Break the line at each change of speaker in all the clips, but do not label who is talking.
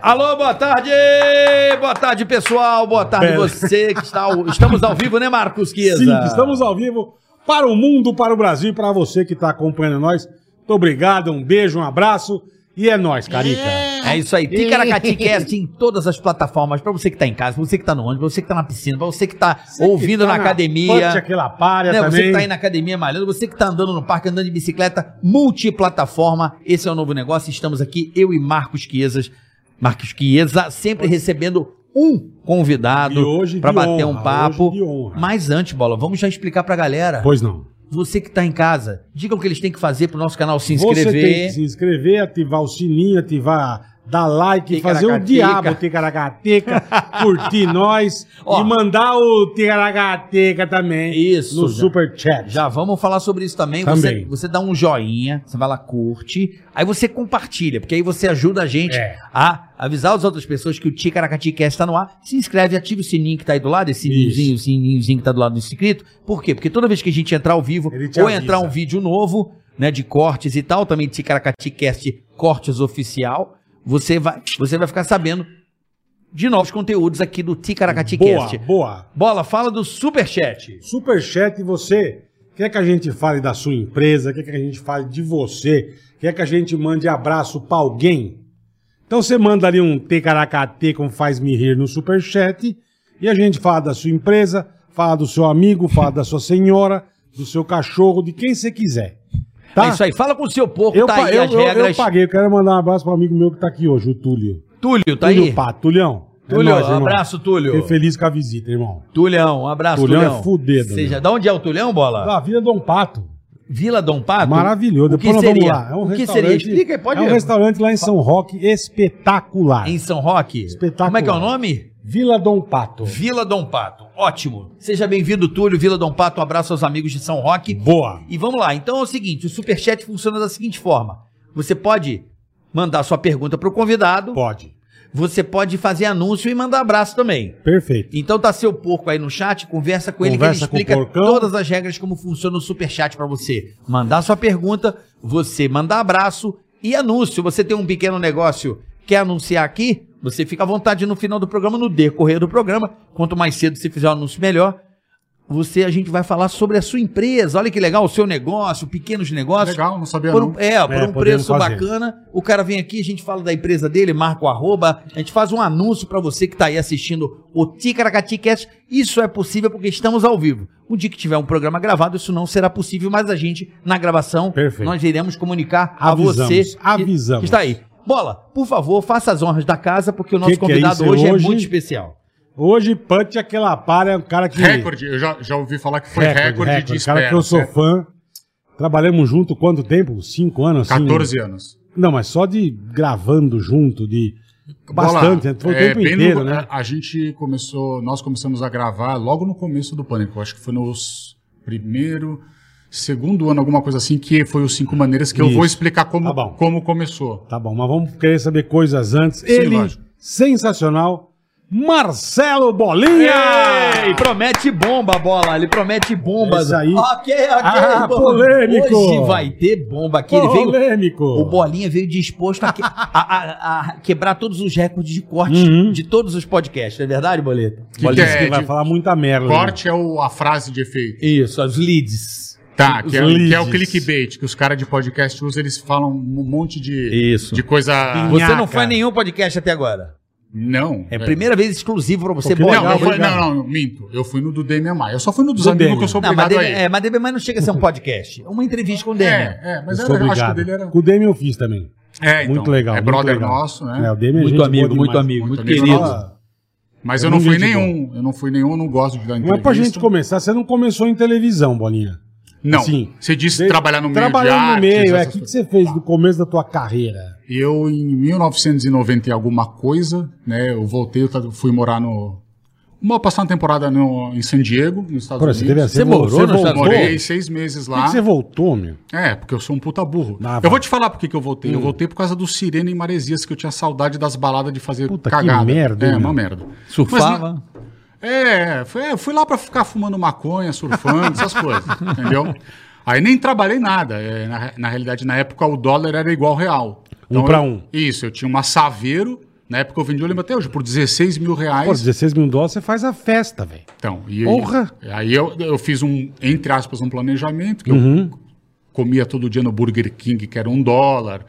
Alô, boa tarde! Boa tarde, pessoal! Boa tarde,
Pera.
você que está. ao- Estamos ao vivo, né, Marcos Chiesa?
Sim, estamos ao vivo para o mundo, para o Brasil, para você que está acompanhando nós. Muito obrigado, um beijo, um abraço e é nóis, Carica.
É isso aí. Ticaracati Cast em todas as plataformas. Pra você que tá em casa, pra você que tá no ônibus, pra você que tá na piscina, pra você que tá
Você que
ouvindo
tá
na,
Ponte,
academia.
aquela palha
Né, você
também.
que tá aí na academia malhando, você que tá andando no parque, andando de bicicleta, multiplataforma. Esse é o novo negócio. Estamos aqui, eu e Marcos Chiesas. Marcos Chiesa, sempre recebendo um
E
convidado
hoje
pra
de
bater
honra,
um papo.
hoje de honra.
Mas antes, bola, vamos já explicar pra galera.
Pois não.
Você que tá em casa, diga o que eles têm que fazer pro nosso canal se
Você tem que
inscrever.
se inscrever, ativar o sininho, ativar, dar like, fazer o
Ticaracateca.
diabo ticaracateca, curtir nós
Ó.
e mandar o ticaracateca também
Isso,
no
já.
Super Chat.
Já vamos falar sobre isso também. Você,
Também.
você dá um joinha, você vai lá, curte, aí você compartilha, porque aí você ajuda a gente
É.
a avisar as outras pessoas que o Ticaracati Cast está no ar. Se inscreve, ativa o sininho que tá aí do lado, esse sininhozinho, sininhozinho que tá do lado do inscrito. Por quê? Porque toda vez que a gente entrar ao vivo
Ele te
ou
avisa.
entrar um vídeo novo, né, de cortes e tal, também Ticaracati Cast Cortes Oficial, você vai, você vai ficar sabendo de novos conteúdos aqui do Ticaracati
boa,
Cast.
boa.
Bola, fala do Superchat.
Superchat, você quer que a gente fale da sua empresa, quer que a gente fale de você, quer que a gente mande abraço pra alguém? Então você manda ali um TKKT com faz me rir no Superchat e a gente fala da sua empresa, fala do seu amigo, fala da sua senhora, do seu cachorro, de quem você quiser. Tá?
É isso aí, fala com o seu porco,
Eu,
tá
pa-
aí
eu,
as
eu- eu
regras.
paguei, eu quero mandar um abraço pro amigo meu que tá aqui hoje, o Túlio.
Túlio, tá
Túlio
aí?
Pato, Tulhão.
Túlio,
nóis,
um
irmão.
abraço, Túlio.
Fiquei feliz com a visita, irmão.
Tulhão, um abraço,
Tulhão é fudido,
Seja,
meu.
da onde é o Tulhão, Bola?
Da vida Dom Pato.
Vila Dom Pato?
Maravilhoso.
O que
Depois nós
seria?
vamos lá. É um
o que
restaurante,
seria? Explica aí, pode
É um
ir.
restaurante lá em São Roque espetacular.
Em São Roque?
Espetacular.
Como é que é o nome?
Vila Dom Pato.
Vila Dom Pato. Ótimo. Seja bem-vindo, Túlio, Vila Dom Pato. Um abraço aos amigos de São Roque.
Boa.
E vamos lá. Então é o seguinte, o Superchat funciona da seguinte forma. Você pode mandar sua pergunta pro convidado,
Pode.
você pode fazer anúncio e mandar abraço também.
Perfeito.
Então tá seu porco aí no chat, conversa com
Conversa
ele
com
que ele
o
explica
porcão.
todas as regras como funciona o superchat pra você. Mandar sua pergunta, você mandar abraço e anúncio. Você tem um pequeno negócio, quer anunciar aqui? Você fica à vontade no final do programa, no decorrer do programa. Quanto mais cedo você fizer o anúncio, melhor. Você, a gente vai falar sobre a sua empresa. Olha que legal, o seu negócio, pequenos negócios.
Legal, não sabia
Por
não.
um, é, por um
podemos
preço
fazer.
bacana. O cara vem aqui, a gente fala da empresa dele, marca o arroba. A gente faz um anúncio pra você que tá aí assistindo o Ticaracati Cast. Isso é possível porque estamos ao vivo. O dia que tiver um programa gravado, isso não será possível, mas a gente, na gravação,
Perfeito.
nós iremos comunicar
Avisamos,
a você que-
avisamos.
que está aí. Bola, por favor, faça as honras da casa, porque o nosso
Que que é
convidado
isso?
hoje, é
Hoje-
muito especial.
Hoje, Punch aquela para é um cara que. Um
Recorde, eu já, já ouvi falar que foi recorde, de
cara
espera.
que eu sou
certo?
fã. Trabalhamos junto quanto tempo? Cinco anos? assim?
14 é, anos.
Não, mas só de gravando junto, de. Bastante,
Bola,
foi o
é,
tempo
bem no-
inteiro, né?
A gente começou, nós começamos a gravar logo no começo do Pânico, acho que foi no primeiro, segundo ano, alguma coisa assim, que foi os Cinco Maneiras, que eu
Isso.
vou explicar como,
Tá bom.
como começou.
Tá bom, mas vamos querer saber coisas antes. Ele,
lógico.
sensacional, Marcelo Bolinha!
Ei, promete bomba, bola. Ele promete bombas.
Esse aí-
Ok, ok.
Ah,
bom.
polêmico.
Hoje vai ter bomba aqui. Ele veio
Polêmico!
O Bolinha veio disposto a, que- a- a- a quebrar todos os recordes de corte
Uhum.
de todos os podcasts, não é verdade, Boleta?
Que
Olha isso
é
que vai
de-
falar muita merda. né?
Corte é o- a frase de efeito.
Isso, as leads.
Tá, que é,
Os
que é o
leads.
clickbait, que os caras de podcast usam, eles falam um monte de,
Isso.
de coisa.
Sim.
Você não
Nhaca.
foi nenhum podcast até agora.
Não.
É a primeira vez exclusivo pra você,
Porque
Bolinha.
Não, eu
Legal,
fui,
obrigado.
não, não, minto. Eu fui no do DMMI. Eu só fui no dos
Do
amigos
Demian.
que eu sou
Não, mas,
obrigado
DB,
aí.
é, mas DB mais não chega a ser um podcast. É Uma entrevista com o Demian.
É, é, mas
Eu
era,
sou
eu acho que o
obrigado.
dele era.
Com o Demi eu fiz também.
É, então,
muito legal.
É
muito
brother
legal.
nosso, né?
É, o Demi é gente boa demais.
muito querido.
Ah,
Mas
É
eu não
muito
fui
gente
nenhum. Eu não fui nenhum, eu não gosto de dar entrevista.
Mas é pra gente começar, você não começou em televisão, Bolinha.
Não.
assim,
você disse
Você-
trabalhar no meio
Trabalhando
de
no
artes,
meio, é. O
essas
que, que
coisas.
você fez do começo da tua carreira?
Eu, em 1990 e alguma coisa, né? Eu voltei, eu ta- fui morar no... Uma, passar uma temporada no, em San Diego, nos Estados
Porra,
Unidos.
você teve
Você morou
você
nos Estados
voltou?
Unidos?
Morei
Por
seis meses
que
lá.
que você voltou, meu?
É, porque eu sou um puta burro.
Ah, vai. Hum.
eu vou te falar por que que eu voltei. Eu voltei por causa do Sirene e Maresias, que eu tinha saudade das baladas de fazer
Puta, que
cagada.
merda, hein,
É, uma
meu?
merda.
Surfava.
Mas, é, foi, é, fui lá pra ficar fumando maconha, surfando, essas coisas, entendeu? Aí nem trabalhei nada. É, na, na realidade, na época, o dólar era igual ao real. Então,
Um pra um.
eu- isso, eu tinha uma Saveiro Na época eu vendi, eu lembro até hoje, por 16 mil reais.
Pô, 16 mil dólares você faz a festa, velho.
Então, e aí-
Porra!
Aí eu, eu fiz um, entre aspas, um planejamento que
Uhum.
eu comia todo dia no Burger King, que era um dólar.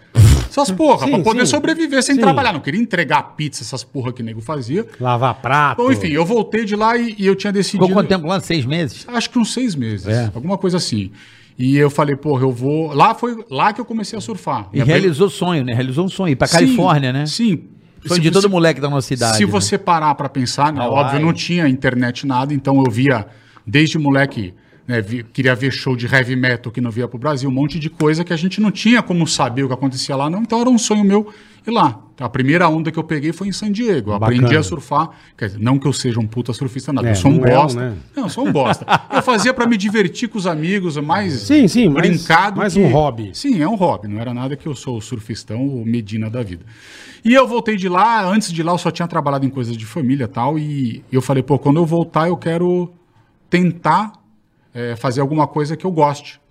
Essas porra,
Sim,
pra poder
sim.
sobreviver sem
Sim.
trabalhar. Não queria entregar pizza, essas porra que o nego fazia.
Lavar prato.
Então, enfim, eu voltei de lá e, e eu tinha decidido.
Ah, Ficou quanto tempo lá? Seis meses?
Acho que uns seis meses,
É.
alguma coisa assim. E eu falei, porra, eu vou. Lá foi lá que eu comecei a surfar.
E
Minha prim-
realizou sonho, né? Realizou um sonho. Ir pra
Sim,
Califórnia, né?
Sim.
Sonho
Se
de
você-
todo moleque da nossa né? cidade.
né?
se você parar pra pensar, né,
Hawaii.
óbvio, não tinha internet nada, então eu via desde moleque, né, vi- queria ver show de heavy metal que não via pro Brasil, um monte de coisa que a gente não tinha como saber o que acontecia lá, não. Então era um sonho meu ir lá. A primeira onda que eu peguei foi em San Diego. Eu
Bacana.
Aprendi a surfar. Quer dizer, não que eu seja um puta surfista, nada.
É,
eu sou um
não é um,
bosta.
né?
Não, eu sou um bosta. eu fazia pra me divertir com os amigos, mais
Sim, sim, mais-
brincado.
mais
que-
um hobby.
Sim, é um hobby, não era nada que eu sou o surfistão ou Medina da vida. E eu voltei de lá, antes de lá eu só tinha trabalhado em coisas de família e tal, e eu falei, pô, quando eu voltar eu quero tentar eh, fazer alguma coisa que eu goste.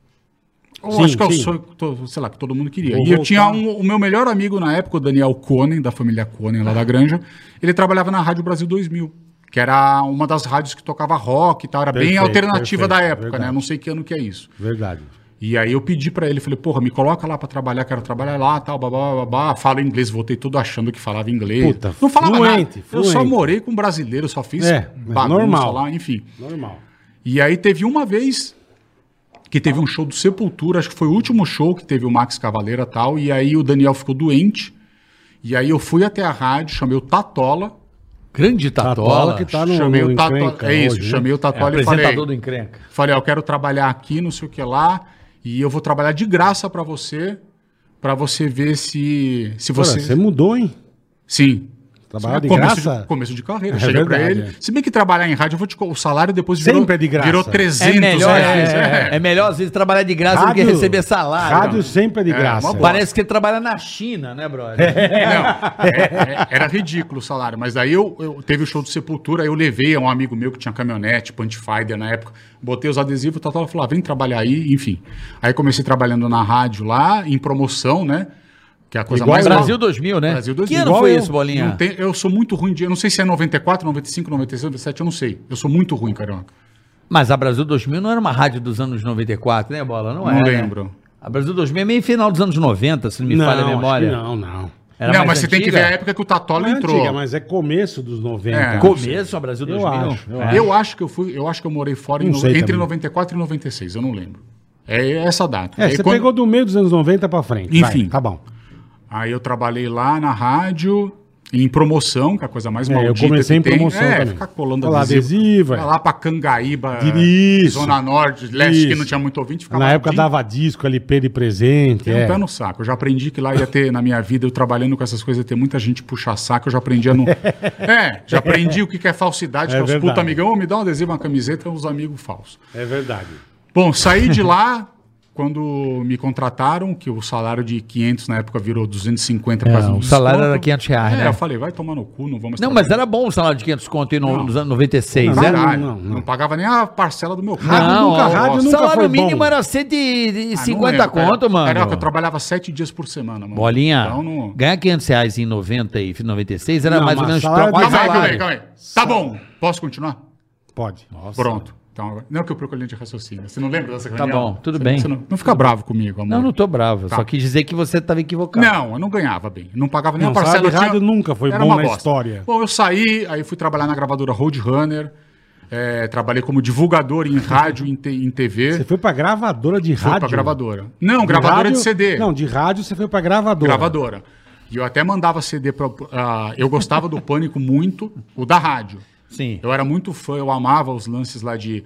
Eu
Sim,
acho que é o
sim.
sonho, que to- sei lá, que todo mundo queria.
Vou
e eu
voltar.
tinha um- o meu melhor amigo na época, o Daniel Conen, da família Conen, lá da Granja, ele trabalhava na Rádio Brasil 2000, que era uma das rádios que tocava rock e tal, era bem
Perfeito,
alternativa
perfeito,
da época,
verdade.
né? Eu não sei que ano que é isso.
Verdade.
E aí eu pedi pra ele, falei, porra, me coloca lá pra trabalhar, quero trabalhar lá, tal, babá, babá, falo inglês, voltei todo achando que falava inglês.
Puta,
não falava
fluente,
nada. Eu só
fluente.
morei com brasileiro, só fiz
É,
bagunça
normal.
lá, enfim.
Normal.
E aí teve uma vez que teve um show do Sepultura, acho que foi o último show que teve o Max Cavaleira e tal, e aí o Daniel ficou doente. E aí eu fui até a rádio, chamei o Tatola,
Grande Tatola.
Tatola que tá no,
chamei
no
o Tatola,
encrenca
é isso,
hoje, né?
chamei o Tatola e falei,
Apresentador do encrenca.
Falei, ó, eu quero trabalhar aqui, não sei o que lá, e eu vou trabalhar de graça pra você, pra você ver se se
Cara,
você
você mudou, hein?
Sim.
Trabalhar de
começo
graça?
De, começo de carreira.
É
Cheguei pra
verdade,
ele.
é.
Se bem que trabalhar em rádio, eu vou te co- o salário depois
Sempre é de graça.
virou
É
300
É melhor,
reais.
é, é melhor às vezes trabalhar de graça do que receber salário.
Rádio sempre é de
É,
graça.
uma boa.
Parece que ele trabalha na China, né, brother?
Não, é- é- era ridículo o salário. Mas daí eu, eu- teve o show do Sepultura, aí eu levei a um amigo meu que tinha caminhonete, Pantifider na época, botei os adesivos, tal, tal, falou, ah, vem trabalhar aí, enfim. Aí comecei trabalhando na rádio lá, em promoção, né? Que é a coisa
Igual
mais...
o
Brasil 2000, né?
Brasil
que
2000.
ano
Igual
foi
eu.
esse, Bolinha?
Não tem- eu sou muito ruim de... Eu não sei se é 94, 95, 96, 97, eu não sei. Eu sou muito ruim, carioca.
Mas a Brasil 2000 não era uma rádio dos anos 94, né, Bola? Não,
Não
era. né?
lembro.
A Brasil 2000 é meio final dos anos 90, se não me falha a
acho
memória.
que não, não.
Era
não,
mais
mas você tem que
antiga?
ver a época que o Tatola
Não é
entrou.
antiga, mas é começo dos 90.
É.
acho.
Começo a Brasil
Eu
2000?
acho, eu acho.
É.
Eu acho que eu fui, eu acho que eu morei fora em
Não
no-
sei
entre
também.
94 e 96, eu não lembro. É essa data.
É,
Aí
você
quando-
pegou do meio dos anos 90 pra frente. vai,
Enfim.
tá bom.
Aí eu trabalhei lá na rádio, em promoção, que é a coisa mais
É, eu
maldita
comecei
que
em promoção
É,
também.
ficar colando
Colar adesivo, é.
Vai lá pra Cangaíba,
Isso.
Zona Norte, Leste,
Isso.
que não tinha muito ouvinte. ficava
Na época
de-
dava disco, LP de presente.
Tem um
É.
pé no saco. Eu já aprendi que lá ia ter, na minha vida, eu trabalhando com essas coisas, ia ter muita gente puxar saco. Eu já aprendi a não. É, já aprendi o que que é falsidade,
É
que é os
verdade.
puta amigão, "Ô, me dá um adesivo, uma camiseta, uns amigos falsos.
É verdade.
Bom, saí de lá quando me contrataram, que o salário de 500 na época virou 250
É,
por causa do
o salário
desconto.
era 500 reais,
É,
né?
eu falei, vai tomar no cu, não vamos
Não, mas era bom o salário de 500 conto aí no-
Não.
nos anos 96,
Não,
né?
era-
Caralho,
não,
não,
não.
pagava nem a parcela do meu carro.
Rádio nunca-
ó,
rádio
o
nunca
salário
foi
mínimo
bom.
era
Ah, não
150
lembro,
conto,
cara.
mano.
Caraca, eu trabalhava sete dias por semana, mano.
Bolinha,
Então não...
ganhar 500 reais em 90 e 96 era
Não,
mais ou
mas
menos
salário
trocar
de-
Calma aí, calma aí,
salário.
calma aí. Tá bom, posso continuar?
Pode.
Pronto. Então, agora- não que eu procuro linha de raciocínio. Você não lembra dessa
Tá
reunião?
bom, tudo
Você-
bem.
você não, não fica bravo comigo, amor.
Não, não tô bravo.
Tá.
Só quis dizer que você estava equivocado.
Não, eu não ganhava bem. Não pagava nem
Não,
a parcela.
salário de
eu tinha-
rádio nunca foi bom
uma
na
bosta.
história.
Bom, eu saí, aí fui trabalhar na gravadora Roadrunner. É, trabalhei como divulgador em rádio, em, te- em TV.
Você foi pra gravadora de
Fui
rádio?
pra gravadora. Não,
De
gravadora
rádio-
de CD.
Não, de rádio você foi pra gravadora.
gravadora. E eu até mandava CD pra. ah, eu gostava do Pânico muito, o da rádio.
Sim.
Eu era muito fã, eu amava os lances lá de.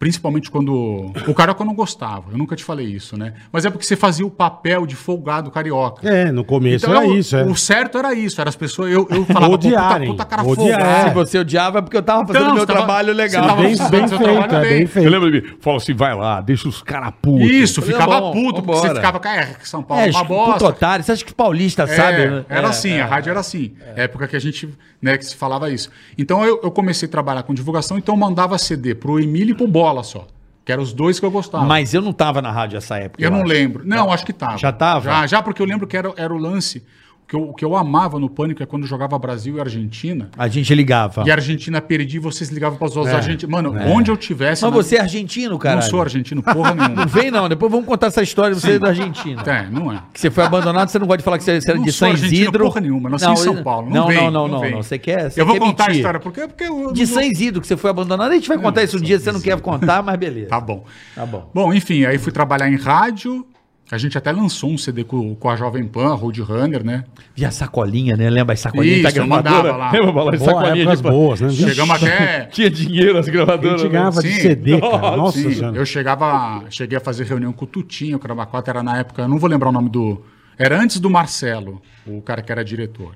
Principalmente quando. O carioca eu não gostava, eu nunca te falei isso, né? Mas é porque você fazia o papel de folgado carioca.
É, no começo
Então,
era
eu-
isso, é.
O certo era isso, era as pessoas. Eu, eu falava, pô,
Odiarem,
puta, puta cara
odiar.
Se
folgado.
você odiava é porque eu tava fazendo
Então,
meu
você tava-
trabalho legal.
você tava
Bem,
precisando
bem
do seu
feito,
trabalho
é bem
bem.
Eu
feito.
lembro de mim, fala assim, vai lá, deixa os caras putos.
Isso,
Tá
ficava
bom,
puto, porque
vambora.
você ficava, cara, que São Paulo é
É,
uma bosta.
puto otário. Você acha que paulista sabe? né?
É, era assim, a rádio era assim. Época que a gente, né, que se falava isso. Então eu, eu comecei a trabalhar com divulgação, então eu mandava CD pro Emílio e pro Bola só. Que eram os dois que eu gostava.
Mas eu não tava na rádio essa época.
eu não
acho.
lembro. Não, acho que tava.
Já tava?
Já, já porque eu lembro que era, era o lance. que eu, o que eu amava no Pânico é quando jogava Brasil e Argentina.
A gente ligava.
E a Argentina perdia e vocês ligavam para os é. argentinos. Mano, onde eu tivesse.
Mas
na-
você é argentino, cara?
Não sou argentino, porra nenhuma.
Não vem, não. Depois vamos contar essa história de você da Argentina.
É, não é.
Que você foi abandonado, você não gosta de falar que você você era
Não
de
sou
São
argentino
Isidro.
porra nenhuma, nasci em São Paulo. Não
Não,
vem,
não, não,
não
não,
vem.
não. Você quer. Você
eu vou
quer
contar a
mentir.
história, porque, porque eu.
De
não vou-
São Isidro, que você foi abandonado. A gente vai contar isso um dia, você não quer contar, mas beleza.
Tá bom.
Tá bom.
Bom, enfim, aí fui trabalhar em rádio. A gente até lançou um CD com, com a Jovem Pan, a Roadrunner, né?
E a sacolinha, né? Lembra as sacolinhas
Isso,
da
eu mandava
gravadora?
lá.
Lembra falar de
Boa,
sacolinha
épocas
de
boas, né?
Chegamos até.
Tinha dinheiro as
A
gravadoras.
gente
né?
ganhava de
Sim.
CD, cara. Nossa
Sim,
senhora.
eu chegava, cheguei a fazer reunião com o Tutinho, o Cravacota era na época, eu não vou lembrar o nome do. Era antes do Marcelo, o cara que era diretor.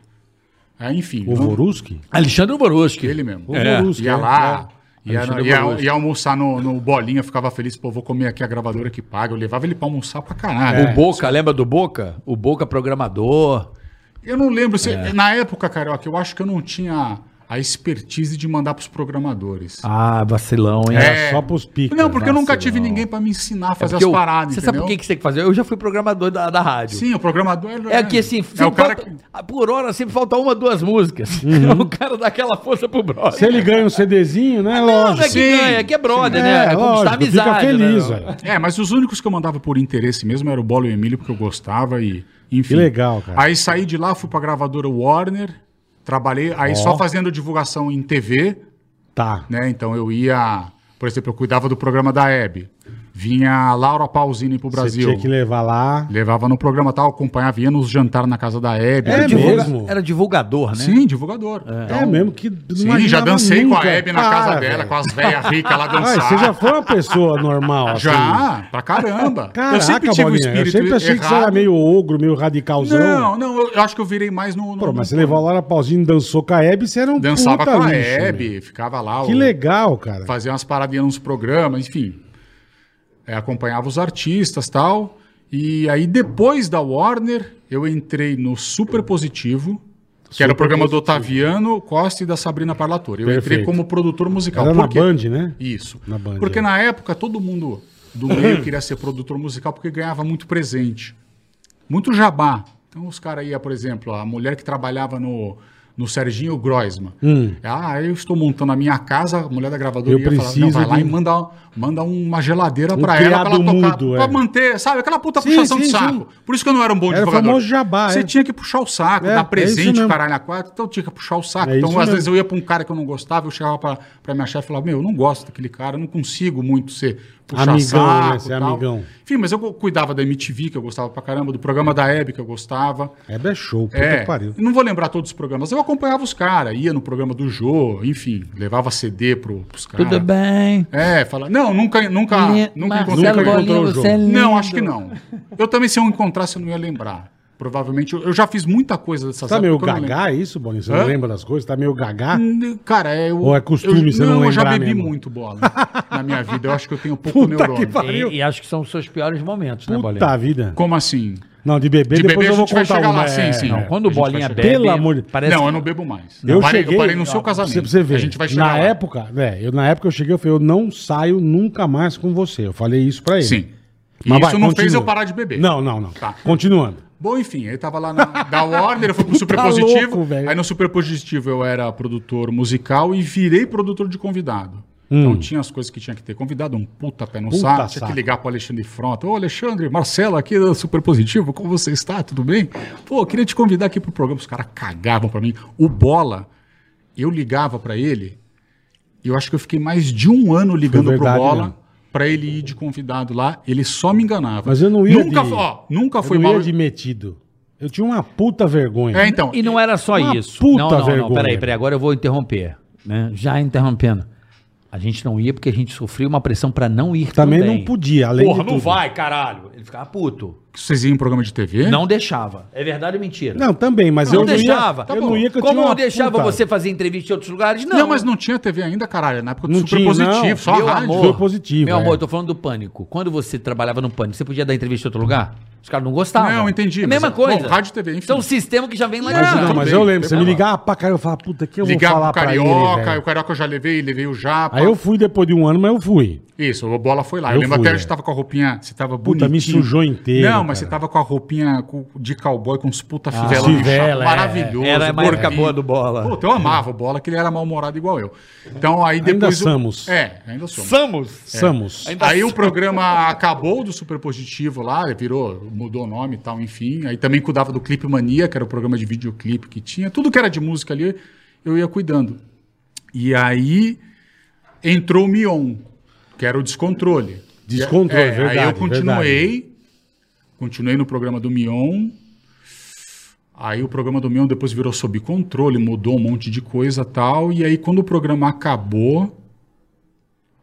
Aí, enfim,
O Voruski?
Alexandre Boroschi.
ele mesmo.
O
É.
Voruski,
Ia
né?
lá, ia,
Alexandre
ia-
Borussia.
ia almoçar no, no Bolinha, ficava feliz, pô, vou comer aqui a gravadora que paga. Eu levava ele pra almoçar pra caralho.
O Boca, lembra do Boca? O Boca programador.
Eu não lembro se.
É.
Na época, Carioca, eu acho que eu não tinha a expertise de mandar pros programadores.
Ah, vacilão, hein?
Era só pros picos.
Não, porque eu nunca tive ninguém pra me ensinar a É, fazer
É Porque
as
eu-
paradas,
Você sabe o que que você tem que fazer? Eu já fui programador da, da rádio.
Sim, o programador
É que assim,
é
sempre
o cara
falta- Ah,
que
por hora sempre falta uma, duas músicas. o cara dá aquela força pro brother.
Uhum. Se ele ganha um CDzinho, né?
Não, não
Lógico.
é que
Sim.
ganha, é que é brother,
É,
né? É
lógico,
conquistar amizade.
Fica feliz,
né?
velho.
É, mas os únicos que eu mandava por interesse mesmo era o Bolo e o Emílio, porque eu gostava e. Enfim.
Que legal, cara.
Aí saí de lá, fui pra gravadora Warner, trabalhei, aí só fazendo divulgação em TV,
Tá.
né? Então eu ia. Por exemplo, eu cuidava do programa da Hebe. Vinha a Laura Pausini pro
Brasil.
Brasil.
Você tinha que levar lá.
Levava no programa tal, acompanhava, ia nos jantar na casa da Hebe.
É
Era
Divulga-
mesmo?
Era divulgador, né?
Sim, divulgador. Então,
é mesmo que. não
Sim, já
imaginava
dancei com
nunca.
a Hebe na
Para,
casa dela,
velho.
com as velhas ricas lá
Ah,
dançar.
você já foi uma pessoa normal, assim?
Já, pra caramba.
Caraca,
eu sempre tive um
Bolinha,
espírito
Eu sempre achei que você era
errado.
meio ogro, meio radicalzão.
Não, não, eu, eu acho que eu virei mais no... no-
Pô, mas você levou a Laura Pausini, dançou com a Hebe, você era um
dançava
puta
com a
lixo,
Hebe,
meu.
ficava lá.
Que
eu
legal, cara.
Fazia umas paradinhas nos programas, enfim. É, acompanhava os artistas tal. E aí, depois da Warner, eu entrei no Super Positivo, que era o programa do Otaviano Costa e da Sabrina Parlatore. Eu
Perfeito.
entrei como produtor musical.
Era
Por
na
quê?
Band, né?
Isso.
Na Band,
porque
é.
na época todo mundo do meio queria ser produtor musical porque ganhava muito presente. Muito jabá. Então os caras iam, por exemplo, a mulher que trabalhava no, no Serginho Groisman. Ah, eu estou montando a minha casa, a mulher da gravadora
Hum. Eu
ia falar, não,
preciso
vai lá
de-
e manda, manda uma geladeira
Um
pra ela pra
criado
ela tocar,
mudo,
pra
é.
manter, sabe, aquela puta
Sim,
puxação
sim,
de saco.
sim.
Por isso que eu não era um bom
Era
divulgador.
famoso jabá,
Você
é.
tinha que puxar o saco,
É, é
dar
isso
presente,
mesmo.
caralho, a quatro, então tinha que puxar o saco.
É
então às
isso mesmo.
vezes eu ia pra um cara que eu não gostava, eu chegava pra, pra minha chefe e falava, meu, eu não gosto daquele cara, eu não consigo muito ser puxar
Amigão,
saco
né? Ser
e tal.
amigão.
Enfim, mas eu cu- cuidava da MTV, que eu gostava pra caramba, do programa da Hebe, que eu gostava.
Hebe é show, puta
É,
que pariu.
eu não vou lembrar todos os programas, eu acompanhava os caras, ia no programa do Jô, enfim, levava CD pro, pros caras.
Tudo bem.
É, fala, não, nunca, nunca, nunca encontrei
Marcelo
com ele.
Bolinha,
o
você é
jogo.
lindo.
Não, acho que não. Eu também, se eu encontrasse, eu não ia lembrar. Provavelmente, eu, eu já fiz muita coisa dessas
Tá meio
que eu não lembro.
gagá isso, Boninho? Você
Hã? Hum.
não lembra das coisas? Tá meio gagá?
N- Cara, eu.
Ou é costume
eu,
você não
eu já
lembrar
bebi
mesmo?
muito bola na minha vida. Eu acho que eu tenho um pouco
Puta que
neurônio.
pariu.
E, e acho que são os seus piores momentos, né, Bolinha?
Puta vida.
Como assim?
Não, de bebê,
De
depois
bebê
eu
a
vou
gente vai
contar
chegar
uma.
lá, sim,
é.
sim.
Não, quando
A
o
gente vai
Bolinha
chegar.
bebe,
Pelo amor de-
parece
não,
que-
eu não bebo mais.
Eu
parei,
cheguei-
eu parei no seu
Ó,
casamento.
Você, você vê.
A gente vai chegar
na
lá.
época, né, eu, na época eu cheguei, eu falei, eu não saio nunca mais com você. Eu falei isso pra ele.
Sim. E
Mas vai,
isso não
continua.
fez eu parar de beber.
Não, não, não.
Tá.
Continuando.
Bom, enfim, ele tava lá na, da Warner, eu fui pro Super
Tá
Positivo.
louco, velho.
aí no Super Positivo eu era produtor musical e virei produtor de convidado. Então tinha as coisas que tinha que ter convidado, um puta pé no
Hum. Puta
saco, tinha
saco.
que ligar pro Alexandre Frota. Ô Alexandre, Marcelo aqui do Super Positivo, como você está? Tudo bem? Pô, eu queria te convidar aqui pro programa. Os caras cagavam pra mim. O Bola, eu ligava pra ele, e eu acho que eu fiquei mais de um ano ligando
verdade
pro Bola.
mesmo.
Pra ele ir de convidado lá, ele só me enganava.
Mas eu não ia
Nunca,
de-
ó, nunca
Eu
foi
não
mal.
ia de metido. Eu tinha uma puta vergonha.
É, então.
E não era só
Uma
isso.
puta
não, não, não.
vergonha.
Peraí, peraí. Agora eu vou interromper. né? Já interrompendo. A gente não ia porque a gente sofria uma pressão pra não ir
Também não podia, além
Porra,
de
não
tudo.
vai, caralho. Ele ficava puto.
que vocês iam em programa de TV?
Não deixava. É verdade ou mentira?
Não, também, mas
Não
eu não
deixava.
ia. eu não ia que eu
Como
tinha
não
uma
deixava
puta-
você fazer entrevista em outros lugares? Não.
Não, mas não tinha TV ainda, caralho. Na época do
Não
Super
tinha,
Positivo,
não.
só a
meu
rádio.
amor,
Foi positivo,
Meu
é.
amor, eu tô falando do pânico. Quando você trabalhava no pânico, você podia dar entrevista em outro lugar? Os caras não gostavam.
Não, entendi,
É a
mas-
mesma
bom,
coisa.
rádio e TV, enfim.
Então, um sistema que já vem lá de
Mas,
trás.
não,
tudo
mas
bem,
eu lembro, você me
tudo bem.
ligava pra caralho, eu falava, puta, o que eu vou
Ligava
falar
pro
pra ele,
Carioca,
velho?
o Carioca eu "Ah." já levei, levei o Japa.
Aí eu fui depois de um ano, mas eu fui.
Isso, o Bola foi lá. Eu,
Eu
lembro
fui,
até
é.
que você tava com a roupinha, você tava
Puta,
bonitinho.
me sujou inteiro, Ah,
Não, Não, mas você tava com a roupinha com- de cowboy com os puta fivela,
sim.
bicho,
Fivela, é.
maravilhoso.
Era a marca
gordinho.
boa do Bola.
Puta, eu amava o bola, que ele era mal-humorado igual eu. Então aí
Ainda
depois. o-
somos.
É, ainda somos. É.
Samus.
Samus.
Ainda
Aí o programa acabou do Super Positivo lá, virou, mudou o nome e tal, enfim. Aí também cuidava do Clipe Mania, que era o programa de videoclipe que tinha. Tudo que era de música ali, eu ia cuidando. E aí entrou o Mion, que era o Descontrole. É,
Descontrole, verdade,
Aí eu continuei,
verdade.
continuei no programa do Mion. Aí o programa do Mion depois virou sob controle, mudou um monte de coisa tal. E aí quando o programa acabou,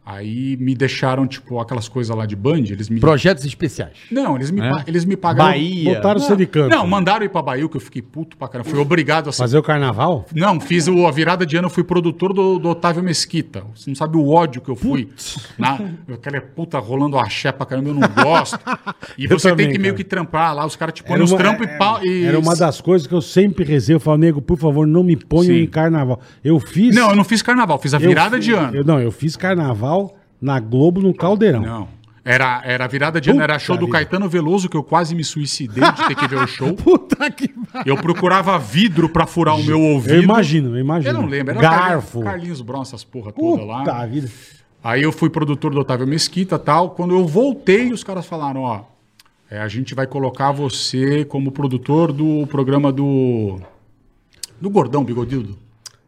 aí me deixaram, tipo, aquelas coisas lá de Band, eles me...
Projetos especiais.
Não, eles
É?
me, pa- eles me pagaram...
Bahia.
Botaram você de canto.
Não, assim, mandaram ir pra Bahia, que eu fiquei puto pra caramba. Fui obrigado a ser
Fazer o carnaval?
não, fiz o- a virada de ano, eu fui produtor do, do Otávio Mesquita. Você não sabe o ódio que eu fui. Na, aquela puta rolando axé pra caramba, eu não gosto. E
Eu
você
também,
tem que meio
cara.
que trampar lá, os caras te põem os trampos e pau. E...
É, era uma das coisas que eu sempre rezei. Eu falo, nego, por favor, não me ponha
Sim.
em carnaval. Eu fiz.
Não, eu não fiz carnaval, fiz a
eu
virada
fiz-
de ano.
eu- não, eu fiz carnaval na Globo no Caldeirão.
Não. Era, era a virada de ano, era
Puta
show do
vida.
Caetano Veloso, que eu quase me suicidei de ter que ver o show.
Puta que pariu.
Eu procurava vidro pra furar o meu ouvido.
Eu imagino, eu imagino.
Eu não lembro. Era
Garfo.
Carlinhos Bron, essas porra toda
Puta
lá.
vida.
Aí eu fui produtor do Otávio Mesquita tal. Quando eu voltei, os caras falaram, ó, é, a gente vai colocar você como produtor do programa do do Gordão Bigodildo.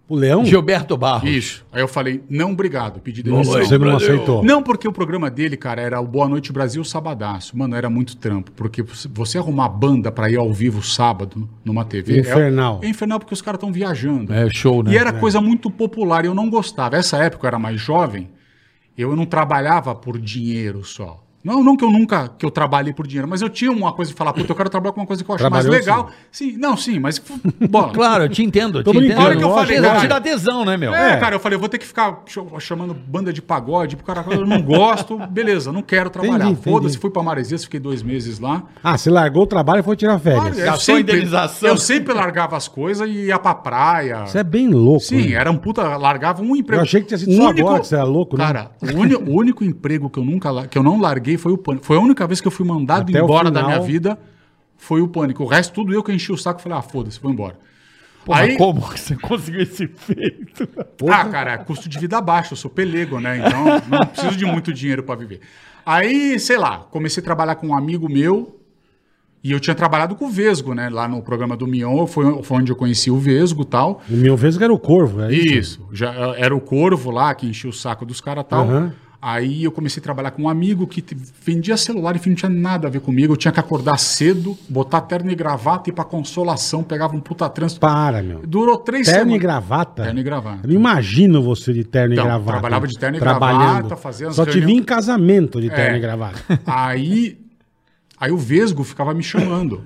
O Leão?
Gilberto Barros.
Isso. Aí eu falei, não, obrigado, pedi demissão.
Você não aceitou.
Não, porque o programa dele, cara, era o Boa Noite Brasil Sabadaço. Mano, era muito trampo. Porque você arrumar banda pra ir ao vivo sábado numa TV. é-
Infernal.
É, infernal porque os caras estão viajando.
É show, né?
E era coisa muito popular e eu não gostava. Essa época eu era mais jovem, eu não trabalhava por dinheiro só. Não, não que eu nunca que eu trabalhei por dinheiro, mas eu tinha uma coisa de falar, puta, eu quero trabalhar com uma coisa que eu acho mais
Trabalhou
legal. Sim. não, sim, mas f- bola.
Claro, eu te entendo. eu
Tô
Te entendo.
brincando, Olha que eu
lógico, falei,
Te-
cara.
te dá tesão, né, meu?
É, cara, eu falei, eu vou ter que ficar cho- chamando banda de pagode, pro cara, eu não gosto, beleza, não quero trabalhar.
Entendi, entendi.
Foda-se, fui pra Maresias, fiquei dois meses lá.
Ah, você largou o trabalho e foi tirar férias.
Olha, eu,
Gastou
sempre,
indenização.
eu sempre largava as coisas e ia pra praia.
Você é bem louco.
Sim,
né?
era um puta, largava um emprego.
Eu achei que tinha sido
O
só agora que você era louco, né?
Cara, o, uni- o único emprego que eu nunca la- que eu não larguei foi o pânico. Foi a única vez que eu fui mandado
Até o
embora da
final.
minha vida foi o pânico. O resto tudo eu que enchi o saco e falei: "Ah, foda-se, vou embora".
Porra,
Aí,
como que você conseguiu esse feito?
ah, cara, custo de vida baixo, eu sou pelego, né? Então, não preciso de muito dinheiro pra viver. Aí, sei lá, comecei a trabalhar com um amigo meu e eu tinha trabalhado com o Vesgo, né? Lá no programa do Mion, foi, foi onde eu conheci o Vesgo e tal.
O meu vez que era o corvo. é
Isso. Já eh, era o Corvo lá que enchia o saco dos caras e tal.
Aham.
Aí eu comecei a trabalhar com um amigo que te- vendia celular, enfim, não tinha nada a ver comigo. Eu tinha que acordar cedo, botar terno e gravata e ir pra consolação, pegava um puta trânsito.
Para, meu.
Durou três
Terno e
semanas.
gravata.
é Terno e gravata.
Eu não imagino você de terno
Então,
e gravata.
trabalhava de terno e gravata, fazia as
Só te vi
reuniões.
em casamento de terno
É.
e gravata.
Aí, aí o Vesgo ficava me chamando.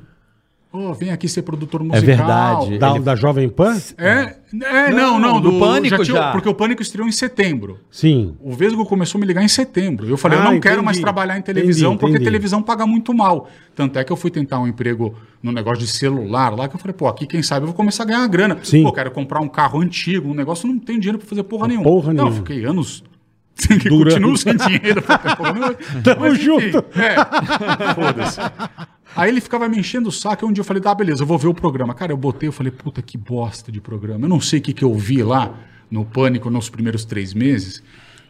Ô, vem aqui ser produtor musical.
verdade.
Da, da Jovem Pan?
É, é, não, não,
do
do-
Pânico já.
Porque o Pânico estreou em setembro.
Sim.
O Vesgo começou a me ligar em setembro. Eu falei,
Ah,
eu não quero
entendi.
mais trabalhar em televisão,
Entendi,
porque
entendi.
televisão paga muito mal. Tanto é que eu fui tentar um emprego no negócio de celular lá, que eu falei, pô, aqui quem sabe eu vou começar a ganhar uma grana.
Sim.
Pô, quero comprar um carro antigo, um negócio, não tem dinheiro pra fazer porra nenhuma.
Porra
não,
nenhuma.
fiquei anos. que
Durando.
continuo sem dinheiro. pra fazer porra nenhuma.
Tamo
enfim,
junto.
É, foda-se. Aí ele ficava me enchendo o saco, e um dia eu falei, tá, beleza, eu vou ver o programa. Cara, eu botei, eu falei, puta, que bosta de programa. Eu não sei o que, que eu vi lá no Pânico nos primeiros três meses.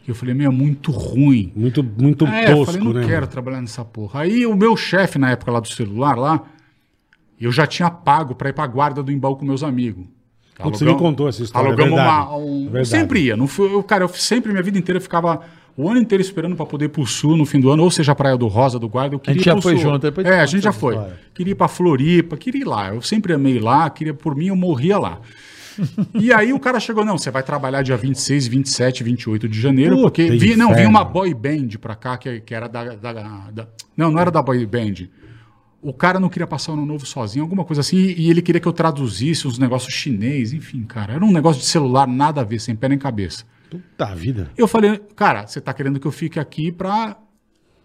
E eu falei, meu, é muito ruim.
Muito, muito
É, eu
tosco,
falei, não
né?
quero trabalhar nessa porra. Aí o meu chefe, na época lá do celular, lá, eu já tinha pago pra ir pra guarda do embaú com meus amigos.
Putz, você me contou essa história, é
Alugamos
verdade.
uma. Um, eu
Verdade.
sempre ia. Não fui, eu, cara, eu sempre, minha vida inteira, eu ficava o ano inteiro esperando pra poder ir pro sul no fim do ano, ou seja, a Praia do Rosa, do Guarda. Eu queria
gente
ir
já
pro
foi
sul.
junto, depois
É,
conta
a gente já
essa
foi. Queria ir pra Floripa, queria ir lá. Eu sempre amei lá, queria por mim, eu morria lá. E aí o cara chegou, não, você vai trabalhar dia 26, 27, 28 de janeiro,
Puta
porque vi, não,
inferno.
vinha uma boy band pra cá, que, que era da, da- da- Não, não era da boy band. O cara não queria passar o ano novo sozinho, alguma coisa assim, e, e ele queria que eu traduzisse uns negócios chinês, enfim, cara. Era um negócio de celular, nada a ver, sem pé nem cabeça.
Puta vida.
Eu falei, cara, você tá querendo que eu fique aqui pra,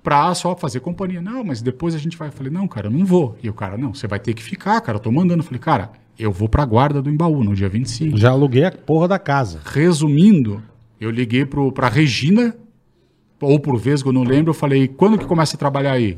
pra só fazer companhia. Não, mas depois a gente vai. Eu falei, não, cara, eu não vou. E o cara, não, você vai ter que ficar, cara, eu tô mandando. Eu falei, cara, eu vou pra guarda do Embaú no dia 25.
Já aluguei a porra da casa.
Resumindo, eu liguei pro, pra Regina, ou por Vesgo, eu não lembro, eu falei, quando que começa a trabalhar aí?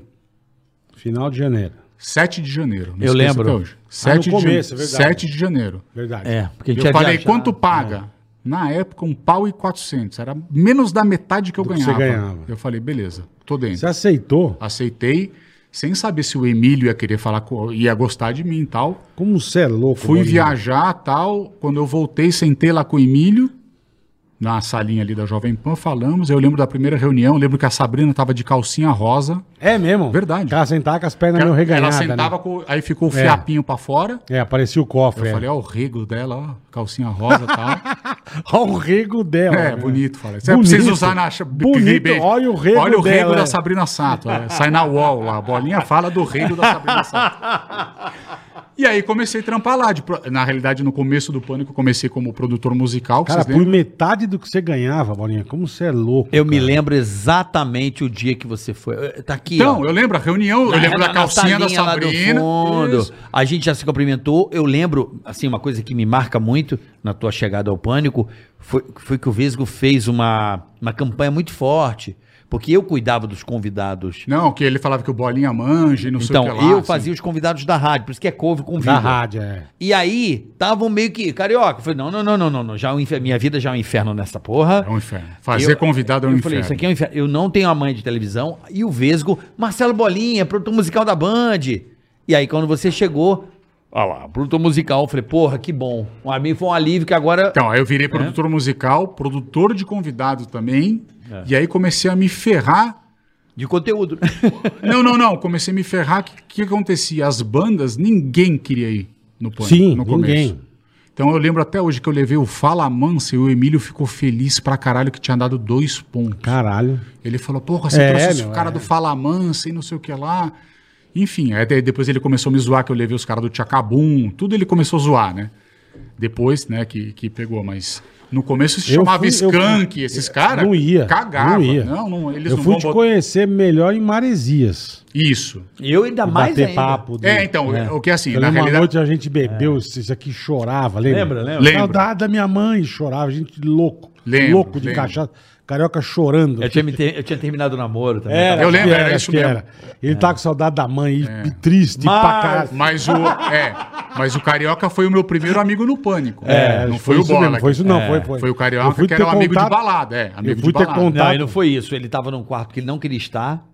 Final de janeiro.
7 de janeiro.
Eu
esqueça
lembro.
até hoje. 7 de
Ah, começo,
janeiro.
é verdade.
7 de janeiro.
Verdade.
É, porque a gente
Eu
ia
falei,
viajar.
quanto paga?
É.
Na época, um pau e 400. Era menos da metade que eu
Do que
ganhava.
você ganhava.
Eu falei, beleza, tô dentro.
Você aceitou?
Aceitei, sem saber se o Emílio ia querer falar, co- ia gostar de mim e tal.
Como você é louco.
Fui
Bolinha.
viajar tal. Quando eu voltei, sentei lá com o Emílio, na salinha ali da Jovem Pan, falamos. Eu lembro da primeira reunião, lembro que a Sabrina estava de calcinha rosa.
É mesmo?
Verdade.
Ela né? sentava com as pernas meio
ela
reganhadas.
sentava, com, aí ficou o fiapinho pra fora.
Né? É, aparecia o
Eu
cofre. é.
falei, ó, o rego dela, ó, calcinha rosa e tal.
Olha o rego dela.
É,
né?
bonito, fala. Você
Bonito.
precisa usar na
Bonito,
Rebate.
olha o rego
Olha o rego
dela.
da Sabrina Sato. é. Sai na wall lá. A bolinha fala do rego da Sabrina Sato. E aí comecei a trampar lá. de pro- na realidade, no começo do pânico, eu comecei como produtor musical. que
Cara,
vocês
por
lembram?
metade do que você ganhava, Bolinha. Como você é louco.
Eu me lembro exatamente o dia que você foi. Eh, Tá aqui.
Então,
ó.
eu lembro a reunião, eu lembro
Na- na
da calcinha da
salinha lá do
Sabrina.
fundo.
Isso.
A gente já se cumprimentou. Eu lembro, assim, uma coisa que me marca muito na tua chegada ao pânico foi, foi que o Vesgo fez uma, uma campanha muito forte. Porque eu cuidava dos convidados.
Não, que ele falava que o bolinha manja e não
então,
sei o que lá.
eu
assim.
fazia os convidados da rádio, por isso que é couve com
Da
vida.
rádio, é.
E aí, estavam meio que. Carioca. Eu falei, não, não, não, não, não, não. Já é um infer- Minha vida já é um inferno nessa porra.
É um inferno. Fazer convidado é um
eu
inferno.
Falei, isso aqui é um inferno. Eu não tenho a mãe de televisão. E o Vesgo, Marcelo Bolinha, produtor musical da Band. E aí, quando você chegou, olha lá, produtor musical, eu falei, porra, que bom. Pra mim foi um alívio que agora.
Então, aí eu
É.
virei produtor musical, produtor de convidado também.
É.
E aí comecei a me ferrar
de conteúdo.
Não, não, não. Comecei a me ferrar. O que, que acontecia? As bandas, ninguém queria ir no pânico
Sim,
no
ninguém.
Então eu lembro até hoje que eu levei o Fala Mansa e o Emílio ficou feliz pra caralho que tinha dado dois pontos.
Caralho.
Ele falou, porra, você
É,
trouxe
meu,
o cara
é.
do Fala Mansa e não sei o que lá. Enfim, aí até depois ele começou a me zoar que eu levei os caras do Tchacabum, tudo ele começou a zoar, né? Depois, né, que, que pegou, mas no começo se
Eu
chamava
fui- eu fui-
Skank, esses caras
Não ia,
cagavam.
não ia.
Não, não, eles
eu
não
fui
vão
te
botar-
conhecer melhor em Maresias.
Isso.
eu ainda mais
bater
ainda.
papo. do-
É, então, o que é assim,
Eu
na
lembro uma
realidade-
noite a gente bebeu, isso aqui chorava, lembra?
Lembra, lembra?
Lembro.
Saudade da minha mãe, chorava, gente louco.
Lembro,
louco de
lembro.
cachaça. Carioca chorando.
Eu tinha, me ter- eu tinha terminado o namoro também.
É,
tá?
Eu lembro,
que
era isso
que
mesmo. É.
Ele tá com saudade da mãe, ele triste
Mas-
pra caralho.
Mas o, é, mas o Carioca foi o meu primeiro amigo no Pânico. É, não foi, o
isso
Bola. é.
mesmo, É, foi isso não,
É.
foi, foi.
Foi o Carioca
Eu fui
que era
ter
um amigo de
contato-
balada, é. Amigo
Eu fui
de
ter
balada.
contato.
Não, e não foi isso. Ele tava num quarto que ele não queria estar.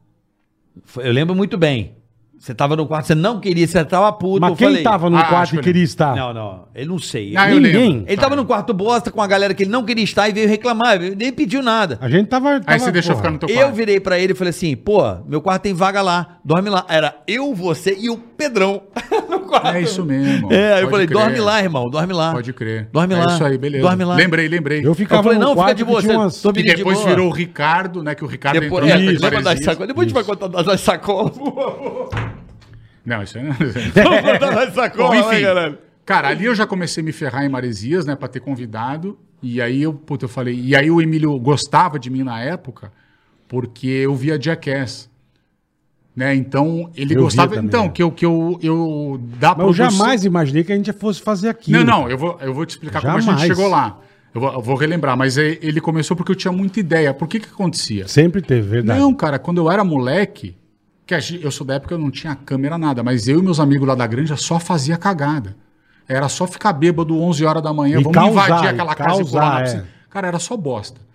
Foi- eu lembro muito bem. Você tava num quarto, que você não queria, você tava puto. eu
Mas quem
falei-
tava no
Ah, acho
quarto
que
e queria
eu
estar?
Não, não. Ele não sei.
Ah, eu
Ninguém.
lembro.
Ele tava no quarto bosta com a galera que ele não queria estar e veio reclamar, ele nem pediu nada.
A gente tava.
Aí
tava,
você deixou
porra.
ficar no teu
Eu
quarto.
virei pra ele e falei assim: pô, meu quarto tem vaga lá, dorme lá. Era eu, você e o Pedrão no quarto.
É isso mesmo.
É, aí eu
Pode
falei:
crer.
dorme lá, irmão, dorme lá.
Pode crer.
Dorme
é
lá.
isso aí, beleza.
Dorme lá.
Lembrei, lembrei.
Eu
Eu
ficava
falei,
no
não, fica
quarto
de
que
boa.
tinha
Você,
umas-
tô
que
menino de
depois
boa.
virou o Ricardo, né? Que o Ricardo
Depois,
na
é,
época de
lembra das
Maresias.
sacolas? Depois a gente vai contar das sacolas.
Não, isso aí não.
Vamos contar das
Bom,
sacolas, né,
enfim.
galera?
Cara, ali eu já comecei a me ferrar em Maresias, né, pra ter convidado. E aí eu, puta, eu falei. E aí o Emílio gostava de mim na época, porque eu via Jackass. Né? Então, ele
Eu
gostava.
via também,
então,
né?
que eu. Que eu, eu da
Mas eu
produção-
jamais imaginei que a gente fosse fazer aquilo.
Não, não, eu vou, eu vou te explicar como a
Jamais.
gente chegou lá. Eu vou, eu vou relembrar, mas é- ele começou porque eu tinha muita ideia. Por que que acontecia?
Sempre teve, verdade.
Não, cara, quando eu era moleque, que a gen- eu sou da época que eu não tinha câmera nada, mas eu e meus amigos lá da granja só fazia cagada. Era só ficar bêbado 11 horas da manhã,
E
vamos
causar,
invadir
e
aquela casa e pular na
causar,
piscina.
é.
Cara, era só bosta.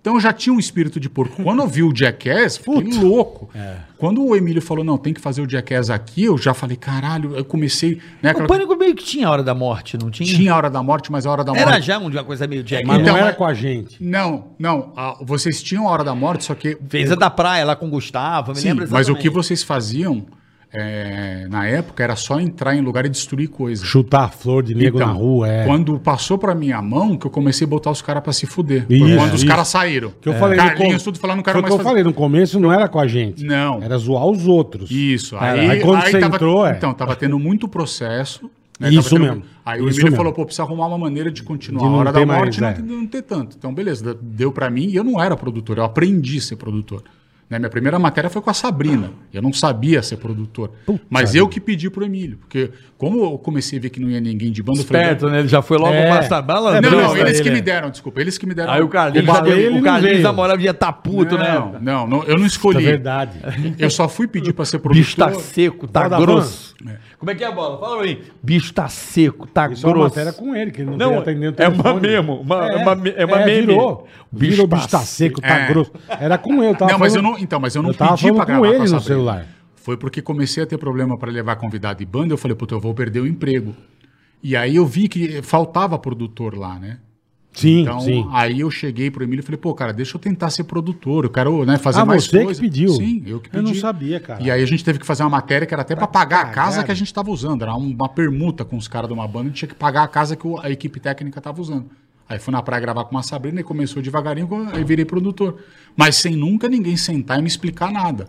Então eu já tinha um espírito de porco. Quando eu vi o Jackass, fiquei louco.
É.
Quando o Emílio falou, não, tem que fazer o Jackass aqui, eu já falei, caralho, eu comecei...
O
Né, aquela-
pânico meio que tinha a hora da morte, não tinha?
Tinha a Hora da Morte, mas a Hora da Morte...
Era já um uma coisa meio Jack.
Mas
Então,
não era
mas-
com a gente.
Não, não, ah, vocês tinham a Hora da Morte, só que...
Fez a da praia lá com o Gustavo, me
Sim,
lembra
mas o que
exatamente.
vocês faziam é, na época era só entrar em lugar e destruir coisas.
Chutar a flor de nego
Então,
na rua, é.
Quando passou pra minha mão, que eu comecei a botar os caras pra se fuder. Foi
Isso,
quando os
isso.
caras saíram. É.
Que eu falei, no
Carlinhos,
com-
tudo falando, não quero
Foi o
mais
que eu
fazer.
falei, no começo não era com a gente.
Não.
Era zoar os outros.
Isso.
Cara,
aí,
É, aí quando você
tava,
entrou, é.
Então, tava tendo muito processo. né?
Isso
tava
mesmo.
Aí o
Isso
Emílio
mesmo.
falou, pô, precisa arrumar uma maneira de continuar.
De não
a hora
ter
da
mais,
morte não
é.
tem- não, ter tanto. Então, beleza, deu pra mim. E eu não era produtor, eu aprendi a ser produtor. né? Minha primeira matéria foi com a Sabrina. Eu não sabia ser produtor. mas eu que pedi pro Emílio. Porque como eu comecei a ver que não ia ninguém de banda, eu falei...
Esperto, né? Ele já foi logo
É.
passar bala.
Não, não, eles
ele
que
é.
me deram, desculpa. Eles que me deram.
Aí o Carlinhos,
O
já
baleia, ele
deu, o
não
Carlinhos
veio.
da Morav já tá puto,
não,
né?
não, não, eu não
É
escolhi.
verdade.
Eu só fui pedir pra ser
Bicho tá
produtor.
seco, tá
Roda
grosso. Como é que é a bola? Fala pra mim. Bicho tá seco, tá
Isso é uma
grosso.
matéria com ele, que ele não,
Não,
veio atendendo o
é uma
telefone.
mesmo, uma- é uma me- é uma meme.
Virou.
O bicho
Virou,
tá
bicho tá seco, tá
É.
grosso. Era com eu, tava
Não, mas eu
falando-
não, então, mas eu não
eu tava
pedi
falando
pra
com
gravar
ele
com a
no
Sabrina.
celular.
Foi porque comecei a ter problema pra levar convidado e banda, eu falei, puta, eu vou perder o emprego. E aí eu vi que faltava produtor lá, né?
Sim,
Então,
sim.
aí eu cheguei pro Emílio e falei, pô, cara, deixa eu tentar ser produtor, eu quero né, fazer
Ah,
mais
você que
coisa.
pediu?
Sim, eu que
Eu
pedi.
não sabia, cara.
E aí a gente teve que fazer uma matéria que era até pra pagar a casa
caralho.
que a gente tava usando. Era uma permuta com os caras de uma banda, a gente tinha que pagar a casa que o- a equipe técnica tava usando. Aí fui na praia gravar com uma Sabrina e começou devagarinho, aí virei produtor. Mas sem nunca ninguém sentar e me explicar nada.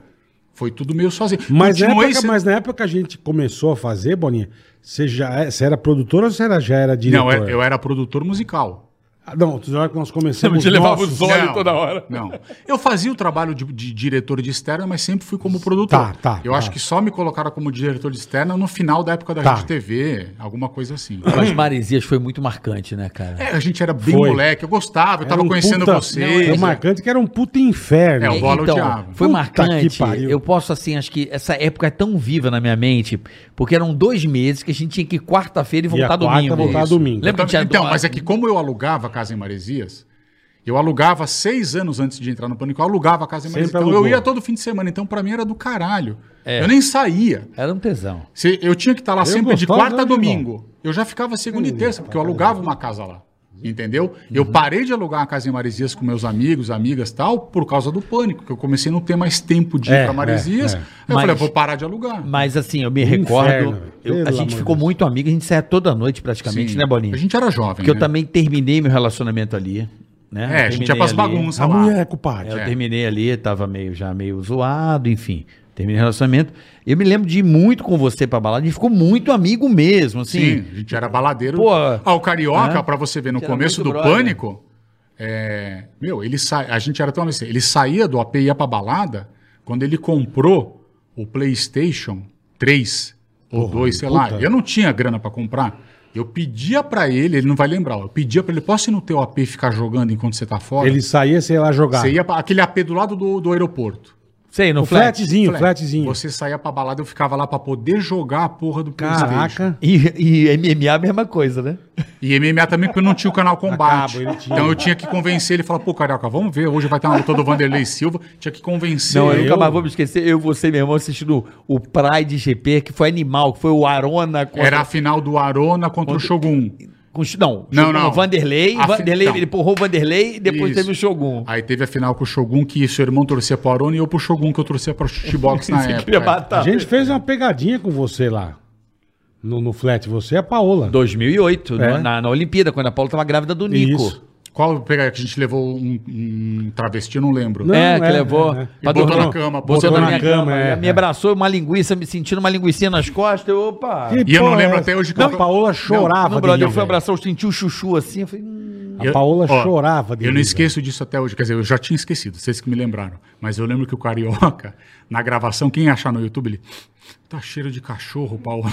Foi tudo meio sozinho.
Mas na,
Continuei
época,
sendo-
mas na época que a gente começou a fazer, Boninha, você, já, é- você era produtor ou você era- já era diretor?
Não, é, eu- eu era produtor musical.
Ah, Não, na hora que nós começamos...
Te levava
nossos-
os olhos toda hora.
Não. Eu fazia o trabalho de, de diretor de externa, mas sempre fui como produtor.
Tá, tá,
Eu
tá.
acho que só me colocaram como diretor de externa no final da época da
Tá.
Rede TV, alguma coisa assim.
As Maresias foi muito marcante, né, cara?
É, a gente era bem
Foi.
moleque, eu gostava, eu
Era
tava
um
conhecendo
puta-
vocês.
Não, é
né?
marcante que era um puta inferno.
É, o Bola
então,
odiava.
foi
Puta que
marcante.
pariu.
Eu posso, assim, acho que essa época é tão viva na minha mente, porque eram dois meses que a gente tinha que ir quarta-feira e
E a
voltar
quarta
domingo.
voltar
Isso.
domingo.
Lembra que tinha
então,
do-
mas é que como eu alugava a casa em Maresias, eu alugava seis anos antes de entrar no Pânico, eu alugava a casa em
Sempre
Maresias. Então
alugou.
eu ia todo fim de semana, então pra mim era do caralho.
É.
Eu nem saía.
Era um tesão.
Se- Eu tinha que estar lá sempre de
gostava,
quarta a
né, irmão?
domingo. Eu já ficava segunda e terça, porque eu alugava uma casa lá. Entendeu? Eu
Uhum.
parei de alugar uma casa em Maresias com meus amigos, amigas e tal, por causa do pânico, que eu comecei a não ter mais tempo de
É,
ir pra Maresias.
é, é.
Eu
Mas-
falei, eu vou parar de alugar.
Mas assim, eu me
Um Inferno,
recordo. eu-
pelo
a
amor
gente
de
ficou
Deus.
muito amigo, a gente saia toda noite praticamente,
Sim.
né, Bolinha?
A gente era jovem.
Porque eu
né?
também terminei meu relacionamento ali. Né?
É, a gente ia pras
Terminei ali.
bagunças
A
lá.
mulher, compadre.
Eu
É.
terminei ali, tava meio já meio zoado, enfim. Terminei o relacionamento. Eu me lembro de ir muito com você pra balada, a gente ficou muito amigo mesmo, assim.
Sim, a gente era baladeiro.
Pô,
ah, o Carioca,
né?
pra você ver, no
Era
começo do
muito brother.
Pânico, é, meu, ele sa... a gente era tão assim, ele saía do AP e ia pra balada quando ele comprou o PlayStation 3 ou
Porra,
2, sei
puta.
lá. Eu não tinha grana pra comprar. Eu pedia pra ele, ele não vai lembrar, eu pedia pra ele, posso ir no teu AP e ficar jogando enquanto você tá fora?
Ele saía, sei lá, jogar.
Você ia pra aquele AP do lado do, do aeroporto.
Sei, no
O
flat.
flatzinho,
Falei, "É,
flatzinho.
Você saía pra balada, eu ficava lá pra poder jogar a porra do PlayStation.
Caraca.
E, e MMA a mesma coisa, né?
E MMA também, porque eu não tinha o canal Combate.
Acaba, ele tinha.
então eu tinha que convencer ele, falar, pô, Carioca, vamos ver, hoje vai ter uma luta do Vanderlei Silva. Tinha que convencer
Não, eu,
ele.
nunca mais vou me esquecer. Eu, você e meu irmão assistindo o Pride GP, que foi animal, que foi o Arona contra.
Era a final do Arona contra o Shogun.
com- não,
Não,
Shogun,
não.
Vanderlei.
A fi-
Vanderlei
não.
Ele empurrou o Vanderlei e depois
Isso.
teve o Shogun.
Aí teve a final com o Shogun, que seu irmão torcia pro Arona e eu pro Shogun, que eu torcia pro Shootbox na
Você queria
época.
A
matar.
gente fez uma pegadinha com você lá. No, no flat. Você é a Paola.
2008,
É.
no- na, na Olimpíada, quando a Paula tava grávida do Nico.
Isso.
Qual pegar que a gente levou um, um travesti, eu não lembro.
Não.
é, que
é,
levou.
é, é.
pra
E botou
dormir.
na cama,
botou, na minha cama.
é.
Me abraçou, uma linguiça, me sentindo uma linguiça nas costas. Eu, opa.
Que
E eu não
porra
lembro
é essa?
até hoje que
Não,
eu-
a Paola
Não,
chorava.
não, brother,
de
eu fui
rir,
abraçar, eu senti o chuchu assim. Eu falei, hum,
velho. A Paola
ó,
chorava. de
Eu não
rir, né?
esqueço disso até hoje. Quer dizer, eu já tinha esquecido, vocês que me lembraram. Mas eu lembro que o Carioca, na gravação, quem achar no YouTube, ele. Tá cheiro de cachorro, Paulo.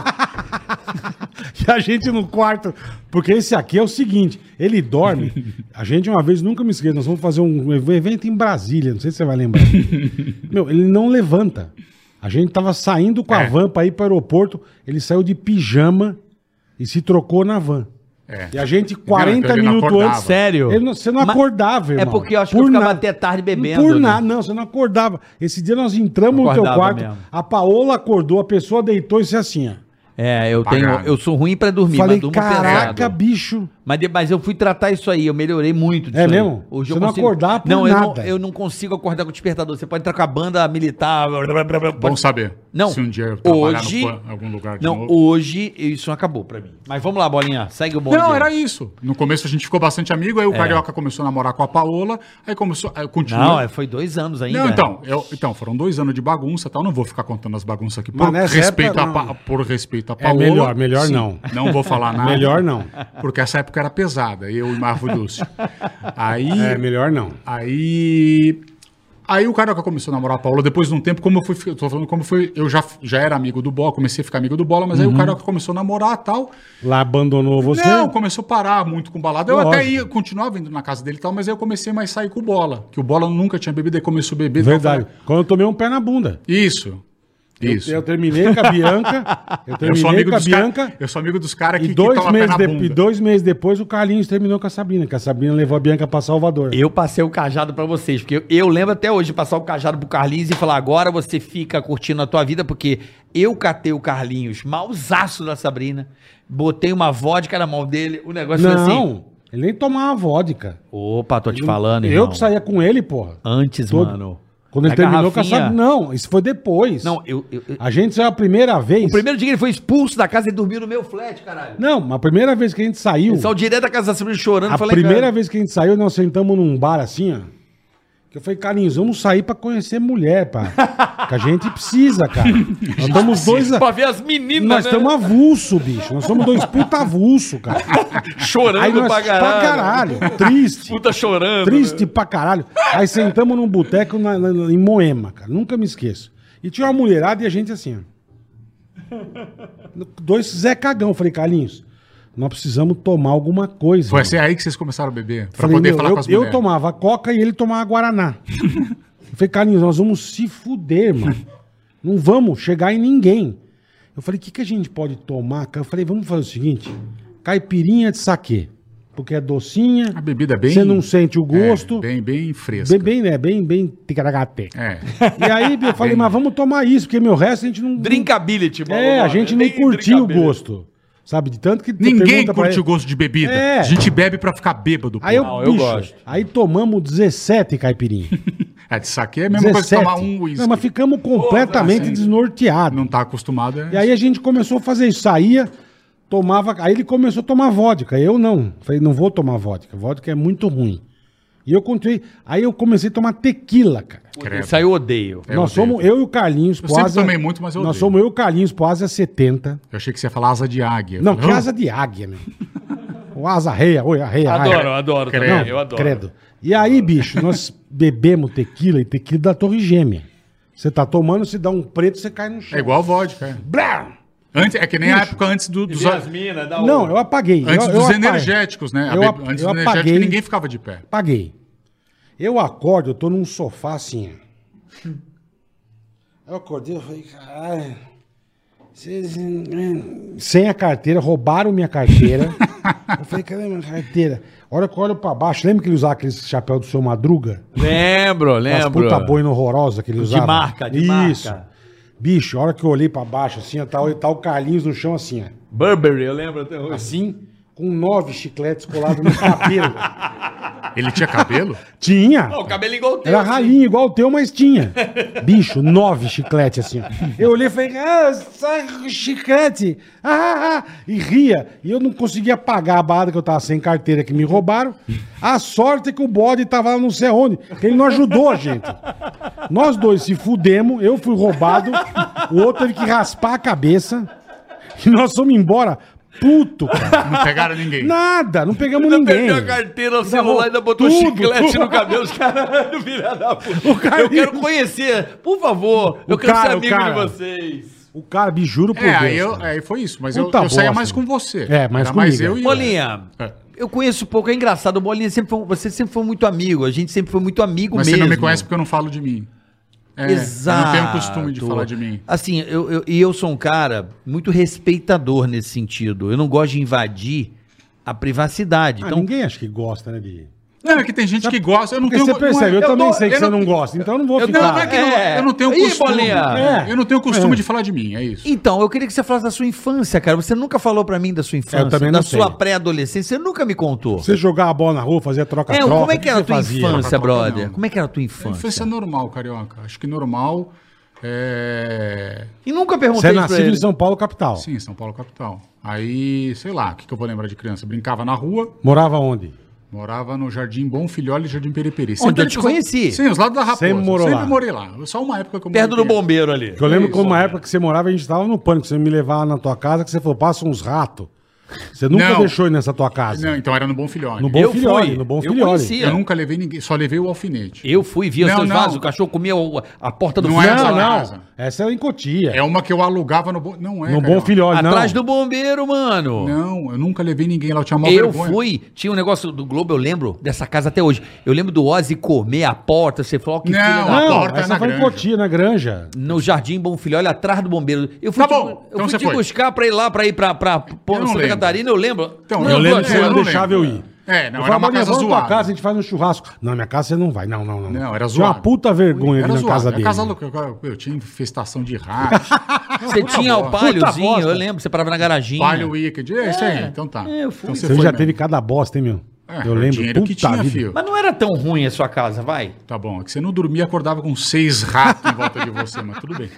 velho. E a gente no quarto. Porque esse aqui é o seguinte: ele dorme. A gente uma vez, nunca me esqueço, nós vamos fazer um evento em Brasília. Não sei se você vai lembrar. Meu, ele não levanta. A gente tava saindo com a
É.
van pra ir pro aeroporto. Ele saiu de pijama e se trocou na van.
É.
E a gente,
então
40
ele não
minutos
acordava.
antes,
sério?
Ele não- você não
Ma-
acordava,
É
irmão.
porque eu acho que eu ficava até tarde bebendo.
Por
né?
nada, não, você não acordava. Esse dia nós entramos no teu
Acordava
quarto,
mesmo.
a Paola acordou, a pessoa deitou e disse assim, ó.
É, eu tenho.
Apagado.
Eu sou ruim pra dormir,
Falei,
durmo
caraca,
pesado.
bicho.
Mas, de- mas eu fui tratar isso aí, eu melhorei muito disso
É
aí.
mesmo?
Hoje
Você
eu
não
consigo...
acordava por
não, eu
nada.
não, eu não consigo acordar com o despertador. Você pode entrar com a banda militar. blá, blá, blá, blá,
Bom
pode-
saber.
Não,
Se um dia eu trabalhar
hoje...
no, pan- algum lugar de
não,
novo.
hoje isso acabou pra mim. Mas vamos lá, Bolinha, segue o bonde.
Não, era isso. No começo a gente ficou bastante amigo, aí o Carioca começou a namorar com a Paola, aí começou. Aí continua.
Não, é, foi dois anos ainda.
Não, então, eu- então, foram dois anos de bagunça e tal. Não vou ficar contando as bagunças aqui. Por,
Mas nessa
respeito,
época,
a, Pa-
não.
por respeito a
É
Paola.
melhor, melhor não.
Não vou falar nada.
Melhor não.
Porque essa época era pesada, eu e Marvo Lúcio. Aí.
É, melhor não.
Aí Aí o cara que começou a namorar a Paula, depois de um tempo, como eu fui, eu tô falando como foi, eu já, já era amigo do Bola, comecei a ficar amigo do Bola, mas
Uhum.
aí o cara começou a namorar e tal.
Lá abandonou você?
Não, começou a parar muito com balada. Eu
Lógico.
até ia, continuava indo na casa dele e tal, mas aí eu comecei mais a sair com o Bola, que o Bola nunca tinha bebido, aí começou a beber. e tal,
Verdade.
falei,
Quando eu tomei um pé na bunda.
Isso. Isso.
Eu, eu terminei com a Bianca. Eu
Eu
terminei
sou amigo
com a
dos
Bianca.
caras. Eu sou amigo dos caras que,
E
que
dois,
toma pé
meses
na
de-
bunda.
e dois meses depois o Carlinhos terminou com a Sabrina, que a Sabrina levou a Bianca pra Salvador.
Eu passei o cajado pra vocês, porque eu, eu lembro até hoje de passar o cajado pro Carlinhos e falar: agora você fica curtindo a tua vida, porque eu catei o Carlinhos, malzaço da Sabrina, botei uma vodka na mão dele, o negócio
Não,
foi assim.
ele nem tomava vodka.
Opa, tô te falando,
eu
irmão.
que saía com ele, porra.
Ah.
Antes,
Todo-
mano.
Quando ele
A
terminou com a
garrafinha-
Sabrina. Não, isso foi depois.
Não, eu, eu- eu-
A gente saiu a primeira vez.
O primeiro dia que ele foi expulso da casa, ele dormiu no meu flat, caralho.
Não, mas a primeira vez que a gente saiu.
Ele saiu direto da casa da Sabrina chorando.
A
falei,
primeira
cara,
vez que a gente saiu, nós sentamos num bar assim, ó. Que eu falei, Carlinhos, vamos sair pra conhecer mulher, pá. que a gente precisa, cara. Nós estamos dois.
Pra ver as meninas
Nós
né?
estamos avulso, bicho. Nós somos dois puta avulso, cara.
chorando
Aí nós
pra caralho.
Triste.
Puta né? chorando.
Triste pra caralho. Aí sentamos num boteco na- na- na- em Moema, cara. Nunca me esqueço. E tinha uma mulherada e a gente assim, ó. Dois Zé Cagão. Falei, Carlinhos, nós precisamos tomar alguma coisa.
Foi
mano."
assim aí que vocês começaram a beber, pra
Falei,
poder
meu,
falar
eu,
com as
eu
mulheres.
tomava coca e ele tomava guaraná. eu falei, Carlinhos, nós vamos se fuder, mano. Não vamos chegar em ninguém. Eu falei, o que, que a gente pode tomar? cara?" Eu falei, vamos fazer o seguinte: caipirinha de saquê. Porque é docinha.
A bebida é bem-
Você não sente o um gosto.
É, bem, bem fresca.
bem, bem, né? Bem, bem. ticaracate.
É.
E aí eu falei, mas vamos tomar isso, porque meu resto a gente não.
Drinkability, mano.
É, a gente
né?
não curtiu o
drinkability.
gosto. Sabe? De tanto que. tu
Ninguém
pergunta pra
curte
ele-
o gosto de bebida.
É.
A gente bebe pra ficar bêbado.
Aí eu,
Não, eu
bicho,
gosto.
Aí tomamos 17 caipirinha.
É de saque é a mesma coisa que tomar um uísque.
Não,
Não,
mas ficamos completamente
Pô, assim,
desnorteados.
tá acostumado. É...
E aí a gente começou a fazer isso. Saía, tomava. Aí ele começou a tomar vodka. Eu não. Falei, não vou tomar vodka. Vodka é muito ruim. E eu continuei. Aí eu comecei a tomar tequila, cara.
Credo.
Isso aí eu odeio.
É,
nós
eu odeio.
somos eu e o Carlinhos
Eu sempre tomei muito, mas eu
Nós
odeio.
somos eu e o Carlinhos Poasa 70.
Eu achei que você ia falar asa de águia.
Não,
Eu
que
falei,
asa de águia, meu. O asa reia, oi, arreia,
Adoro,
arreia.
adoro
Credo.
também.
Não,
Eu adoro.
Credo. E aí, bicho, nós bebemos tequila e tequila da Torre Gêmea. Você tá tomando, se dá um preto, você cai no
"Ah,
chão.
É igual vodka. é."
Blá!
Antes, é que nem a época antes do- dos,
Vê as minas, dá
Não,
o-
eu apaguei.
antes
eu,
dos
eu apa-
energéticos, né? A
eu
be-
ap-
antes
eu
do energético
apaguei.
ninguém ficava de pé.
Apaguei. Eu acordo, eu tô num sofá assim. ó. Eu acordei, eu falei, caralho. vocês- Sem a carteira, roubaram minha carteira. eu falei, cadê minha carteira? A hora que eu olho pra baixo, lembra que ele usava aquele chapéu do seu Madruga?
Lembro,
As
lembro.
puta boina horrorosa que ele usava.
marca, de
Isso.
marca.
Bicho, a hora que eu olhei pra baixo, assim, ó, tá, tá o Carlinhos no chão, assim, ó.
Burberry, eu lembro até hoje.
Assim, com nove chicletes colados no cabelo.
Ele tinha cabelo?
tinha.
Não, o cabelo igual o teu. assim.
Era ralinho, igual o teu, mas tinha. Bicho, nove chicletes, assim, ó. Eu olhei e falei, ah, sai com chiclete. Ah, ah, ah. E ria. E eu não conseguia pagar a barra que eu tava sem carteira que me roubaram. A sorte é que o bode tava lá não sei onde. Que ele não ajudou a gente. Nós dois se fudemos, eu fui roubado, o outro teve que raspar a cabeça. E nós fomos embora. Puto, cara.
Não pegaram ninguém.
Nada, não pegamos
Ainda
ninguém.
perdeu a carteira, o celular, ainda botou
tudo,
chiclete
tudo.
no cabelo. Os caralho, filha da puta.
cara-
Eu quero conhecer. Por favor, eu
O
quero
cara,
ser
o
amigo
cara.
de vocês.
O cara, me juro por
É,
Deus.
aí, eu-
cara.
aí foi isso. Mas eu,
Puta
eu saía
tá bosta.
mais com você.
É, mais
Era mais
comigo.
eu e
Bolinha,
É.
eu conheço pouco. É engraçado. O Bolinha sempre foi, um- você sempre foi muito amigo. A gente sempre foi muito amigo
Mas
mesmo.
você não me conhece porque eu não falo de mim. É,
Exato.
Eu não tenho costume de falar de mim.
Assim, eu, eu- e eu sou um cara muito respeitador nesse sentido. Eu não gosto de invadir a privacidade.
Ah,
Então,
ninguém acha que gosta, né, de...
Não, é que tem gente que gosta. Eu não
Porque
tenho
você percebe,
eu
eu, também
dou-
sei que
eu
você
não-
não gosta, então eu não vou
eu
ficar...
dou-
Não, não é que eu-
É.
eu não tenho
Ih,
costume.
bolinha.
É.
Eu não tenho costume
É.
de falar de mim, é isso.
então, eu queria que você falasse da sua infância, cara. Você nunca falou pra mim da sua infância,
também
da
não
sua
sei.
pré-adolescência. Você nunca me contou.
Você jogar a bola na rua, fazer
É,
troca-troca,
como é
o
que era a
você
tua
fazia?
infância,
Troca-troca,
brother?
não.
Como é que era a tua
A infância
infância?
é normal, carioca. Acho que normal é.
E nunca perguntei
Você é
pra
nascido
ele.
em São Paulo, capital.
Sim, São Paulo, capital. Aí, sei lá, o que, que eu vou lembrar de criança? Brincava na rua,
Morava onde?
morava no Jardim Bom Filhole e Jardim Periperi.
eu te
os-
conheci.
Sim, os lados da Raposa.
Sempre morou lá.
morei lá. Só uma época que eu
Perto do
morei aqui.
bombeiro ali.
Porque eu lembro
Isso,
que uma
né?
época que você morava, a gente tava no pânico, você me levava na tua casa, que você falou, passa uns ratos. Você nunca
Não.
deixou ir nessa tua casa.
Não, então era no Bom Filhone.
No Bom
Eu
Filhole,
fui.
no Bom
Eu
Filhole.
conhecia.
Eu nunca levei ninguém, só levei o alfinete.
Eu fui, vi os
Não,
seus
não.
vasos, o cachorro comeu a, a porta do
Não
fundo.
é essa
Não, não.
casa.
Essa é em Cotia.
É uma que eu alugava no Bom... Não é,
no Bom
Carioca.
Filhole, não.
Atrás do bombeiro, mano.
Não, eu nunca levei ninguém lá, eu tinha mal
Eu fui, tinha um negócio do Globo, eu lembro dessa casa até hoje. Eu lembro do Ozzy comer a porta, você falou que
Não,
filho da
a
Não,
porta é
essa
na
foi em
granja.
Cotia, na granja.
No Jardim Bom Filho, olha atrás do bombeiro. Eu fui
Tá
te,
bom,
eu
então
fui
você
te
foi.
buscar pra ir lá, pra ir pra, pra, pra
não
Santa
lembro.
Catarina, eu lembro.
Então,
Não,
Eu
Eu
lembro
gosto,
que você
eu
não
não
deixava eu
lembro.
ir. eu
É, não, era
falava,
uma
"Maria,
casa
vamos pra
zoada."
casa, a gente faz um churrasco. Não, minha casa você não vai. Não, não, não.
Não, era
Tinha
zoado.
uma puta vergonha ali na
zoado.
casa
Era
dele.
Casa louca. Eu, eu tinha infestação de rato,
Você tinha o palhozinho, eu lembro, você parava na garagem.
palho weekend. É, isso aí, então tá.
é, eu fui.
Então
Você já
mesmo.
teve cada bosta, hein, meu?
É,
eu
o
lembro.
dinheiro que tinha,
vida.
filho.
Mas não era tão ruim a sua casa, vai.
Tá bom, é que você não dormia, acordava com seis ratos em volta de você, mas tudo bem.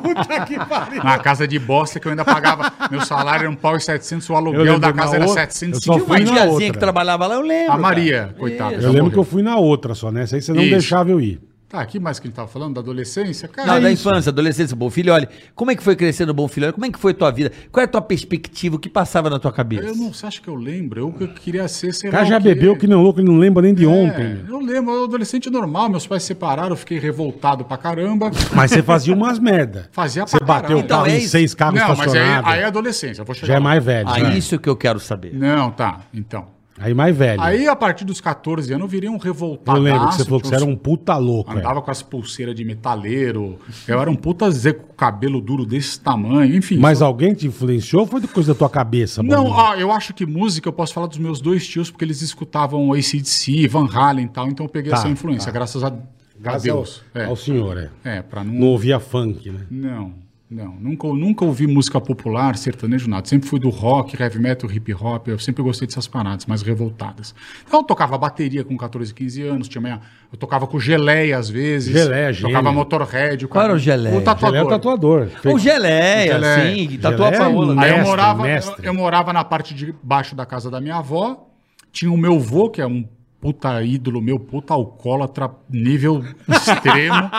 Puta que pariu.
Na casa de bosta que eu ainda pagava, meu salário era um pau e 700, o
Eu
aluguel
lembro
da
na
casa era
outra, eu só
Tinha
750.
uma
fui na
tiazinha
outra.
que trabalhava lá, eu lembro.
A
cara.
Maria, coitada.
Eu
já
lembro
morreu.
que eu fui na outra só, né? Essa aí você não
Isso.
deixava eu ir.
Tá, que mais que a gente tava falando? Da adolescência? Cara,
Não, da
é isso.
infância, adolescência, bom filho, olha, como é que foi crescendo o bom filho? Olha, Como é que foi a tua vida? Qual era a tua perspectiva? O que passava na tua cabeça?
Eu não, você acha que eu lembro? Eu, eu queria ser, sei
O cara
lá
já
o quê.
bebeu que não louco, ele não lembra nem de ontem. né?
É,
meu.
eu lembro, eu era adolescente normal, meus pais se separaram, eu fiquei revoltado pra caramba.
Mas você fazia umas merda.
Fazia
Você
pra
bateu o
caralho.
carro
Então é
em
isso.
seis carros
não, mas aí,
estacionados.
aí é adolescência, eu vou chegar
Já é
lá.
mais velho.
Ah,
já.
isso que eu quero saber.
Não, tá, então.
Aí mais velho.
Aí, a partir dos 14 anos, eu virei um
eu
revoltado.
lembro que você falou que você era um puta louco, velho.
Andava com as pulseiras de metaleiro. Eu era um puta Zé com cabelo duro desse tamanho, enfim.
Mas tá alguém te influenciou ou foi coisa da tua cabeça?
Não,
Bolinha?
ah, eu acho que música eu posso falar dos meus dois tios, porque eles escutavam ACDC, Van Halen e tal, então eu peguei
Tá,
essa influência,
tá.
graças a, a
Graças
Deus.
Ao,
É,
ao senhor, é.
é, pra não.
Não ouvia funk, né?
Não, não. Nunca, nunca ouvi música popular, sertanejo, nada. Sempre fui do rock, heavy metal, hip hop. Eu sempre gostei dessas paradas mais revoltadas. Então eu tocava bateria com 14, 15 anos. Tinha minha, eu tocava com geleia às vezes.
Geleia, gênio.
Tocava motorhead.
Qual era o Geleia?
O tatuador.
Ele é o tatuador.
O geleia, assim,
Geleia.
sim, tatuou a
Geleia é
Paola.
um-
Aí eu
Mestre,
morava,
mestre.
Eu, eu morava na parte de baixo da casa da minha avó. Tinha o meu avô, que é um puta ídolo meu, puta alcoólatra, nível extremo.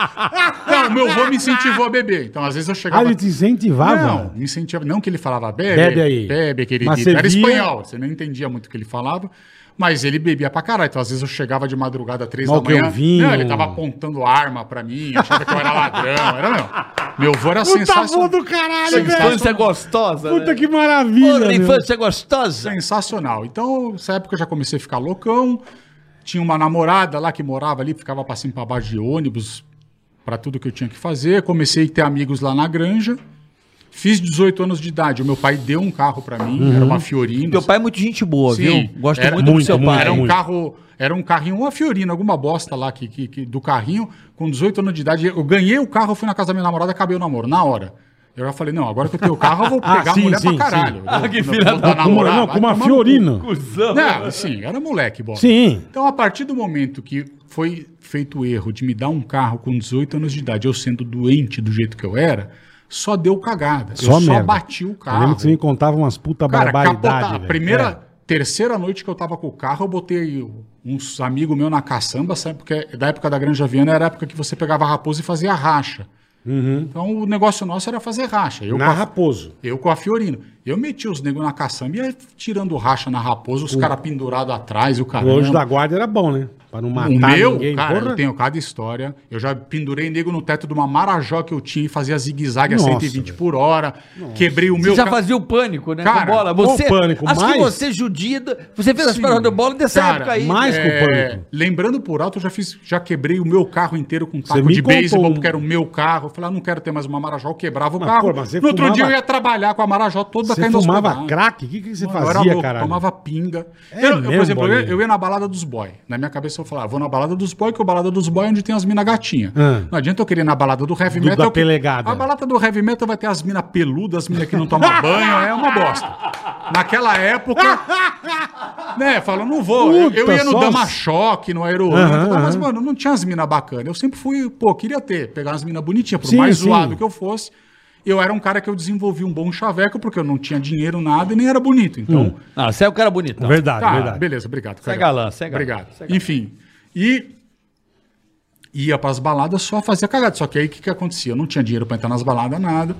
Não, meu avô me incentivou a beber. Então, às vezes eu
Ah,
chegava...
ele te incentivava?
Não, me incentivava. Não que ele falava, bebe,
Bebe aí.
Bebe, querido.
Mas você via-
Era espanhol, você não entendia muito o que ele falava. Mas ele bebia pra caralho. Então, às vezes eu chegava de madrugada, três
Mal
da
que eu
manhã.
vinho.
Não, ele tava apontando arma pra mim, achava que eu era ladrão. Era meu. Meu avô era sensacional.
tá caralho,
Sensacional.
Infância é gostosa.
Puta
né?
que maravilha,
Porra,
meu.
infância é gostosa.
Sensacional. Então, nessa época eu já comecei a ficar loucão. Tinha uma namorada lá que morava ali, ficava pra cima e pra baixo de ônibus, pra tudo que eu tinha que fazer. Comecei a ter amigos lá na granja. Fiz 18 anos de idade. O meu pai deu um carro pra mim, era
Uhum.
uma Fiorino.
Teu pai é muito gente boa,
Sim,
viu? Gosto
era-
muito, do
muito,
seu pai.
Era um
muito.
carro, era um carrinho, uma Fiorino, alguma bosta lá que, que- que- do carrinho, com 18 anos de idade. Eu ganhei o carro, fui na casa da minha namorada, acabei o namoro, na hora. Eu já falei, não, agora que eu tenho o carro, eu vou
Ah,
pegar a
sim,
mulher
sim, Ah,
pra caralho.
sim.
Eu-
que
eu-
filha
eu-
da
eu-
Com uma,
namorar,
não,
vai
com uma
tomar no
Fiorino.
Cusão.
não, sim, era moleque, bola.
Sim.
Então, a partir do momento que foi feito o erro de me dar um carro com 18 anos de idade, eu sendo doente do jeito que eu era, só deu cagada.
Só
eu
merda.
só bati
Eu
o
lembro
carro.
que você me contava umas puta
Cara,
barbaridade,
capotar. A
velho.
primeira,
É.
terceira noite que eu tava com o carro, eu botei uns amigos meus na caçamba, sabe? Porque da época da Granja Viana era a época que você pegava raposa e fazia racha. Então, o negócio nosso era fazer racha. Eu
Uhum. Na
com a-
Raposo.
eu com a Fiorino. Eu meti os negros na caçamba e ia tirando racha na raposa, os caras pendurados atrás, e o
O
caramba.
anjo da guarda era bom, né? Pra não matar
o meu,
ninguém.
cara,
porra.
eu tenho cada história. Eu já pendurei nego no teto de uma marajó que eu tinha e fazia zigue-zague a
Nossa,
120
velho.
por hora. Quebrei o
Você
meu
já
ca-
fazia o pânico, né?
Cara,
com bola. Você,
o pânico,
acho que
mas-
você, Judida, você fez as
Sim.
paradas do bola dessa
Cara,
época aí.
mas-
né?
com
É,
pânico.
lembrando por alto, eu já fiz, já quebrei o meu carro inteiro com taco
me
de
contou
beisebol,
um-
porque era o meu carro. Eu falei, ah, não quero ter mais uma Marajó, eu quebrava o
Mas,
carro.
pô, mas você
no outro
fumava-
dia eu ia trabalhar com a Marajó toda
Você
caindo aos
fumava
pedaços.
crack? O que, que você
Eu era
fazia,
louco,
caralho?
tomava pinga.
É
eu, eu,
mesmo,
por exemplo, eu ia,
Bolinha?
eu ia na balada dos boy. Na minha cabeça eu falava, "Ah, vou na balada dos boy, que a balada dos boy é onde tem as mina gatinha.
Ah.
Não adianta eu querer ir na balada do heavy
Do- da
metal. que-
pelegada.
A balada do heavy metal vai ter as mina peludas, as mina que não tomam banho, é uma bosta. Naquela época, né, fala, não vou. Eu- eu
Puta,
ia no
só os-
Dama Choque, no
Aham,
Aerolândia, mas,
aham.
mano, não tinha as mina bacanas. Eu sempre fui, pô, queria ter, pegar as mina bonitinhas, por
Sim,
mais
sim.
zoado que eu fosse. Eu era um cara que eu desenvolvi um bom chaveco, porque eu não tinha dinheiro, nada, e nem era bonito. Então,
Ah, você é o cara bonitão.
Verdade,
Tá,
verdade.
beleza, obrigado.
Você é
cara.
galã, você é galã.
Obrigado.
Você é galã.
Enfim, e ia pras baladas só fazia cagada. Só que aí o que, que acontecia? Eu não tinha dinheiro pra entrar nas baladas, nada.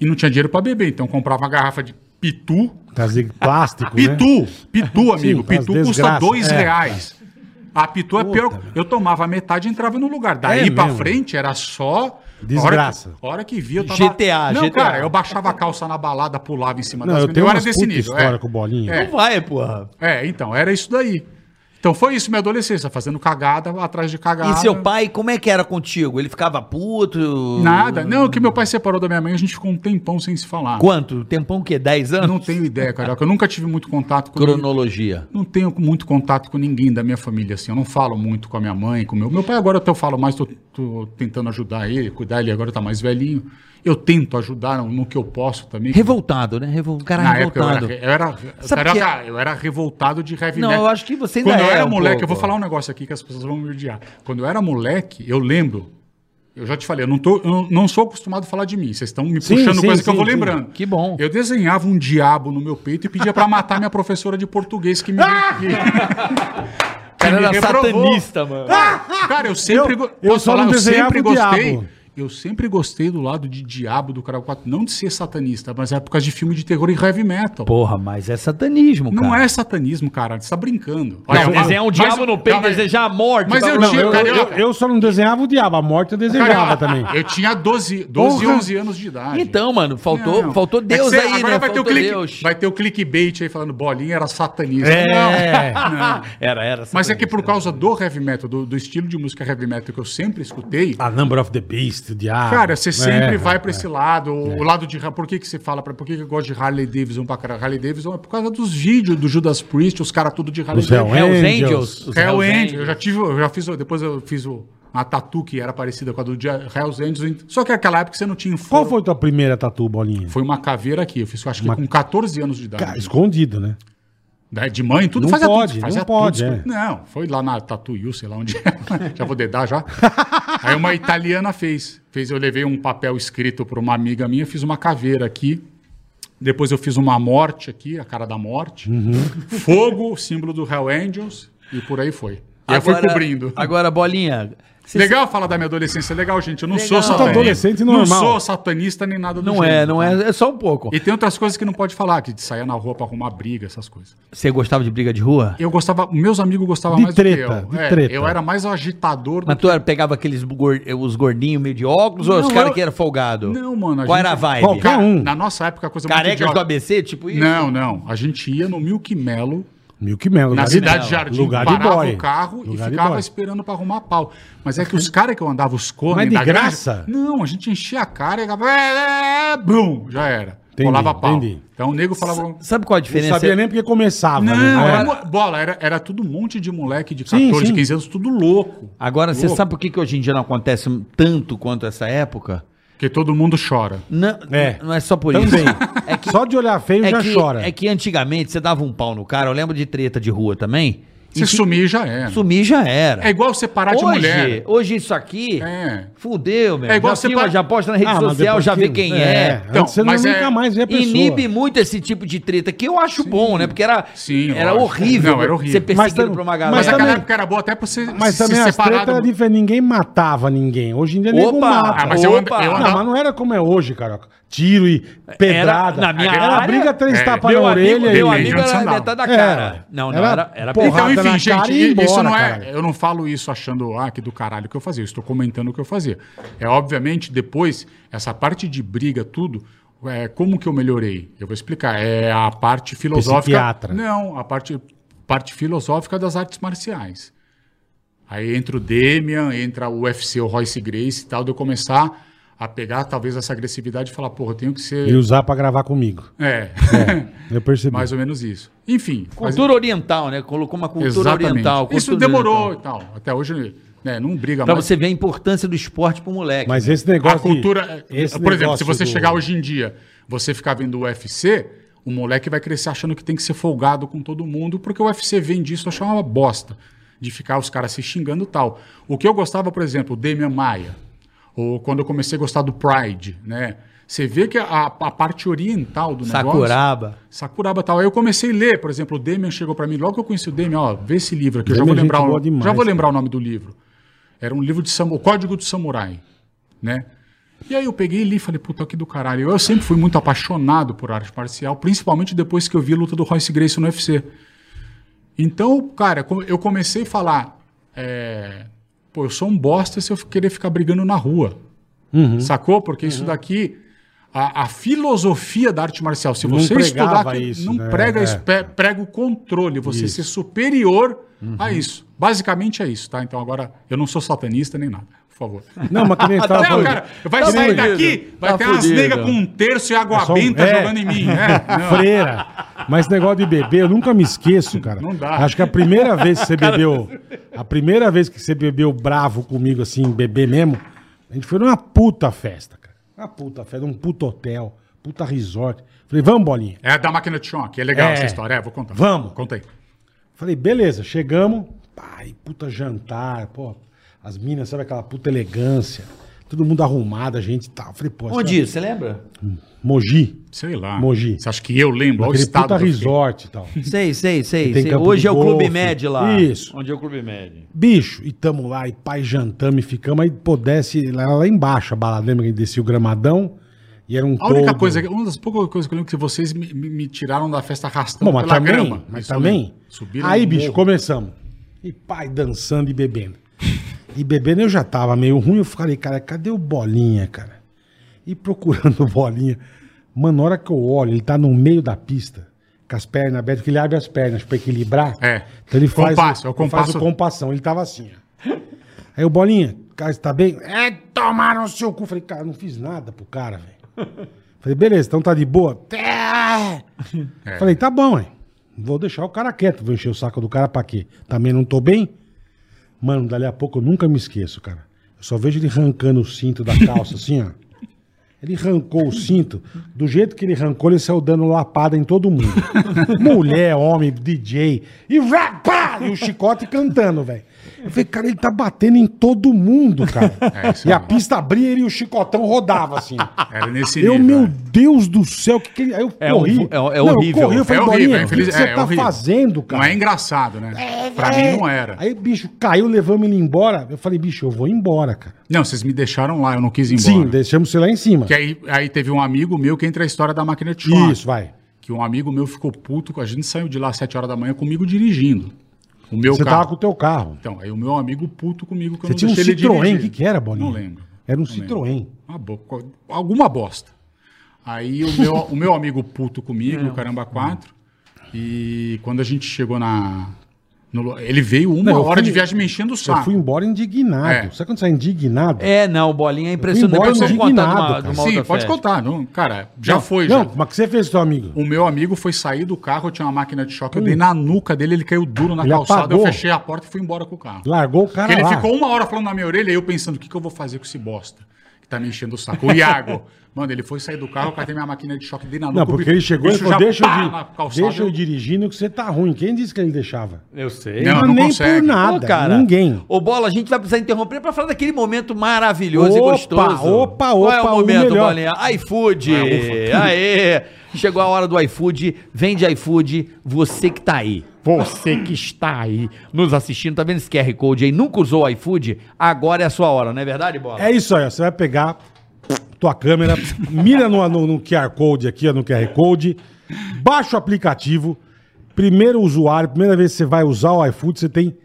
E não tinha dinheiro pra beber. Então comprava uma garrafa de Pitu.
Tá de plástico, né?
Pitu, Pitu, amigo.
Sim, as
Pitu custa
desgraças,
dois
é.
reais. A Pitu é
Puta,
pior.
velho.
Eu tomava a metade e entrava no lugar.
É
Daí
mesmo?
pra frente era só.
Desgraça.
A hora que, a hora que via, eu tava.
GTA,
Não,
GTA.
cara, eu baixava a calça na balada, pulava em cima
Não,
das
eu tenho
meninas.
umas puta história com bolinha.
É.
Não vai, porra.
É, então, era isso daí. Então foi isso, minha adolescência, fazendo cagada atrás de cagada.
E seu pai, como é que era contigo? Ele ficava puto?
Nada. Não, que meu pai separou da minha mãe, a gente ficou um tempão sem se falar.
Quanto? Tempão o quê? 10 anos?
Não tenho ideia, cara. Eu nunca tive muito contato com ninguém.
Cronologia.
Não tenho muito contato com ninguém da minha família, assim. Eu não falo muito com a minha mãe, com meu. Meu pai agora até eu falo mais, tô, tô tentando ajudar ele, cuidar ele agora tá mais velhinho. Eu tento ajudar no, no que eu posso também.
Revoltado, né? Revol... Cara
Na época eu
revoltado.
era, eu era,
Sabe
eu
que- é-
era- eu era revoltado de heavy
Não,
metal.
eu acho que você ainda
Quando eu
é
era
um
moleque, eu
pouco.
vou falar um negócio aqui que as pessoas vão me odiar. Quando eu era moleque, eu lembro. Eu já te falei, eu não, tô, eu não- não sou acostumado a falar de mim. Vocês estão me
Sim,
puxando
sim,
coisa que eu
sim,
vou
sim.
lembrando.
Que bom.
Eu desenhava um diabo no meu peito e pedia pra matar minha professora de português que me. que-
Ah!
que
cara
me
era
reprovou.
satanista, mano.
Cara, eu sempre.
Eu-
go-
eu
posso
só não
eu
desenhava
sempre
o
gostei.
diabo.
Eu sempre gostei do lado de diabo do Caralho 4. Não de ser satanista, mas é por causa de filme de terror e heavy metal.
Porra, mas é satanismo, cara.
Não é satanismo, cara. Você tá brincando.
Não,
mas-
desenhar um
mas-
diabo no peito,
Calma aí.
desejar a morte.
Mas
tá-
eu
Não,
tinha-
Eu,
Carioca.
eu- eu só não desenhava o diabo, a morte eu desenhava
Cara,
também.
Eu tinha 12, 12
Porra.
11 anos de idade.
Então, mano, faltou,
Não, não.
faltou
É que
Deus
você-
aí,
agora
né?
Vai ter, o
faltou
clique,
Deus.
vai ter o clickbait aí falando bolinha era satanista.
É.
Era, era. né?
Mas é
satanista.
que por causa do heavy metal, do, do estilo de música heavy metal que eu sempre escutei,
A Number of the Beast, o diabo.
Cara, você sempre
Ah, É,
vai pra
é.
esse lado, o lado de. Por que, que você fala? Pra, por que, que eu gosto de Harley Davidson pra caralho? Harley Davidson é por causa dos vídeos do Judas Priest, os caras tudo de Harley
Os Hell
Davidson.
Hells
Angels.
Angels. os
Hell
Hells
Angels. É Eu já tive, eu já fiz. o- Depois eu fiz o, a tatu que era parecida com a do dia- Hells Angels. Só que naquela época você não tinha
Qual
inform-
foi tua primeira tatu, bolinha?
Foi uma caveira aqui. Eu fiz, eu acho que com 14 anos de idade.
Cara, escondido, né?
Da- De mãe, tudo
Não
faz a
pode,
tudo, faz
não
a tudo,
pode,
esco-
é.
Não, foi lá na Tatuyu, sei lá onde. é. já vou dedar já. Aí uma italiana fez. Fez, eu levei um papel escrito para uma amiga minha, fiz uma caveira aqui. Depois eu fiz uma morte aqui, a cara da morte.
Uhum.
Fogo, símbolo do Hell Angels, e por aí foi. E eu fui
Agora-
cobrindo.
Agora, bolinha. cê-
Legal falar da minha adolescência, legal, gente. Eu não
Legal.
sou satanista.
Adolescente
não
normal.
sou satanista nem nada
tá
do
Não é,
gênero,
não
tá?
é. É só um pouco.
E tem outras coisas que não pode falar, que de sair na rua pra arrumar briga, essas coisas.
Você gostava de briga de rua?
Eu gostava, meus amigos gostavam
De
mais
treta,
do
de
que eu. É,
treta.
Eu era mais agitador do
Mas
que...
tu era- pegava aqueles gor- os gordinhos meio de óculos ou
Não,
os caras
eu-
que eram folgados?
Não, mano, a
Qual
gente-
era a vibe?
Qualquer-
Cara,
um.
Na nossa época, a coisa
Carecas do
idiota-
ABC, tipo isso?
Não, não. A gente ia no Milk Melo,
Milk Melo.
na
lugar de-
Cidade Jardim,
Lugar de
parava
boy.
o carro
Lugar
e
de
ficava
boy.
esperando pra arrumar pau. Mas é que os caras que eu andava, os cones
Mas é de
da granja-
graça?
Não, a gente enchia a cara e... acabava- é, é, é, Brum! Já era.
Entendi,
Rolava pau.
entendi.
Então o nego falava...
Sabe qual a
Não
diferença?
sabia nem porque começava.
Não,
né?
era,
Era-
mo- bola, era, era tudo um monte de moleque de
Sim,
14,
sim.
15 anos, tudo louco.
Agora, você
Louco.
sabe por que, que hoje em dia não acontece tanto quanto essa época?
Porque todo mundo chora.
Não
É.
é, não é só por
Também.
isso. É que,
Só de olhar feio
é
já
que-
chora.
é que antigamente você dava um pau no cara, eu lembro de treta de rua também.
Se
que
sumir, já era.
sumir já era.
É igual separar
hoje,
de mulher.
hoje isso aqui,
É.
fudeu, meu.
É igual
já
você
filma,
pa-
já posta na rede
Ah, mas
social,
depois
já
que-
vê quem é.
Então,
Então,
você
mas
não
é-
nunca mais vê a pessoa.
Inibe muito esse tipo de treta, que eu acho bom, né? Porque era,
Sim,
era
lógico.
horrível
Não, era horrível.
ser
Mas
perseguido
tam-
por uma
mas
galera.
Mas
também-
aquela época era boa até pra você
Mas também as é
separar
tretas
do-
eram diferentes. Ninguém matava ninguém. Hoje em dia ninguém
Opa!
mata.
Ah, mas eu ando-
Opa!
eu
Não,
andava-
mas não era como é hoje, cara. Tiro e pedrada.
na minha
era
área-
briga três
É.
tapas na
Meu amigo,
orelha.
meu
e-
amigo era
Sandal.
metade da
Era.
cara. Não, não,
Era
É. era, era
porra.
pesado.
Então,
porrada na
enfim, gente,
cara e ir
i- isso
embora,
não é.
caralho.
Eu não falo isso achando, ah, que do caralho que eu fazia. Eu estou comentando o que eu fazia. É, obviamente, depois, essa parte de briga, tudo. É, como que eu melhorei? Eu vou explicar. É a parte filosófica.
Psiquiatra.
Não, a parte, parte filosófica das artes marciais. Aí entra o Demian, entra o UFC, o Royce Grace e tal, de eu começar a pegar talvez essa agressividade e falar, porra, eu tenho que
E
ser.
usar pra gravar comigo.
É.
Eu percebi.
Mais ou menos isso. Enfim. mas-
Cultura oriental, né? Colocou uma cultura oriental. Cultura
Isso demorou
oriental.
e tal. Até hoje né, não briga
Pra
mais.
você ver a importância do esporte pro moleque.
Mas esse
a
negócio. de-
cultura.
esse
por exemplo, se
negócio
você
do-
chegar hoje em dia, você ficar vendo o UFC, o moleque vai crescer achando que tem que ser folgado com todo mundo, porque o UFC vem disso achar uma bosta. De ficar os caras se xingando e tal. O que eu gostava, por exemplo, o Demian Maia. Ou quando eu comecei a gostar do Pride, né? Você vê que a, a parte oriental do negócio.
Sakuraba.
Sakuraba tal. Aí eu comecei a ler, por exemplo, o Demian chegou pra mim, logo que eu conheci o Demian, ó, vê esse livro aqui, eu já
Demian
vou
é
lembrar,
gente boa
o,
demais,
já vou
cara.
lembrar o nome do livro. Era um livro de samu, o Código do Samurai, né? E aí eu peguei e li e falei, puta que do caralho. Eu sempre fui muito apaixonado por arte marcial, principalmente depois que eu vi a luta do Royce Gracie no UFC. Então, cara, co- eu comecei a falar, é, pô, eu sou um bosta se eu querer ficar brigando na rua.
Uhum.
Sacou? Porque isso daqui, a, a filosofia da arte marcial, se
Não
você estudar,
pregava
que-
isso,
não
né?
prega,
É.
isso, pe- prega o controle, você ser superior
Uhum.
a isso. Basicamente é isso, tá? Então agora, eu não sou satanista nem nada, por favor.
Não, mas que nem tava
Não,
falando.
cara, vai
Tá
sair
fudido,
daqui, vai
tá
ter umas
fudido.
negras com um terço e água
É só um-
benta
é.
jogando em mim, né? Não.
Freira. Mas esse negócio de beber, eu nunca me esqueço, cara.
Não dá.
Acho que a primeira vez que você bebeu. A primeira vez que você bebeu bravo comigo, assim, beber mesmo, a gente foi numa puta festa, cara. Uma puta festa, um puto hotel, puta resort. Falei, vamos, bolinha.
É da máquina de choque, é legal
É.
essa história, é, vou contar.
Vamos.
Conta aí.
Falei, beleza, chegamos. Pai, puta jantar, pô. As minas, sabe aquela puta elegância. Todo mundo arrumado, a gente e tal. Falei, pô,
Onde isso? Você lembra?
Mogi.
Sei lá.
Mogi.
Você acha que eu lembro? Olha o
Aquele
estado.
puta
que eu fiquei.
resort e tal.
Sei, sei, sei.
Tem
sei.
campo
Hoje
de
é o Clube
golfe.
Med lá.
Isso.
Onde é o Clube Med?
Bicho, e tamo lá, e pai jantamos, e ficamos, aí pô, desce lá, lá embaixo a balada, lembra que descia o gramadão? E era um
A única
toldo.
coisa, que- uma das poucas coisas que eu lembro que vocês me, me- me tiraram da festa arrastando
Bom, mas
pela
também,
É grama.
mas
Isso eu
também.
lembro. Subiram
aí,
no
bicho,
morro.
começamos. E pai dançando e bebendo. E bebendo eu já tava meio ruim, eu falei, cara, cadê o Bolinha, cara? E procurando o Bolinha. Mano, na hora que eu olho, ele tá no meio da pista, com as pernas abertas, porque ele abre as pernas pra equilibrar.
É.
Então ele faz,
Compasso, é o
ele faz
compasso.
o compassão. Ele tava assim, ó. Aí o Bolinha, cara, você tá bem? É, tomaram o seu cu. Falei, cara, não fiz nada pro cara, velho. Falei, beleza, então tá de boa. É.
É.
Falei, tá bom, hein? Vou deixar o cara quieto, vou encher o saco do cara pra quê? Também não tô bem? Mano, dali a pouco eu nunca me esqueço, cara. Eu só vejo ele arrancando o cinto da calça, assim, ó. Ele arrancou o cinto. Do jeito que ele arrancou, ele saiu dando lapada em todo mundo. Mulher, homem, DJ. E, vá, pá, e o chicote cantando, velho. Eu falei, cara, ele tá batendo em todo mundo, cara.
É, isso
e
é
a
bom.
pista abria ele e o chicotão rodava, assim.
Era nesse
Eu,
nível,
meu
é.
Deus do céu, que que ele... Aí eu
É
corri.
horrível, é- é
Não,
horrível.
eu corri, eu falei,
É horrível,
Bolinha,
é
o que que
infeliz.
você
é
tá
horrível.
fazendo, cara? É
Não é engraçado, né? Pra mim não era.
Aí, bicho, caiu, levamos ele embora. Eu falei, bicho, eu vou embora, cara.
Não, vocês me deixaram lá, eu não quis ir embora.
Sim, deixamos você lá em cima.
Que aí, aí teve um amigo meu que entra a história da máquina de choque.
Isso, vai.
Que um amigo meu ficou puto, com- a gente saiu de lá às 7 horas da manhã comigo dirigindo. O meu
Você
carro.
tava com o teu carro.
Então, aí o meu amigo puto comigo que
Você tinha um
deixei ele
Citroën, o
dirigir.
que, que era, Bolinha?
Não lembro.
Era um
Não lembro.
Citroën.
Uma bo- co- Alguma bosta. Aí o meu, o meu amigo puto comigo, o Caramba 4, e quando a gente chegou na... no lu- ele veio uma
Não, eu
hora
fui-
de viagem me enchendo o
Eu fui
saco.
embora indignado.
Ah. É.
Sabe quando você é indignado?
É, não, bolinha é impressionante.
embora
Depois eu vou contar de
indignado,
uma,
cara.
de uma
Sim,
outra
pode
festa.
contar. Não, cara, já
Não,
foi.
Não,
já.
mas o que você fez, seu amigo?
O meu amigo foi sair do carro, tinha uma máquina de choque, eu dei na nuca dele, ele caiu duro na
Hum. Ele
calçada,
apagou.
eu fechei a porta e fui embora com o carro.
Largou o cara
Porque ele
lá.
ficou uma hora falando na minha orelha e eu pensando, o que, que eu vou fazer com esse bosta? Que tá me enchendo o saco. O Iago. Mano, ele foi sair do carro, catei minha máquina de choque, dei na nuca.
Não,
o
porque
bicho-
ele chegou e
bicho
falou,
já
deixa eu,
pá,
dir-
na calçada,
deixa eu
eu-
dirigindo que você tá ruim. Quem disse que ele deixava?
Eu sei.
Não, não
nem
consegue.
por nada,
Ô, cara,
ninguém.
Ô, Bola, a gente vai precisar interromper pra falar daquele momento maravilhoso e
Opa,
gostoso.
opa,
Qual é o Ah,
opa, o
momento,
melhor.
Bolinha? iFood. Aê! Chegou a hora do iFood. Vende iFood, você que tá aí. Você que está aí nos assistindo, tá vendo esse QR Code aí? Nunca usou o iFood? Agora é a sua hora, não é verdade, Bola?
É isso aí, ó. Você vai pegar tua câmera, mira no, no, no QR Code aqui, ó, no QR Code, baixa o aplicativo. Primeiro usuário, primeira vez que você vai usar o iFood, você tem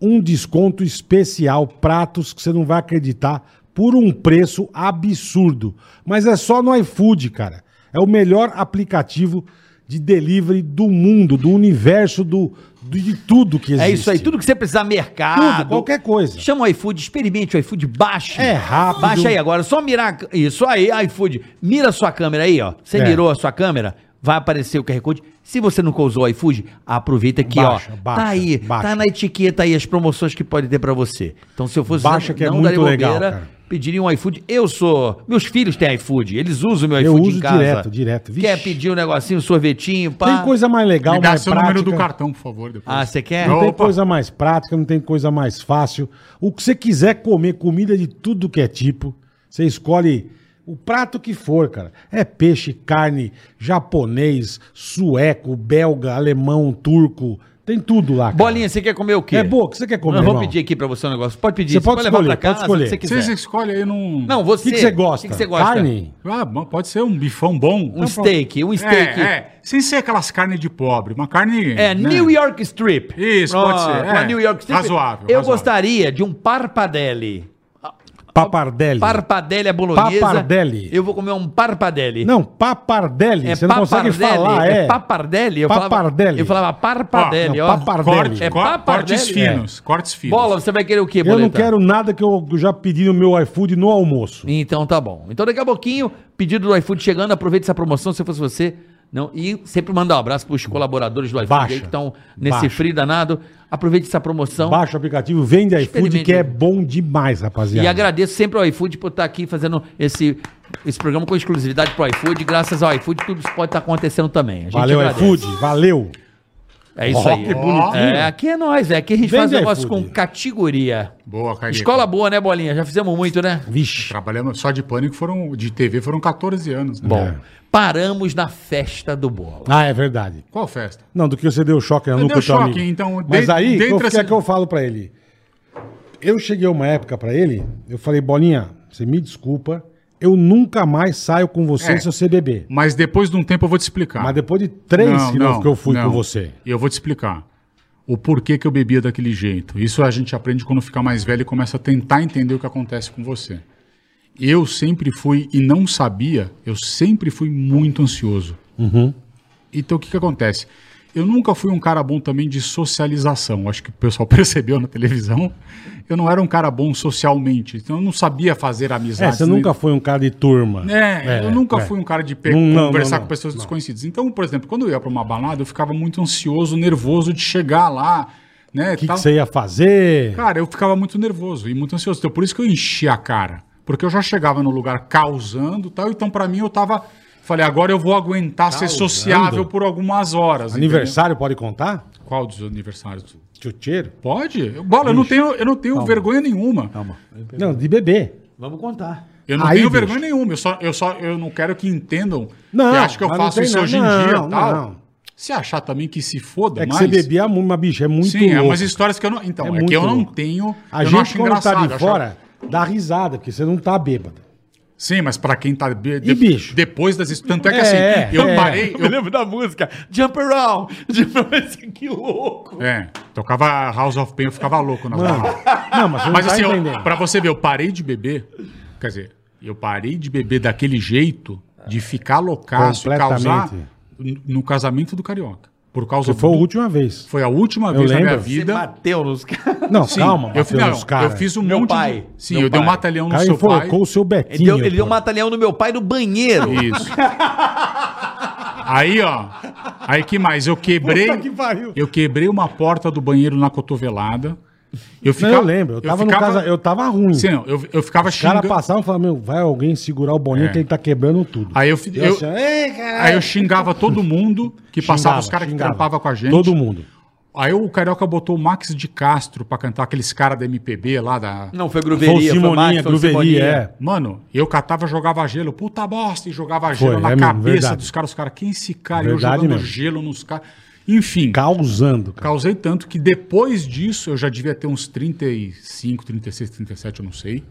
um desconto especial, pratos que você não vai acreditar, por um preço absurdo. Mas é só no iFood, cara. É o melhor aplicativo de delivery do mundo, do universo, do, do- de tudo que existe.
É isso aí, tudo que você precisar, mercado.
Tudo, qualquer coisa.
Chama o iFood, experimente o iFood, baixe.
É rápido.
Baixa aí agora, só mirar. a c- Isso aí, iFood. Mira a sua câmera aí, ó. Você
É.
mirou a sua câmera? Vai aparecer o QR Code. Se você nunca usou o iFood, aproveita que,
Baixa,
ó.
baixa,
tá aí,
baixa.
tá na etiqueta aí as promoções que pode ter pra você. Então, se eu fosse.
Baixa que é muito
daria
legal, cara.
Pediria um iFood. Eu sou. Meus filhos têm iFood. Eles usam o meu
Eu
iFood em
uso
casa.
direto, direto. Vixe.
Quer pedir um negocinho, um sorvetinho, pá.
Tem coisa mais legal,
Me dá
mais
seu número do cartão, por favor. Depois.
Ah, você quer?
Não tem
Opa.
coisa mais prática, não tem coisa mais fácil. O que você quiser comer, comida de tudo que é tipo, você escolhe o prato que for, cara. É peixe, carne, japonês, sueco, belga, alemão, turco, Tem tudo lá. cara.
Bolinha, você quer comer o quê?
É boa, o que você quer comer?
Eu vou
irmão?
pedir aqui pra você um negócio. Pode pedir.
Você pode escolher,
pra casa,
pode
o
escolher.
que você quiser.
Vocês escolhem aí num.
Não,
O
você...
que, que você gosta?
O que, que você gosta?
Carne?
Ah, bom, pode ser um bifão bom.
Um steak, um steak.
É, é, sem ser aquelas carnes de pobre. Uma carne. né?
É, New York Strip.
Isso, pode ser,
Uma
é.
New York Strip.
Razoável,
Eu
razoável.
gostaria de um parpadelli.
Papardelli.
Parpadelli à bolonhesa.
Papardelli.
Eu vou comer um parpadelli.
Não, papardelli. você não consegue falar, é.
É papardelli. Eu
Papardelli.
Falava, eu falava parpadelli,
Ó,
ó.
não, papardelli.
Corte,
É
cor-
papardelli, É.
cortes finos. Cortes finos.
Bola, você vai querer o quê,
Eu não
Boleta?
quero nada que eu já pedi no meu iFood no almoço.
Então tá bom. Então daqui a pouquinho, pedido do iFood chegando, aproveita essa promoção se eu fosse você. Não, e sempre mandar um abraço pros colaboradores do iFood
Baixa.
aí que estão nesse
Baixa.
frio danado. Aproveite essa promoção.
Baixa o aplicativo, vende iFood,
Então, Experimente.
que é bom demais,
E
rapaziada.
agradeço sempre ao iFood por estar aqui fazendo esse, esse programa com exclusividade pro iFood. Graças ao iFood, tudo isso pode estar acontecendo também. A gente
Valeu,
agradece.
iFood, valeu.
É isso
Ó,
aí.
que
bonitinho.
É, aqui é nós, é. Aqui a gente
Vende
faz negócio
iFood.
com categoria.
Boa, Carica.
Escola boa, né, Bolinha? Já fizemos muito, né?
Vixe.
Trabalhamos só de pânico foram. De TV foram 14 anos, né?
Bom,
É.
paramos na festa do bola.
Ah, é verdade.
Qual festa?
Não, do que você deu choque na
Eu
nuca
dei
do teu
choque,
amigo.
então,
Mas
de-
aí,
dentro
o que é
assim-
que eu falo pra ele? Eu cheguei uma época pra ele, eu falei, Bolinha, você me desculpa, eu nunca mais saio com você
É.
se você beber.
Mas depois de um tempo eu vou te explicar.
Mas depois de três
Não,
que, nós-
não,
que eu fui
não.
com você.
E eu vou te explicar o porquê que eu bebia daquele jeito. Isso a gente aprende quando fica mais velho e começa a tentar entender o que acontece com você. Eu sempre fui, e não sabia, eu sempre fui muito ansioso.
Uhum.
Então o que, que acontece? Eu nunca fui um cara bom também de socialização. Acho que o pessoal percebeu na televisão. Eu não era um cara bom socialmente. Então eu não sabia fazer
É,
amizades.
você
nem-
nunca foi um cara de turma.
assim- é, eu nunca
é.
fui um cara de pe-
Não, não,
conversar
não, não.
com pessoas desconhecidas. Então, por exemplo, quando eu ia pra uma balada, eu ficava muito ansioso, nervoso de chegar lá, né?
O que, que
tal.
você ia fazer?
Cara, eu ficava muito nervoso e muito ansioso. Então, por isso que eu enchia a cara. Porque eu já chegava no lugar causando e tal. Então, pra mim, eu tava. Falei, agora eu vou aguentar ser sociável por algumas horas. entendeu?
Aniversário, pode contar?
Qual dos aniversários?
Chuteiro?
Pode? Eu- Bola, eu não tenho, eu não tenho vergonha nenhuma.
Não, de bebê.
Vamos contar.
Eu não
Aí,
tenho
bicho.
vergonha nenhuma. Eu só, eu só eu não quero que entendam
Não,
que acho que eu
mas não
faço
tem
isso
nada.
hoje em
Não,
dia
não,
e tal.
não.
Se achar também que se foda,
É que
mas...
você bebia muito, mas bicho, é muito
Sim, é
louco.
umas histórias que eu não... Então,
É
é,
muito
que eu não
louco.
tenho...
A
eu não
gente, quando tá
engraçado,
de
eu
fora,
acho-
dá risada, porque você não tá bêbado.
Sim, mas pra quem tá... be-
E bicho?
Depois das... his- Tanto é que
É,
assim,
é,
eu
é.
parei...
Eu me
Eu...
lembro da música Jump Around. Jump Around. Que louco.
É, tocava House of Pain, eu ficava louco na
Mano,
hora.
não, mas você não
Mas
tá
assim, eu,
entendendo.
pra você ver, eu parei de beber. Quer dizer, eu parei de beber daquele jeito de ficar loucaço e causar
Completamente.
n- no casamento do carioca. Por causa
Você foi a
do-
última vez.
foi a última
Eu
vez na minha
lembro.
Você
vida.
bateu nos caras.
Não,
Sim,
calma,
eu, fiz,
Matheus,
não,
cara.
eu fiz um
Meu
monte
pai.
de... Sim,
Meu
eu dei um
pai.
matalhão no
Cara, ele
seu pai.
colocou o seu
Ele
Betinho.
deu, ele deu um
pô.
matalhão no meu pai no banheiro.
Isso. Aí, ó. Aí que mais? Eu quebrei.
Puta que pariu.
Eu quebrei uma porta do banheiro na cotovelada. Eu
Não,
ficava,
eu lembro, eu tava
ficava,
no casa, eu tava ruim.
Sim, não, eu, eu ficava
Os caras
xingando.
passavam e falavam, meu, vai alguém segurar o bolinho
É.
que ele tá quebrando tudo.
Aí eu, fi- eu,
assim, "Ei, caralho."
aí eu xingava todo mundo que passava,
Xingava,
os caras que
xingava.
trampavam com a gente.
Todo mundo.
Aí o Carioca botou o Max de Castro pra cantar aqueles caras da MPB lá da.
Não, foi
Foi o
Gruveria, foi,
Simoninha,
Max, foi o
Gruveria,
Simoninha.
é.
Mano, eu catava, jogava gelo, puta bosta, e jogava
Foi,
gelo na
é mesmo,
cabeça
verdade.
dos caras. Os caras, quem é esse cara? eu
Verdade
jogando
mesmo.
gelo nos caras. Enfim,
Causando, cara.
causei tanto que depois disso eu já devia ter uns 35, 36, 37, eu não sei.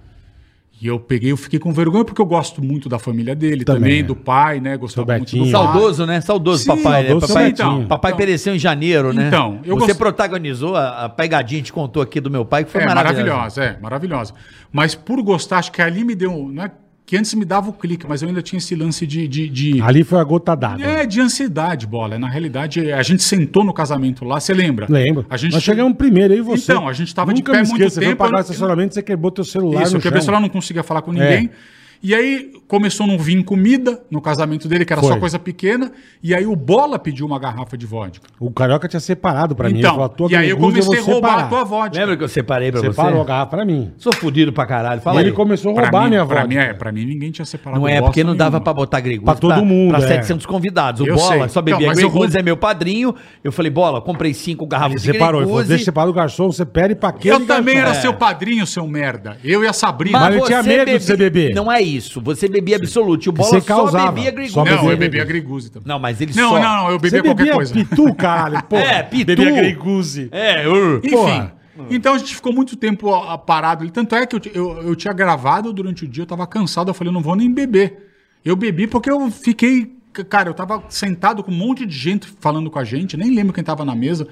E eu peguei, eu fiquei com vergonha porque eu gosto muito da família dele
Também,
também,
é.
do pai, né? Gostava
Seu
muito
Betinho.
do pai.
Saudoso, né? Saudoso
Sim,
papai, né?
saudoso
Papai,
Betinho.
então, papai pereceu em janeiro, né?
Então, eu
Você
gost-
protagonizou a, a pegadinha, te contou aqui do meu pai, que foi
é,
maravilhosa.
maravilhosa, é, maravilhosa. Mas por gostar, acho que ali me deu, né? Que antes me dava o clique, mas eu ainda tinha esse lance de- de- de
Ali foi a gota d'água. né?
É, de ansiedade, bola. É, Na realidade, a gente sentou no casamento lá, você lembra?
Lembro.
A gente
Nós chegamos primeiro, aí você.
Então, a gente tava de
Nunca
pé
me
muito
esqueça, Você foi
tempo,
pagar
eu-
o estacionamento, você quebrou teu celular
Isso,
no
porque a
chão. É.
pessoa lá não conseguia falar com ninguém. E aí começou a não vir comida no casamento dele, que era
Foi.
só coisa pequena. E aí o Bola pediu uma garrafa de vodka.
O Carioca tinha separado pra mim. ele
então,
falou, a tua
e aí eu
mergulha,
comecei a
vou
roubar
separar.
a tua vodka.
Lembra que eu separei pra você?
Separou a garrafa pra mim.
Sou fudido pra caralho. Fala
E ele
aí.
começou a
Pra
roubar a
mim,
minha
pra mim,
vodka.
é, pra mim ninguém tinha separado
Não é,
bosta
porque não dava
nenhuma.
pra botar Griguz.
Pra todo mundo,
Pra
é.
700 convidados. O
Eu
Bola
sei.
só bebia
Não, mas eu
Griguz,
vou-
é meu padrinho. Eu falei, Bola, comprei cinco garrafas
Ele separou. Ele falou,
Griguz.
deixa separar o garçom, você pede pra quem?
É.
Eu também era seu padrinho, seu merda. Eu e a Sabrina.
Mas ele tinha
você
medo de você beber.
Não é isso. Você bebia absoluto. E o Bola
Você
só
causava,
bebia
só
Grigol.
bebia
Não, eu
Grigol.
bebi a Griguzi também.
Não, mas ele
Não,
só...
não, não, eu
Você
bebia qualquer
bebia
coisa.
pitu, caralho, porra.
É, pitu.
Bebia greguzi.
É, ur.
Enfim.
Porra.
Então a gente ficou muito tempo ah, ah, parado ali. Tanto é que eu, ti- eu, eu tinha gravado durante o dia, eu tava cansado. Eu falei, eu não vou nem beber. Eu bebi porque eu fiquei. c- Cara, eu tava sentado com um monte de gente falando com a gente, nem lembro quem tava na mesa.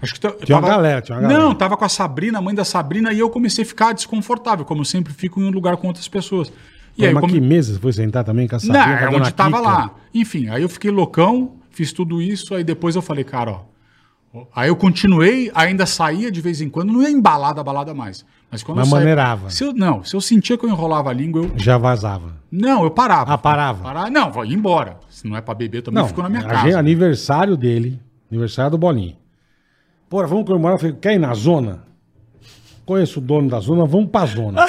Acho que t- eu
Tinha uma
tava-
galera, tinha uma galera.
Não, tava com a Sabrina, a mãe da Sabrina, e eu comecei a ficar desconfortável, como eu sempre fico em um lugar com outras pessoas. E aí eu
mas
come-
que mesa você foi sentar também com a
não,
Sabrina, com
é
a
onde
dona
tava
Kika?
lá. Enfim, aí eu fiquei loucão, fiz tudo isso, aí depois eu falei, cara, ó. Aí eu continuei, ainda saía de vez em quando, não ia embalada, balada mais. Mas quando
Mas
eu saía-
maneirava.
Se eu, não, se eu sentia que eu enrolava a língua, eu.
Já vazava.
Não, eu parava.
Ah, parava.
Parava- Não, vou ir embora. Se não é pra beber, eu também
Não,
fico na minha
a gente- é
casa. né?
aniversário dele, aniversário do Bolinha. Porra, vamos comemorar. Eu falei, quer ir na zona? Conheço o dono da zona, vamos pra zona.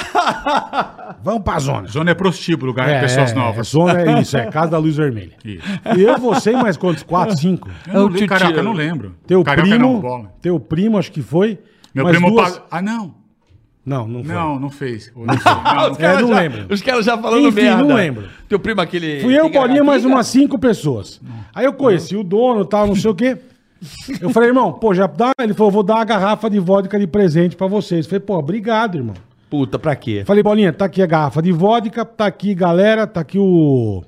vamos pra zona.
Zona é prostíbulo, lugar é, pessoas novas.
Zona é isso, é Casa da Luz Vermelha.
Isso.
E eu, você e mais quantos? Quatro, cinco.
Eu não
É o
lembro,
tio-
caraca,
tio-
eu não lembro.
Teu
Carioca
primo,
não, bola.
teu primo acho que foi.
Meu
mas
primo.
duas-
pa- Ah, não.
Não, não foi.
Não, não fez. Não, fez. Não, não
Os caras
não
já-
lembro.
Os caras já falando
Enfim,
merda.
não lembro.
Teu primo aquele...
Fui eu,
Tica-
Bolinha, mais
Tica-
umas cinco pessoas. Aí eu conheci o dono, tal, não sei o quê. Eu falei, irmão, pô, já dá? Ele falou, vou dar uma garrafa de vodka de presente pra vocês. Eu falei, pô, obrigado, irmão.
é? Puta, pra quê?
Eu falei, Bolinha, tá aqui a garrafa de vodka, tá aqui, galera, tá aqui o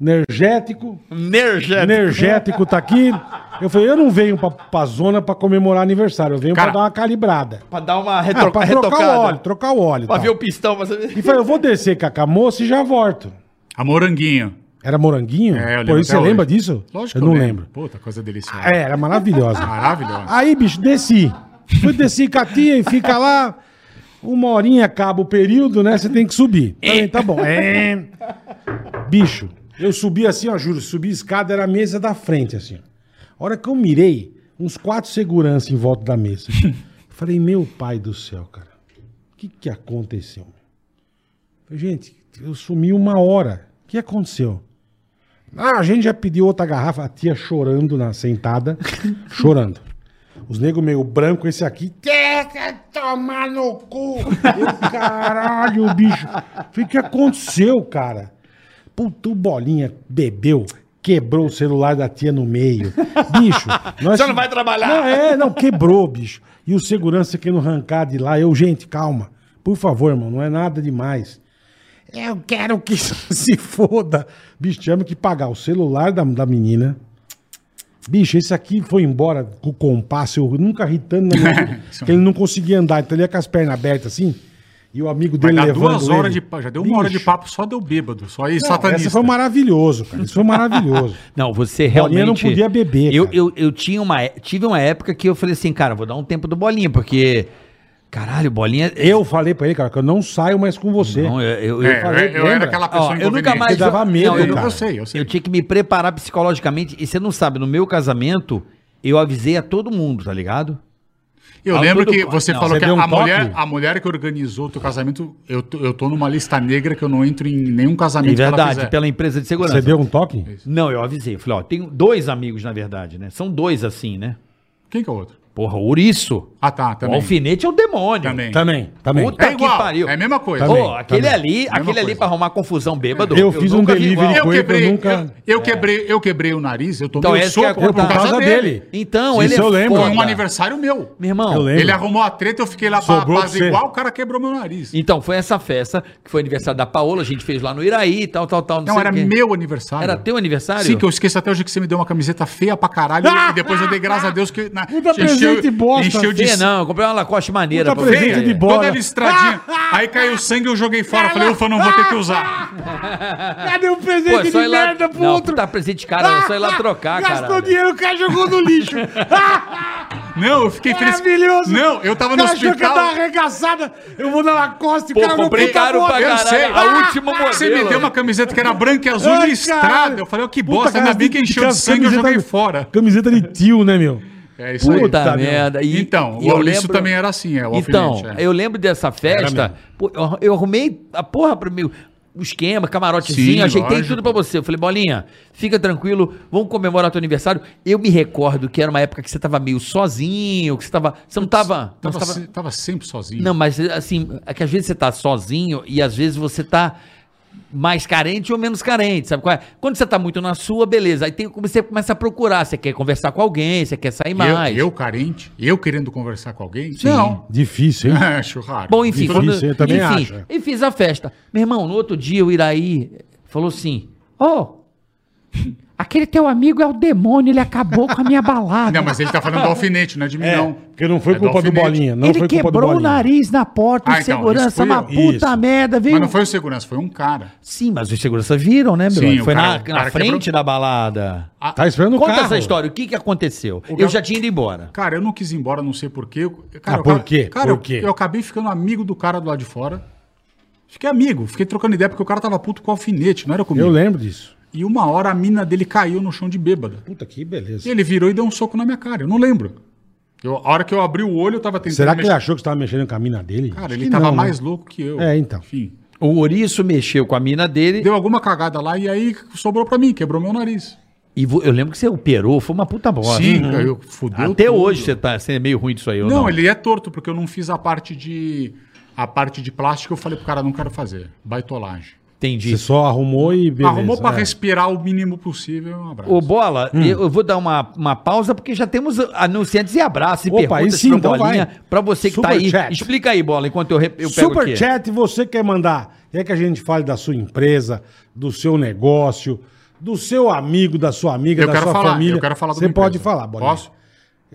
energético.
Nerja.
Energético tá aqui. Eu falei, eu não venho pra, pra zona pra comemorar aniversário, eu venho
Cara,
pra dar uma calibrada.
Pra dar uma
Ah,
retro...
pra trocar
retocada.
o óleo, tá. trocar o óleo. e
Pra
tal.
ver o pistão. Pra saber...
E falei, eu vou descer com a camoça e já volto.
A moranguinho.
Era moranguinho?
É, eu lembro
Pô, e
até
você lembra
hoje.
disso?
Lógico
eu
que
não lembro.
Puta, coisa deliciosa.
É, era maravilhosa.
Maravilhosa.
Aí, bicho, desci. Fui descer com a tia e fica lá. Uma horinha acaba o período, né? Você tem que subir. Falei, tá bom. É. Bicho, eu subi assim, ó, juro, subi a escada, era a mesa da frente, assim. ó. A hora que eu mirei, uns quatro segurança em volta da mesa. Falei, meu pai do céu, cara, o que que aconteceu? Falei, gente, eu sumi uma hora. O que aconteceu? Ah, a gente já pediu outra garrafa, a tia chorando na sentada, chorando. Os negros meio branco, esse aqui, "Tê, quer tomar no cu. Eu, caralho, bicho. Falei, O que aconteceu, cara? Puta, o bolinha bebeu, quebrou o celular da tia no meio. Bicho, nós.
Você não vai trabalhar.
Não, é, não, quebrou, bicho. E o segurança querendo arrancar de lá. Eu, gente, calma. Por favor, irmão, não é nada demais. Eu quero que se foda. Bicho, tivemos que pagar o celular da, da menina. Bicho, esse aqui foi embora com o compasso, eu nunca ri tanto né, na minha vida, que ele não conseguia andar, então ele ia com as pernas abertas assim, e o amigo
Vai
dele
dar
levando
duas horas
ele.
de papo. Já deu uma hora de
Bicho,
papo só deu bêbado. Só aí,
não,
satanista. É,
Esse foi maravilhoso, cara, isso foi maravilhoso.
Não, você realmente.
não podia beber,
Eu,
cara.
eu, eu tinha uma, é- tive uma época que eu falei assim, cara, vou dar um tempo do Bolinha, porque. Caralho, Bolinha. é
eu falei pra ele, cara, que eu não saio mais com você.
Não, eu, eu,
É,
eu
eu-
falei,
eu,
lembra?
era aquela pessoa
Ó, eu nunca
inconveniente.
mais.
Que dava medo,
não, eu,
cara.
Eu sei, eu sei.
eu tinha que me preparar psicologicamente. E você não sabe, no meu casamento, eu avisei a todo mundo, tá ligado?
Eu
Ah,
lembro
tudo-
que você
não,
falou
você
que
deu um
a, mulher,
toque?
a mulher que organizou o teu casamento, eu tô, eu tô numa lista negra que eu não entro em nenhum casamento
É
que ela
verdade,
fizer.
pela empresa de segurança.
Você deu um toque?
Não, eu avisei. Eu Falei, ó, tenho dois amigos, na verdade, né? São dois assim, né?
Quem que é o outro?
Porra, o ouriço.
Ah, tá,
O
também.
alfinete é o demônio.
Também.
Também, também.
Puta
É igual,
que pariu.
é a mesma coisa.
Ô,
Também,
aquele
também.
ali, aquele ali
coisa.
pra arrumar confusão bêbado.
tá Eu fiz um
nunca vi
delivery
igual.
com
Eu
Coisa que eu
quebrei, eu,
nunca-
eu quebrei, eu quebrei o nariz, eu tomei
Então,
um
essa que é a
soco por
contar.
causa dele.
Então,
Isso
ele é
eu lembro.
foda.
Foi um aniversário meu.
Meu irmão,
Eu lembro.
Ele arrumou a treta, eu fiquei lá pra
Sobrou pra
paz
você.
igual, o cara quebrou meu nariz.
então foi essa festa, que foi aniversário da Paola, a gente fez lá no Iraí, tal, tal, tal.
Não,
sei
era
o quê.
meu aniversário.
Era teu aniversário?
Sim, que eu esqueço até hoje que você me deu uma camiseta feia pra caralho e depois eu dei graças a Deus que... Na,
Puta presente bosta,
encheu de
Feia, não, eu comprei uma Lacoste maneira.
Puta
pra você.
presente de bo-
Toda
bola.
ela estradinha. Aí caiu sangue, eu joguei fora. Falei, ufa, não vou ter que usar.
Cadê o
Pô, é
presente
só ir lá... não, tá presente de cara, é só ir lá trocar, cara.
Ah, dinheiro, o cara jogou no lixo.
Não, eu fiquei feliz.
Maravilhoso.
Não, eu tava
O
no
cara achou que tá ia dar uma
hospital.
arregaçada. Eu vou na Lacoste, o
Pô,
cara
comprei
puta
caro
moda.
pra
Eu
caralho.
sei.
A última modelo.
Você me deu uma camiseta que era branca e azul
Ai,
e listrada.
caralho.
Eu falei, ó, que
Puta,
bosta, ainda
cara,
bem que encheu de sangue, eu
camiseta-
joguei fora.
Camiseta de tio, né, meu?
É isso aí.
Puta
meu.
merda. E-
Então,
e
o
eu
Aurício
lembro-
também era assim, é o
Então,
alfinete, é.
eu lembro dessa festa,
mesmo.
pô, eu, eu arrumei a porra pro meu o esquema, camarotezinho,
Sim,
ajeitei
lógico.
tudo pra você. Eu falei, Bolinha, fica tranquilo, vamos comemorar teu aniversário. Eu me recordo que era uma época que você tava meio sozinho, que você tava, você não tava, não,
Tava,
você tava-
se- tava sempre sozinho.
não, mas assim, é que às vezes você tá sozinho e às vezes você tá mais carente ou menos carente, sabe? qual é? Quando você tá muito na sua, beleza. Aí tem, você começa a procurar, você quer conversar com alguém, você quer sair mais.
Eu, eu carente? Eu querendo conversar com alguém?
Difícil, hein?
Acho raro.
Bom, enfim.
Difícil,
quando-
eu também
enfim,
acho.
E fiz a festa. Meu irmão, no outro dia, o Iraí falou assim, ô, aquele teu amigo é o demônio, ele acabou com a minha balada.
Não, mas ele tá falando do alfinete, não é de mim,
É,
não.
porque não foi
É do
culpa do,
alfinete.
Bolinha. Não
ele
foi culpa do
quebrou o
Bolinha.
nariz na porta, o
Ah, então, isso
segurança,
fui
uma
eu.
puta
Isso.
merda, viu?
Mas não foi o segurança, foi um cara.
Sim, mas os seguranças viram, né, meu?
Sim, o
foi
cara-
na,
o
na
cara
frente
quebrou-
da balada.
Tá esperando o
Conta
carro.
essa história, o que que aconteceu?
cara-
Eu já tinha ido embora.
Cara, eu não quis ir embora, não sei porquê. Cara,
Ah,
eu
por
ca-
quê?
Cara,
Por
eu-
quê?
Eu, acabei ficando amigo do cara do lado de fora. Fiquei amigo, fiquei trocando ideia, porque o cara tava puto com o alfinete, não era comigo.
Eu lembro disso.
E uma hora a mina dele caiu no chão de bêbada.
Puta que
E
beleza.
ele virou e deu um soco na minha cara, eu não lembro. Eu- a hora que eu abri o olho, eu tava tentando
Será que ele
mexer-
achou que você tava mexendo com a mina dele?
Cara,
Acho
ele
que
tava
não, né?
mais louco que eu.
É, então.
Enfim.
O ouriço mexeu com a mina dele
Deu alguma cagada lá e aí sobrou pra mim, quebrou meu nariz.
e vo- eu lembro que você operou, foi uma puta bosta.
Sim, eu fudeu
Até
tudo.
hoje você, tá, você é meio ruim disso aí, ou
Não,
não?
ele é torto, porque eu não fiz a parte de. A parte de plástico, eu falei pro cara, não quero fazer. Baitolagem.
Entendi.
Você só arrumou e beleza.
Arrumou pra
é.
respirar o mínimo possível. Um abraço.
Ô, Bola,
Hum.
eu, eu vou dar uma, uma pausa porque já temos anunciantes e abraços e
Opa, aí
perguntas
sim,
pra
então
Bolinha,
vai.
pra você que tá
Super
aí.
chat.
Explica aí, Bola, enquanto eu, re- eu pego
Super
aqui.
chat, você quer mandar? Quer que a gente fale da sua empresa, do seu negócio, do seu amigo, da sua amiga,
eu
da
quero
sua
falar,
família?
eu quero falar do
Você pode falar, Bolinha.
Posso?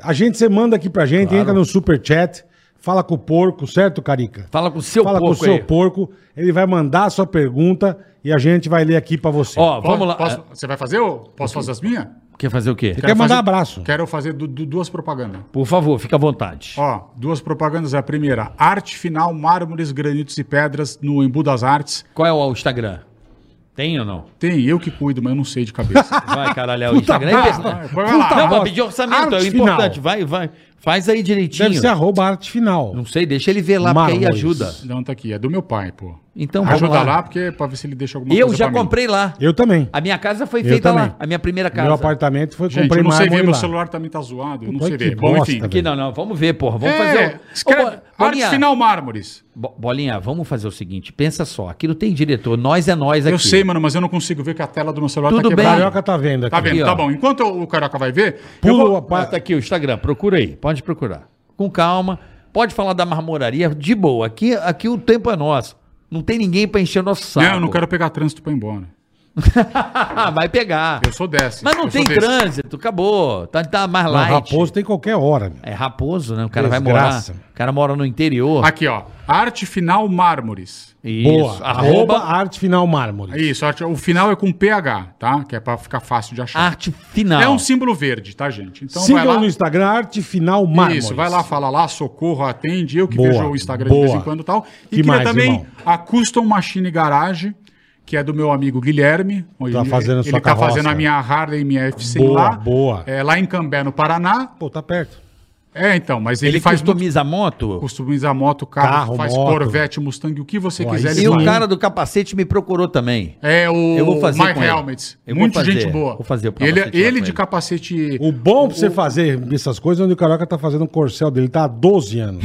A gente, você manda aqui pra gente, entra no super chat, fala com o porco, certo, Carica?
Fala com o seu
Fala com o
porco
seu
aí.
porco, ele vai mandar a sua pergunta e a gente vai ler aqui pra você.
Ó, vamos
Posso-
lá.
posso- você vai fazer ou posso fazer as minhas?
Quer fazer um o quê?
Quer mandar
fazer-
abraço.
Quero fazer du- du- duas propagandas.
Por favor, fica à vontade.
Ó, duas propagandas. A primeira, arte final, mármores, granitos e pedras no Embu das Artes.
Qual é o Instagram? Tem ou não?
Tem eu que cuido, mas eu não sei de cabeça.
Vai, caralho, é o
Puta
Instagram. é
merda.
personal.
Vai lá.
Não, pra
bosta.
pedir orçamento, é
Arte
o importante. Vai, vai. Faz aí direitinho.
Deve ser arroba arte final.
Não sei, deixa ele ver lá, porque aí
Marmores.
ajuda.
não, tá aqui. É do meu pai, pô.
Então vamos
Ajuda
lá.
lá. porque pra ver se ele deixa alguma
Eu
coisa
já
pra mim.
comprei lá.
Eu também.
A minha casa foi
Eu
feita
também.
lá. A minha primeira casa.
Meu apartamento foi
Gente,
comprei
eu não sei
mármore
ver, meu
lá.
celular também tá zoado. Eu não
Puta,
sei
que
ver. Bom,
bosta,
enfim.
velho.
Aqui não, não. Vamos ver, porra. Vamos
É,
fazer. o- Ô,
escreve,
Bo-
arte
Bolinha,
final mármores.
Bo- Bolinha, vamos fazer o seguinte. Pensa só. Aqui não tem diretor. Nós é nós aqui.
Eu sei, mano, mas eu não consigo ver que a tela do meu celular
Tudo
tá
bem.
O
quebrada.
Carioca tá vendo aqui.
Tá vendo?
Aqui, ó.
tá bom. Enquanto o Carioca vai ver, eu
Pula
vou-
a
Ah,
parte.
tá aqui o Instagram. Procura aí. Pode procurar. Com calma. Pode falar da marmoraria de boa. Aqui, aqui o tempo é nosso. Não tem ninguém pra encher nosso saco.
Não, né, eu não quero pegar trânsito pra ir embora.
Vai pegar.
Eu sou dessa.
Mas não
eu
tem
sou desse.
trânsito. Acabou. Tá, tá mais
Não,
light.
raposo tem qualquer hora. meu.
É raposo, né? O cara
Desgraça.
vai morar. O cara mora no interior.
Aqui, ó. Arte final mármores.
Isso.
Boa. Arroba,
Arroba
arte final mármore.
Isso, arte- o final é com PH, tá? Que é pra ficar fácil de achar.
arte final.
É um símbolo verde, tá, gente? Então vai
Sigam
lá.
no Instagram, arte final mármore.
Isso, vai lá, fala lá, socorro, atende. Eu que
Boa,
vejo o Instagram de
boa.
vez em quando e tal.
Que
E queria
mais,
também
irmão?
a Custom Machine Garage, que é do meu amigo Guilherme.
Tá fazendo a sua
Ele tá
carroça.
fazendo a minha Harley, minha F100
Boa,
lá.
boa.
É, lá em Cambé, no Paraná.
Pô, tá perto.
É, então, mas ele,
Ele
faz muito
customiza a moto.
customiza moto, carro,
Carro,
faz
moto.
Corvette, Mustang, o que você
Ó,
quiser.
aí
E
Sim.
o cara do capacete me procurou também.
é o
Eu vou fazer
My
com ele.
Helmet.
Eu vou
Muito
fazer,
gente boa.
vou fazer o
ele é
capacete lá
ele
com
de
ele.
capacete.
O bom pra você fazer essas coisas é onde o Carioca tá fazendo o corcel dele. Tá há 12 anos.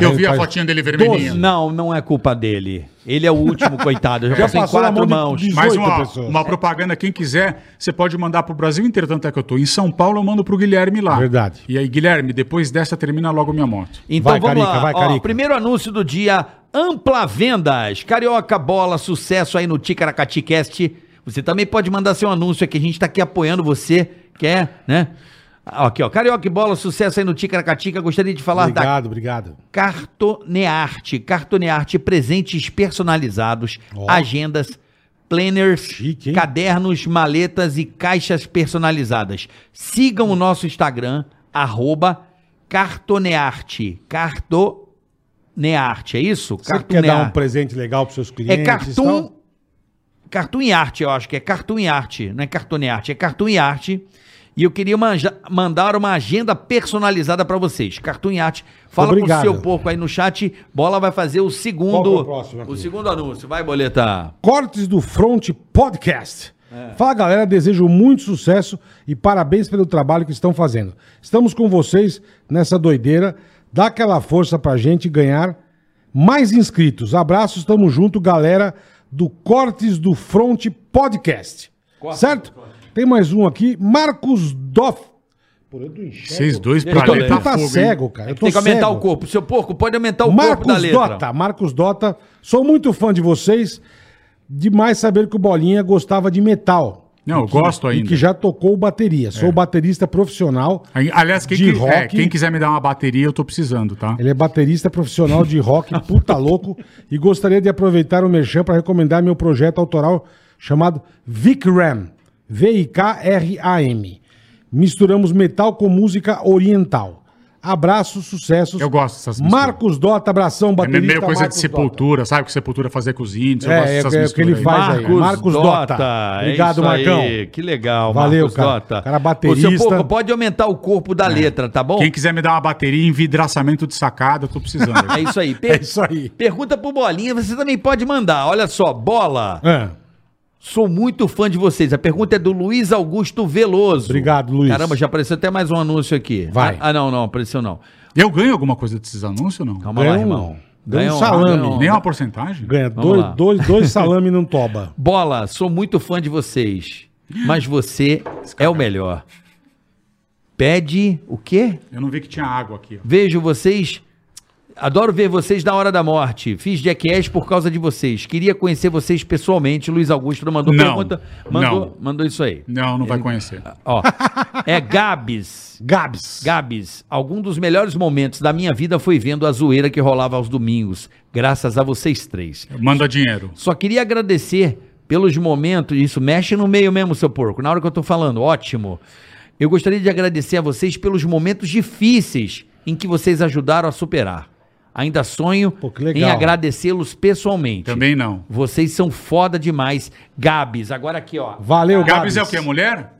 Eu vi a fotinha dele vermelhinha.
Não, não é culpa dele. Ele é o último, coitado. Já, passou em
passou na
quatro
mão de-
mãos.
de-
Mais
18
uma,
pessoas.
uma propaganda, quem quiser, você pode mandar pro Brasil inteiro. Tanto é que eu tô em São Paulo, eu mando pro Guilherme lá.
Verdade.
E aí, Guilherme, depois dessa termina logo minha moto.
Então
Vai,
vamos
Carica,
lá.
vai,
Ó,
Carica.
primeiro anúncio do dia, Ampla Vendas. Carioca Bola, sucesso aí no Ticaracati Cast. Você também pode mandar seu anúncio aqui, a gente tá aqui apoiando você, quer, né? Aqui, ó, Carioca e Bola, sucesso aí no Ticaracatica. Gostaria de falar da
Obrigado, obrigado.
Cartonearte. Cartonearte, presentes personalizados,
Ó.
agendas, planners,
Chique, hein?
cadernos, maletas e caixas personalizadas. Sigam o nosso Instagram, arroba cartonearte. Cartonearte, é isso?
Você quer dar um presente legal pros seus clientes?
É
então?
cartoon... Cartoon e arte, eu acho que é cartoon e arte, não é cartoon e arte, é cartoon e arte. E eu queria manja- mandar uma agenda personalizada pra vocês. Cartoon e arte. Fala
Obrigado.
com o seu porco aí no chat. Bola vai fazer o
Qual que é o
segundo.
próximo aqui?
o segundo anúncio. Vai, boleta.
Cortes do Front Podcast.
É.
Fala galera, desejo muito sucesso e parabéns pelo trabalho que estão fazendo. Estamos com vocês nessa doideira. Dá aquela força pra gente ganhar mais inscritos. Abraços, tamo junto, galera do Cortes do Fronte Podcast. certo? Tem mais um aqui, Marcos Doff. Pô, eu tô enxergo.
Vocês dois
Eu
pra
tô
ler
lendo.
tá
Tu tá
fogo, hein?
cego, cara. Eu tô
Tem que aumentar
cego.
o corpo. Seu porco, pode aumentar o corpo da
Marcos
letra.
Dota, Marcos Dota, sou muito fã de vocês. Demais saber que o Bolinha gostava de metal.
Não, eu gosto
E
ainda. É.
que já tocou bateria. Sou baterista profissional.
Aí, Aliás, quem,
De
qui- é,
rock.
quem quiser me dar uma bateria, eu tô precisando, tá?
Ele é baterista profissional de rock, puta louco. E gostaria de aproveitar o Merchan para recomendar meu projeto autoral chamado Vikram. V-I-K-R-A-M. Misturamos metal com música oriental. Abraços, sucessos.
Eu gosto dessas misturas.
Marcos Dota, abração,
É
baterista.
meio coisa
Marcos
de
Dota.
sepultura, sabe? Que sepultura fazia com os índios. eu gosto
É, é,
dessas
é o que
misturas
ele
aí.
faz aí. Marcos Dota.
é
Obrigado,
isso aí.
Marcão.
Que legal,
Valeu,
Marcos
cara.
Dota.
Cara
Ô,
baterista. É.
seu porco, pode aumentar o corpo da letra, tá bom?
Quem quiser me dar uma bateria em vidraçamento de sacada, eu tô precisando.
É isso aí. Per-
É isso aí.
Pergunta pro Bolinha, você também pode mandar. Olha só, bola.
É.
Sou muito fã de vocês. A pergunta é do Luiz Augusto Veloso.
Obrigado, Luiz.
Caramba, já apareceu até mais um anúncio aqui.
Vai.
Ah, não, não, apareceu não.
Eu ganho alguma coisa desses anúncios ou não?
Calma
Ganha
lá,
um-
irmão.
ganha
Ganha
um
um-
salame.
ganha um-
Nem uma porcentagem?
Ganha
Vamos
dois,
lá.
dois, dois salame num toba.
Bola, sou muito fã de vocês, mas você é o melhor. Pede o quê?
Eu não vi que tinha água aqui. ó.
Vejo vocês. Adoro ver vocês na hora da morte. Fiz Jackass por causa de vocês. Queria conhecer vocês pessoalmente. Luiz Augusto não mandou
Não.
pergunta. Mandou,
Não.
mandou isso aí.
Não, não vai conhecer.
Ó, é Gabs.
Gabs.
Gabs, algum dos melhores momentos da minha vida foi vendo a zoeira que rolava aos domingos, graças a vocês três.
Manda dinheiro.
Só queria agradecer pelos momentos. Isso mexe no meio mesmo, seu porco. Na hora que eu tô falando, ótimo. Eu gostaria de agradecer a vocês pelos momentos difíceis em que vocês ajudaram a superar. Ainda sonho
Pô, que legal.
em agradecê-los pessoalmente.
Também não.
Vocês são foda demais. Gabs, agora aqui, ó.
Valeu, Gabs.
Gabs é o quê? Mulher?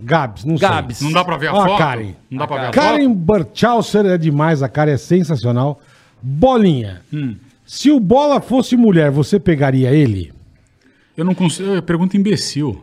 Gabs, não
Gabs.
sei.
Não dá pra ver a
Ó,
foto?
Karen.
Não dá pra ver a
Karen Burchauser é demais, a cara é sensacional. Bolinha.
Hum.
Se o Bola fosse mulher, você pegaria ele?
foto? Eu não consigo. é Pergunta imbecil.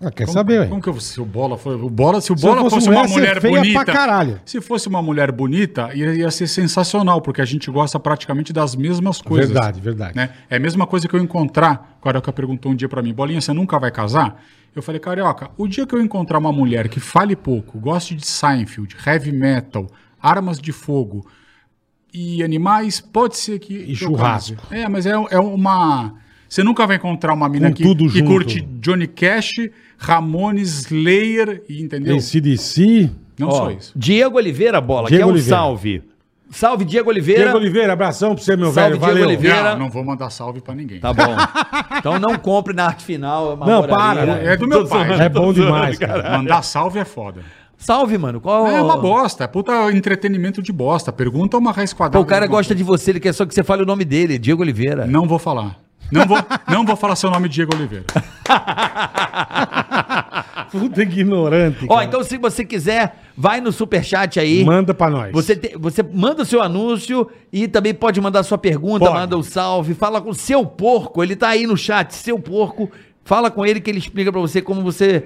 Ah, quer
Como-
saber, ué.
Como que eu, se o bola foi, o bola, se o
Se
bola
eu fosse
fosse,
mulher,
uma
ia ser
mulher
feia
bonita,
pra caralho.
se fosse uma mulher bonita, ia, ia ser sensacional, porque a gente gosta praticamente das mesmas coisas.
Verdade, verdade.
né? É a mesma coisa que eu encontrar. O Carioca perguntou um dia pra mim, Bolinha, você nunca vai casar? Eu falei, Carioca, o dia que eu encontrar uma mulher que fale pouco, goste de Seinfeld, heavy metal, armas de fogo e animais, pode ser que. que eu
churrasco.
case. É, mas é, é uma. Você nunca vai encontrar uma mina
Com
que,
tudo
que
junto.
curte Johnny Cash, Ramones, Slayer, e entendeu?
ACDC.
Não
Ó,
só isso.
Diego Oliveira, bola,
Diego
que é um
Oliveira.
salve. Salve, Diego Oliveira.
Diego Oliveira, abração pra você, meu
Salve,
velho.
Diego
Valeu.
Oliveira. Vieira-
Não, não vou mandar salve pra ninguém.
Tá bom. então não compre na arte final. é uma
Não,
moraria.
para,
É do meu pai.
É bom demais, cara.
Mandar salve é foda.
Salve, mano. Qual...
É uma bosta. É puta entretenimento de bosta. Pergunta uma raiz
Pô,
quadrada.
o cara gosta de você, ele quer só que você fale o nome dele, Diego Oliveira.
Não vou falar. Não vou, não vou falar seu nome, Diego Oliveira.
Puta ignorante.
Ó,
cara.
então se você quiser, vai no superchat aí.
Manda pra nós.
Você, te- você manda o seu anúncio e também pode mandar sua pergunta,
Pode.
manda o salve, fala com o seu porco, ele tá aí no chat, seu porco. Fala com ele que ele explica pra você como você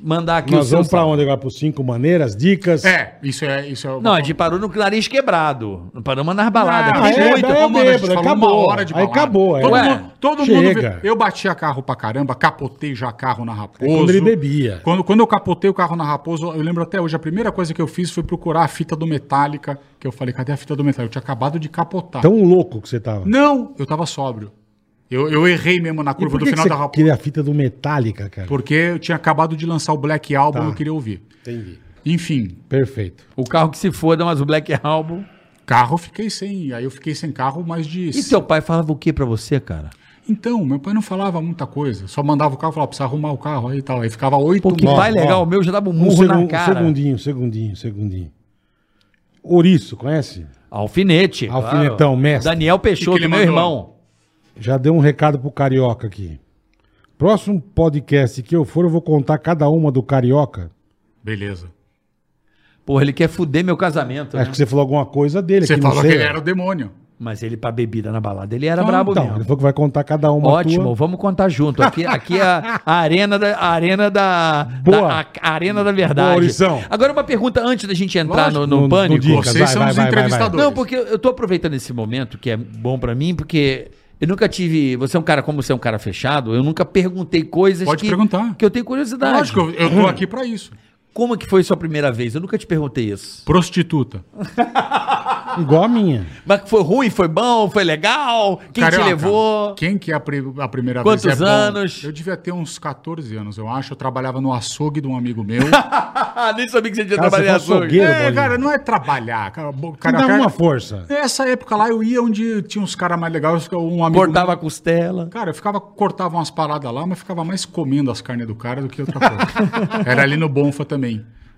mandar aqui
Nós
o seu
vamos pra
salve.
onde agora? Por cinco maneiras, dicas.
É, isso é. Isso é
Não, a gente parou no nariz quebrado. Não paramos nas baladas.
Ah,
Tem
é,
muito.
é,
como a gente
bêbado,
falou,
acabou.
uma hora de
Aí
balada.
acabou, é.
Todo,
Ué,
mundo, todo mundo
chega. É
vê- Eu batia carro pra caramba, capotei já carro na Raposo.
quando ele bebia.
Quando, quando eu capotei o carro na Raposo, eu lembro até hoje, a primeira coisa que eu fiz foi procurar a fita do Metallica, que eu falei, cadê a fita do Metallica? Eu tinha acabado de capotar.
Tão louco que você tava.
Não, eu tava sóbrio. Eu, eu errei mesmo na
E
curva
por
do
que
final
que
da
você
Raposo.
queria a fita do Metallica, cara?
Porque eu tinha acabado de lançar o Black Album
Tá.
e eu queria ouvir.
Entendi.
Enfim,
Perfeito.
O carro que se foda, mas o um Black Album.
carro eu fiquei sem. Aí eu fiquei sem carro mais de.
E seu pai falava o que pra você, cara?
Então, meu pai não falava muita coisa. Só mandava o carro e falava, precisa arrumar o carro aí e tal. Aí ficava oito
Pô, que
meses.
pai
ó.
legal, o meu já dava um
Um,
murro
segun-
na
um
cara.
segundinho, segundinho, segundinho. Ouriço, conhece?
Alfinete. claro.
Alfinetão, mestre.
Daniel Peixoto,
Que que ele
meu
mandou?
irmão.
Já deu um recado pro Carioca aqui. Próximo podcast que eu for, eu vou contar cada uma do Carioca.
Beleza.
Porra, ele quer fuder meu casamento.
Acho
né?
que você falou alguma coisa dele
Você
aqui, não
falou
sei,
que ele
né?
era um o demônio.
Mas ele, pra bebida na balada, ele era
Ah,
brabo
então,
mesmo.
Ele falou que vai contar cada uma
Ótimo,
tua.
vamos contar junto. Aqui, aqui é a, a arena da a arena da,
Boa.
da- a- a arena da verdade.
Boa, Aurição.
Agora uma pergunta antes da gente entrar
Lógico,
no, no
no- no
pânico.
dia. Dicas,
Vocês
vai,
são
vai,
os
vai, vai, vai.
entrevistadores.
Não, porque eu tô aproveitando esse momento que é bom pra mim, porque Eu nunca tive. Você é um cara, como você é um cara fechado, eu nunca perguntei coisas
Pode
que,
perguntar.
que eu tenho curiosidade.
Lógico, eu, eu tô aqui pra isso.
Como é que foi sua primeira vez? Eu nunca te perguntei isso.
Prostituta.
Igual a minha.
Mas foi ruim, foi bom, foi legal? Quem
Carioca,
te levou?
Quem que é a, pri- a primeira
Quantos
vez? é bom?
anos?
Eu devia ter uns 14 anos, eu acho. Eu trabalhava no açougue de um amigo meu.
Ah, Nem sabia que você tinha
Cara, você
trabalhado
foi
açougue.
açougueiro,
é,
Bolinha.
cara, não é trabalhar. Cara, bo-
Cara,
Carioca-
dá uma força.
Nessa época lá eu ia onde tinha uns caras mais legais, um amigo.
Cortava a costela.
Cara, eu ficava, cortava umas paradas lá, mas ficava mais comendo as carnes do cara do que outra coisa. Era ali no Bonfa também.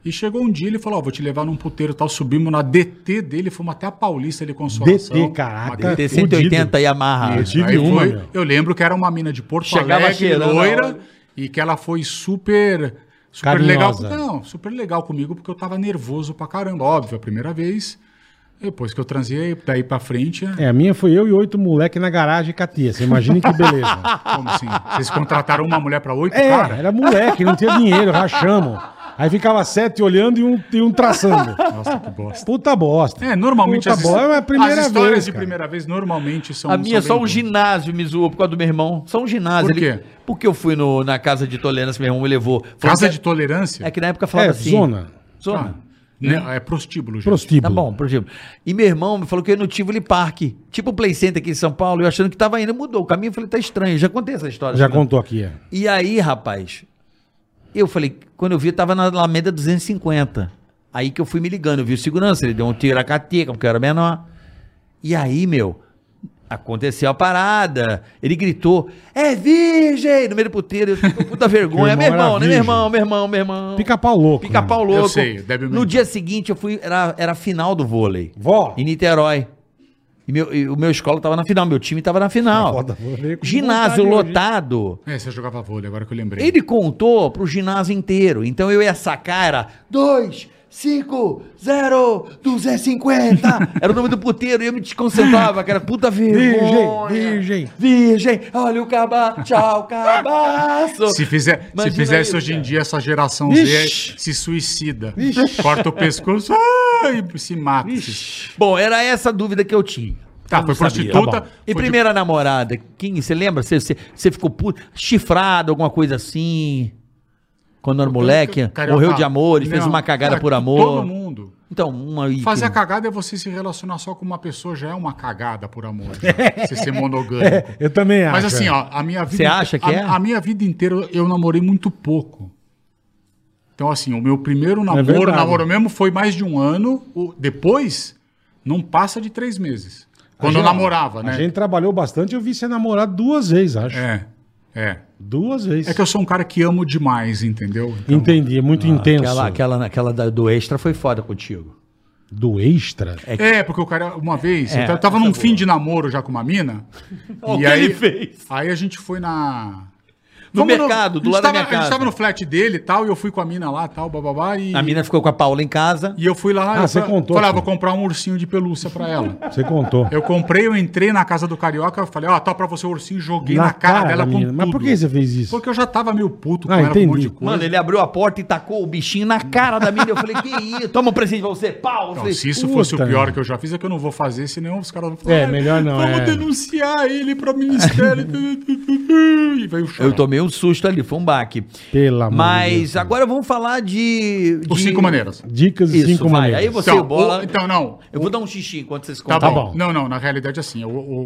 E chegou um dia, ele falou, ó, vou te levar num puteiro e tal. Subimos na DT dele, fomos até a Paulista ali, Consolação.
DT, caraca.
Uma
Tem 180 e amarra.
Isso. Tive
Aí
uma,
foi-
meu.
eu lembro que era uma mina de Porto
Chegava
Alegre,
cheirando a hora.
loira, e que ela foi super, super legal.
Carinhosa.
Não, super legal comigo, porque eu tava nervoso pra caramba. Óbvio, a primeira vez. Depois que eu transei, daí pra frente...
É, a minha foi eu e oito moleque na garagem com a tia. Você imagina que beleza.
Como assim? Vocês contrataram uma mulher pra oito,
É,
cara?
era moleque, não tinha dinheiro, rachamos. Aí ficava sete olhando e um, e um traçando.
Nossa, que bosta.
Puta bosta.
É, normalmente
Puta
as,
bosta, é a primeira
as histórias
vez,
de
cara.
primeira vez normalmente são...
A minha é
são
só
bem
um
boas.
ginásio me zoou por causa do meu irmão. Só um ginásio.
Por
Ele-
quê?
porque eu fui no- na casa de tolerância, meu irmão me levou. Falou
Casa
que-
de tolerância?
É que na época falava
É,
assim.
zona.
Zona.
Né, é prostíbulo, gente.
Tá
Prostíbulo.
bom, por exemplo. E meu irmão me falou que eu ia no Tivoli Park, tipo o Play Center aqui em São Paulo, eu achando que tava indo, mudou o caminho, eu falei, tá estranho, já contei essa história.
Já
né?
contou aqui, é.
E aí, rapaz, eu falei, quando eu vi, eu tava na Alameda 250. Aí que eu fui me ligando, eu vi o segurança, ele deu um tiro a cateca, porque eu era menor. E aí, meu, aconteceu a parada. Ele gritou, é virgem! No meio do puteiro, eu fiquei com puta vergonha.
Meu
meu
irmão era
irmão, né? Meu
virgem.
irmão, meu irmão, meu irmão.
Pica-pau louco.
Pica-pau
né?
louco.
Eu sei, débil
no
mental.
dia seguinte eu fui, era, era a final do vôlei.
Vó.
Em Niterói. E, meu- e o meu escola tava na final, meu time tava na final.
Foda, vou ver com
Ginásio
vontade hoje, hein?
lotado.
É, você jogava vôlei, agora que eu lembrei.
Ele contou pro ginásio inteiro. Então eu ia sacar, era 2, 5, 0, 250. Era o nome do puteiro e eu me desconcentrava, que era puta vergonha.
virgem.
Virgem, olha o cabaço, tchau, cabaço.
Se, fizer, se
Imagina
fizesse
isso,
hoje em
cara.
dia, essa geração
Ixi.
Z se suicida. Corta o pescoço ai, e se mata.
Bom, era essa a dúvida que eu tinha.
Tá, foi prostituta.
Tá bom.
E
foi
primeira namorada, quem você lembra? Você, você, você ficou puto, chifrado, alguma coisa assim? Quando era
de-
moleque,
Carioca,
morreu de amor e fez
não,
uma cagada
cara,
por
Todo
amor.
mundo.
Então, uma e
Fazer a
que-
cagada é você se relacionar só com uma pessoa, já é uma cagada por amor. já. Você ser monogâmico.
Eu também acho.
Mas assim,
é.
ó, a minha vida.
Você acha que
a,
é?
A minha vida inteira eu namorei muito pouco. Então, assim, o meu
É
primeiro namoro,
verdade.
namoro mesmo, foi mais de um ano. O- depois, não passa de três meses. Quando
A
eu
gente-
namorava, né?
A gente trabalhou bastante, eu vi você namorar duas vezes, acho.
É, é.
Duas vezes.
É que eu sou um cara que amo demais, entendeu? Então,
Entendi, é muito intenso.
Ah, Aquela, aquela, aquela da- do extra foi foda contigo.
Do extra?
É, porque o cara, uma vez,
É,
eu ta- tava num fim de namoro já com uma mina.
O
e
que
aí,
ele fez?
Aí a gente foi na.
No
Fomos
mercado, do
a gente
lado da
tava,
minha
A
casa.
gente tava no flat dele e tal, e eu fui com a mina lá tal, bababá. E...
A mina ficou com a Paula em casa.
E eu fui lá.
Ah,
eu
você
fa-
contou,
Falei, ah,
sim.
vou comprar um ursinho de pelúcia pra ela.
Você contou.
Eu comprei, eu entrei na casa do Carioca, eu falei, ó, tá pra você o ursinho, joguei na, cara, dela
da
com
menina. Mas por
tudo.
que você fez isso?
Porque eu já tava meio puto com
Ah,
ela, com um
entendi.
monte de coisa.
Mano, ele abriu a porta e tacou o bichinho na cara da mina. Eu falei, que isso? Toma um presente pra você, pau. Eu
Não,
falei,
se isso
puta,
fosse o pior
né?
que eu já fiz, é que eu não vou fazer, senão os caras vão
É,
"Ah,
melhor não,
Vamos
é."
denunciar ele pra ministério. e veio chorar.
Eu tomei um susto ali, foi um baque.
Pelo amor de Deus,
Mas
cara.
agora vamos falar de.
Por
de-
cinco maneiras.
Dicas de
Isso,
cinco
vai.
maneiras.
Aí você
Então,
bola.
o- então, não.
Eu vou dar um xixi enquanto vocês
Tá,
contam.
bom.
bom.
Não, não, na realidade, assim, o, o-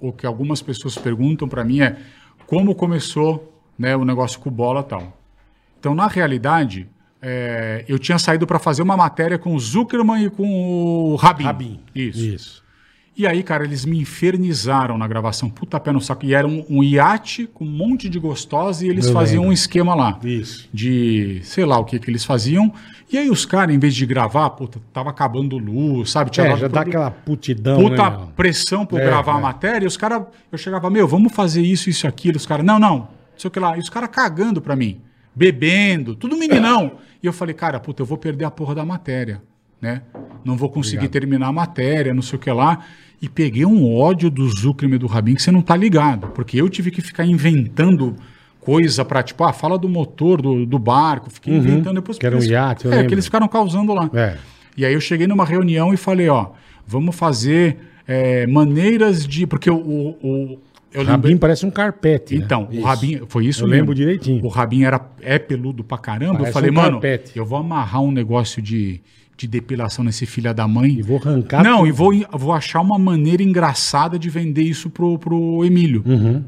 o- o que algumas pessoas perguntam pra mim é como começou né, o negócio com bola e tal. Então, na realidade, é, eu tinha saído pra fazer uma matéria com o Zuckerman e com o Rabin.
Rabin.
Isso.
Isso.
E aí, cara, eles me infernizaram na gravação. Puta pé no saco. E era um, um iate com um monte de gostosa e eles
Eu
faziam
lembro.
um esquema lá
Isso.
de sei lá o que que eles faziam. E aí os caras, em vez de gravar, puta, tava acabando luz, sabe?
É,
dado
já dá
todo-
aquela putidão,
puta
né? meu?
pressão pra eu
É,
gravar
é.
a matéria. E os caras, eu chegava, meu, vamos fazer isso, isso, aquilo. Os caras, não, não, não sei o que lá. E os caras cagando pra mim, bebendo, tudo meninão. E eu falei, cara, puta, eu vou perder a porra da matéria, né? Não vou conseguir terminar a matéria, não sei o que lá. E peguei um ódio do Zuckerman e do Rabin que você não tá ligado. Porque eu tive que ficar inventando coisa pra, tipo, ah, fala do motor do, do barco. Fiquei inventando depois.
Que era um
eles-
iate, eu
É,
lembro.
que eles ficaram causando lá.
É.
E aí eu cheguei numa reunião e falei, ó, vamos fazer é, maneiras de. Porque o, o- o- eu lembrei.
Rabinho parece um carpete. né?
Então,
Isso.
o Rabinho, foi isso
Eu
mesmo.
lembro direitinho.
O Rabinho era, é peludo pra caramba.
Parece
eu falei,
um
mano,
carpete.
eu vou amarrar um negócio de, de depilação nesse filha da mãe.
E vou arrancar
Não,
tudo.
e vou, vou achar uma maneira engraçada de vender isso pro, pro Emílio.
Uhum.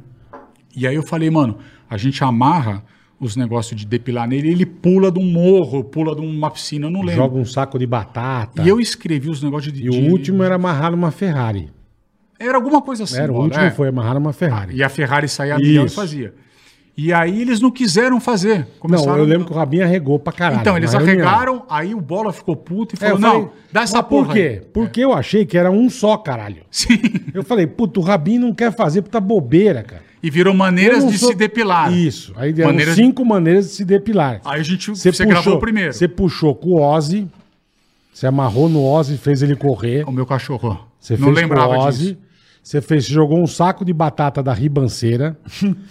E aí eu falei, mano, a gente amarra os negócios de depilar nele, ele pula de um morro, pula de uma piscina, eu não lembro.
Joga um saco de batata.
E eu escrevi os negócios de.
Tá. E o
de-
último era amarrar uma Ferrari.
Era alguma coisa assim.
era, o
bola,
último
é.
foi amarrar uma Ferrari.
E a Ferrari saía a milhão e
Isso.
fazia. E aí eles não quiseram fazer.
Não,
Começaram
eu lembro que o Rabinho arregou pra caralho.
Então, eles
na reunião.
arregaram, aí o Bola ficou puto e
É, eu
falou, não,
falei,
dá essa
"Mas
porra
Por
aí."
quê? Porque eu achei que era um só, caralho.
Sim.
Eu falei, puto, o Rabinho não quer fazer porque tá bobeira, cara.
E virou
Eu
maneiras
não
de
sou-
se depilar.
Isso. Aí deram
Maneiras de-
cinco maneiras de se depilar.
Aí a gente, você, gravou o primeiro.
Você puxou com o Ozzy. Você amarrou no Ozzy e fez ele correr.
O meu cachorro.
Você
não
fez
lembrava
com o Ozzy.
disso.
Você fez, você jogou um saco de batata da ribanceira.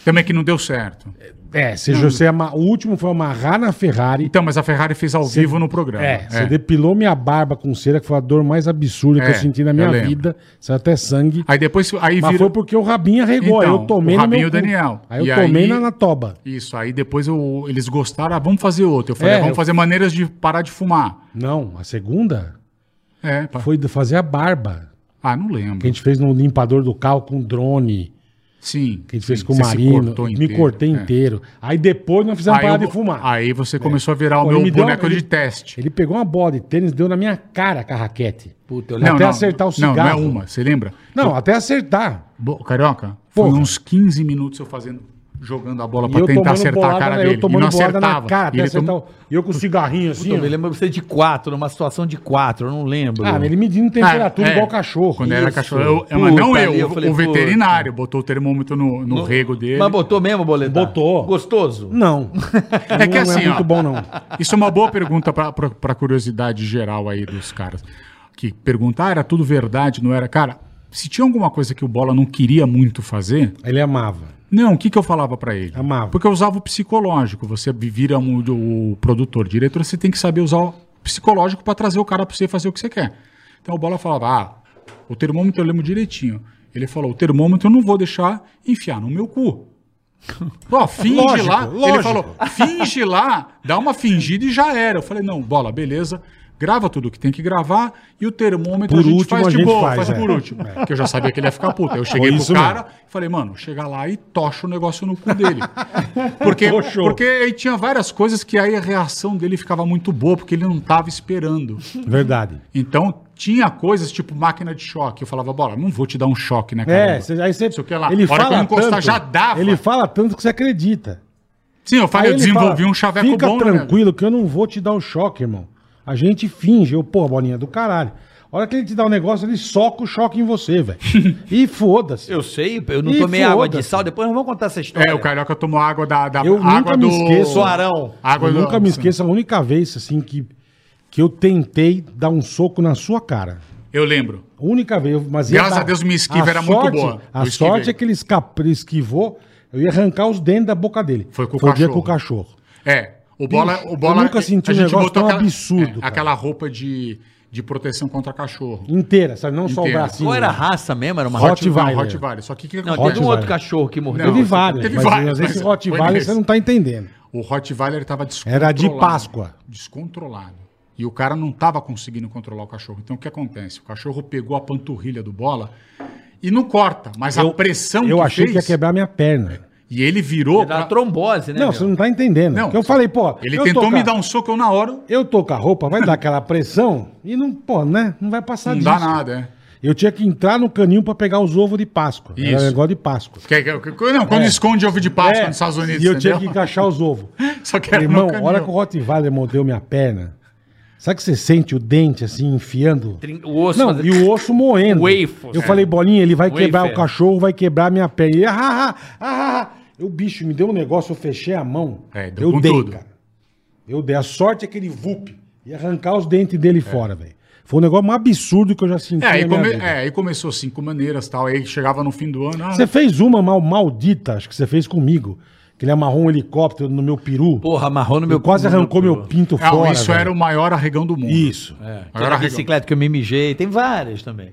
Também que não deu certo.
É, você,
hum.
jo- você ama- o último foi amarrar na Ferrari.
Então, mas a Ferrari fez ao vivo no programa.
É, você depilou minha barba com cera, que foi a dor mais absurda que
É,
eu senti na
eu
minha
lembro.
vida. Saiu até sangue.
Aí depois, aí
Mas
virou...
foi porque o Rabinho arregou. aí
Então,
eu tomei
o
no
Rabinho
meu
e o Daniel.
Aí eu
E
tomei
aí-
na, na toba.
Isso, aí depois eu- eles gostaram, ah, vamos fazer outro. Eu falei,
É,
"Ah, vamos
eu-
fazer maneiras de parar de fumar.
Não, a segunda
É, pa-
foi de fazer a barba.
ah, não
Que a
lembro.
gente fez no limpador do carro com drone.
Sim.
Que a gente fez
sim,
com o
você se
Marino.
cortou
Me
inteiro,
cortei
é.
inteiro. Aí depois nós fizemos
Aí,
parar
eu-
de fumar. É.
aí você começou a virar
Pô,
o
ele
meu
me deu-
boneco
ele-
de teste.
Ele pegou uma bola de tênis, deu na minha cara com a raquete.
Puta, eu
Não,
lembro.
até acertar o cigarro.
Não, não é uma, você lembra?
Não, até acertar.
Bo- Carioca, foi
Porra.
uns 15 minutos eu fazendo, jogando a bola
E
pra
eu
tentar
tomando
acertar a
bolada,
cara
né?
dele.
Eu
E não
tomando bolada na
acertava.
cara até
E ele
acertar.
tomou-
o- E eu com o cigarrinho assim.
Eu
ó.
é
lembro você de quatro, numa situação de quatro, eu não lembro.
Ah, mas ele medindo temperatura
Ah, é.
igual cachorro.
Quando era
Isso.
cachorro. Eu- eu- mas
Puta,
não eu,
ali eu
o-
falei,
o veterinário botou o termômetro no, no rego dele.
Mas botou mesmo, boletar?
Botou.
Gostoso?
Não.
É que
Não
assim,
é
ó,
muito bom, não.
Isso é uma boa pergunta pra- pra pra curiosidade geral aí dos caras. Que perguntar era tudo verdade, não era. Cara, se tinha alguma coisa que o Bola não queria muito fazer,
Ele amava.
Não, o que, que eu falava pra ele?
Amava.
Porque eu usava o psicológico. Você vira um, o produtor, diretor, você tem que saber usar o psicológico pra trazer o cara pra você fazer o que você quer. Então o Bola falava, ah, o termômetro eu lembro direitinho. Ele falou, o termômetro eu não vou deixar enfiar no meu cu. Ó, finge
Lógico,
lá.
lógico.
Ele falou, finge lá, dá uma fingida e já era. Eu falei, não, Bola, beleza. Grava tudo o que tem que gravar e o termômetro
Por
a gente
último,
faz
a
de
gente
boa,
faz,
faz,
é.
por último. Porque eu já sabia que ele ia ficar puto. Aí eu cheguei
isso
pro
mesmo.
cara, Falei, mano, chega lá e tocha o negócio no cu dele. Porque,
Tochou.
porque aí tinha várias coisas que aí a reação dele ficava muito boa, porque ele não tava esperando.
Verdade.
Então, tinha coisas tipo máquina de choque. Eu falava, bola, não vou te dar um choque, né,
É,
caramba?
cê- aí você.
Sei o que lá.
Ele
A hora que
fala
eu encostar,
tanto,
já dava.
Ele fala tanto que você acredita.
Sim, eu falei,
Aí
eu
ele
desenvolvi
fala,
um chaveco
Fica
bom, né, velho?"
tranquilo que eu não vou te dar o choque, irmão. A gente finge. Eu, pô, bolinha é do caralho. A hora que ele te dá o negócio, ele soca o choque em você, velho. e foda-se.
Eu sei, eu não
Ih,
tomei água de
foda-se.
sal, depois nós vamos contar essa história.
É, o Carioca tomou água da, da
Eu
água
nunca me esqueço.
Soarão.
Água
eu
do- né?
nunca me esqueço a única vez, assim, que, que eu tentei dar um soco na sua cara.
Eu lembro.
A única vez. Mas
Graças a Deus, minha esquiva era muito boa.
A
Eu esquivei.
sorte é que ele, escapa- ele esquivou, eu ia arrancar os dentes da boca dele.
Foi com o
o dia com
cachorro.
o cachorro.
É. O bola,
Bicho,
o bola
eu nunca senti um negócio tão absurdo, cara.
é, aquela roupa de, de proteção contra cachorro.
Inteira, sabe? Não só o
Inteira.
bracinho. né?
Qual era a raça mesmo? Era uma
Hot-
Hot...
Rottweiler.
Não, Rottweiler. Só que o que
Não,
acontece?
teve um
Rottweiler.
outro cachorro que mordeu.
Teve
Não,
vários,
teve
mas
vários,
às vezes esse
mas foi
Rottweiler
nesse.
você não tá entendendo.
O Rottweiler estava descontrolado.
Era de Páscoa.
Descontrolado. E o cara não estava conseguindo controlar o cachorro. Então o que acontece? O cachorro pegou a panturrilha do bola e não corta, mas a pressão
Eu
que
achei
fez,
que ia quebrar minha perna.
E ele virou.
Era uma
pra-
trombose, né?
não,
meu?
você não tá entendendo.
Não,
Porque eu falei, pô,
Ele
eu
tentou
tô com a-
me dar um soco, eu na hora.
Eu tô com a roupa, vai dar aquela pressão e não, pô, né? Não vai passar
Não
disso.
dá nada, é.
Eu tinha que entrar no caninho pra pegar os ovos de Páscoa. Era
Isso.
negócio de Páscoa.
Que- que- que- Não, quando
É.
esconde ovo de Páscoa
É,
nos Estados Unidos.
E eu tinha
entendeu?
que encaixar os ovos.
Só que era no
Irmão, a
caminho.
hora que o Rottweiler mordeu minha perna, sabe que você sente o dente assim, enfiando?
Trin- O osso
Não,
fazendo-
e o osso moendo.
Wafer.
Eu falei, bolinha, ele vai
Wafer.
quebrar o cachorro, vai quebrar minha perna. Ele, ah, ah, ah, ah, ah. O bicho me deu um negócio, eu fechei a mão.
É, deu
eu
com
dei,
tudo.
cara. Eu dei. A sorte é que ele vup. Ia arrancar os dentes dele fora, velho. Foi um negócio mais absurdo que eu já senti
É, aí,
na minha
come-
vida.
é, aí começou cinco maneiras tal. Aí chegava no fim do ano. Ah,
Você fez uma mal, maldita, acho que você fez comigo. Que ele amarrou um helicóptero no meu peru.
Porra, amarrou no
Ele
meu...
quase arrancou meu pinto
ah,
fora.
isso
velho.
era o maior arregão do mundo.
Isso.
É,
Agora
aquela bicicleta que eu me mijei. Tem várias também.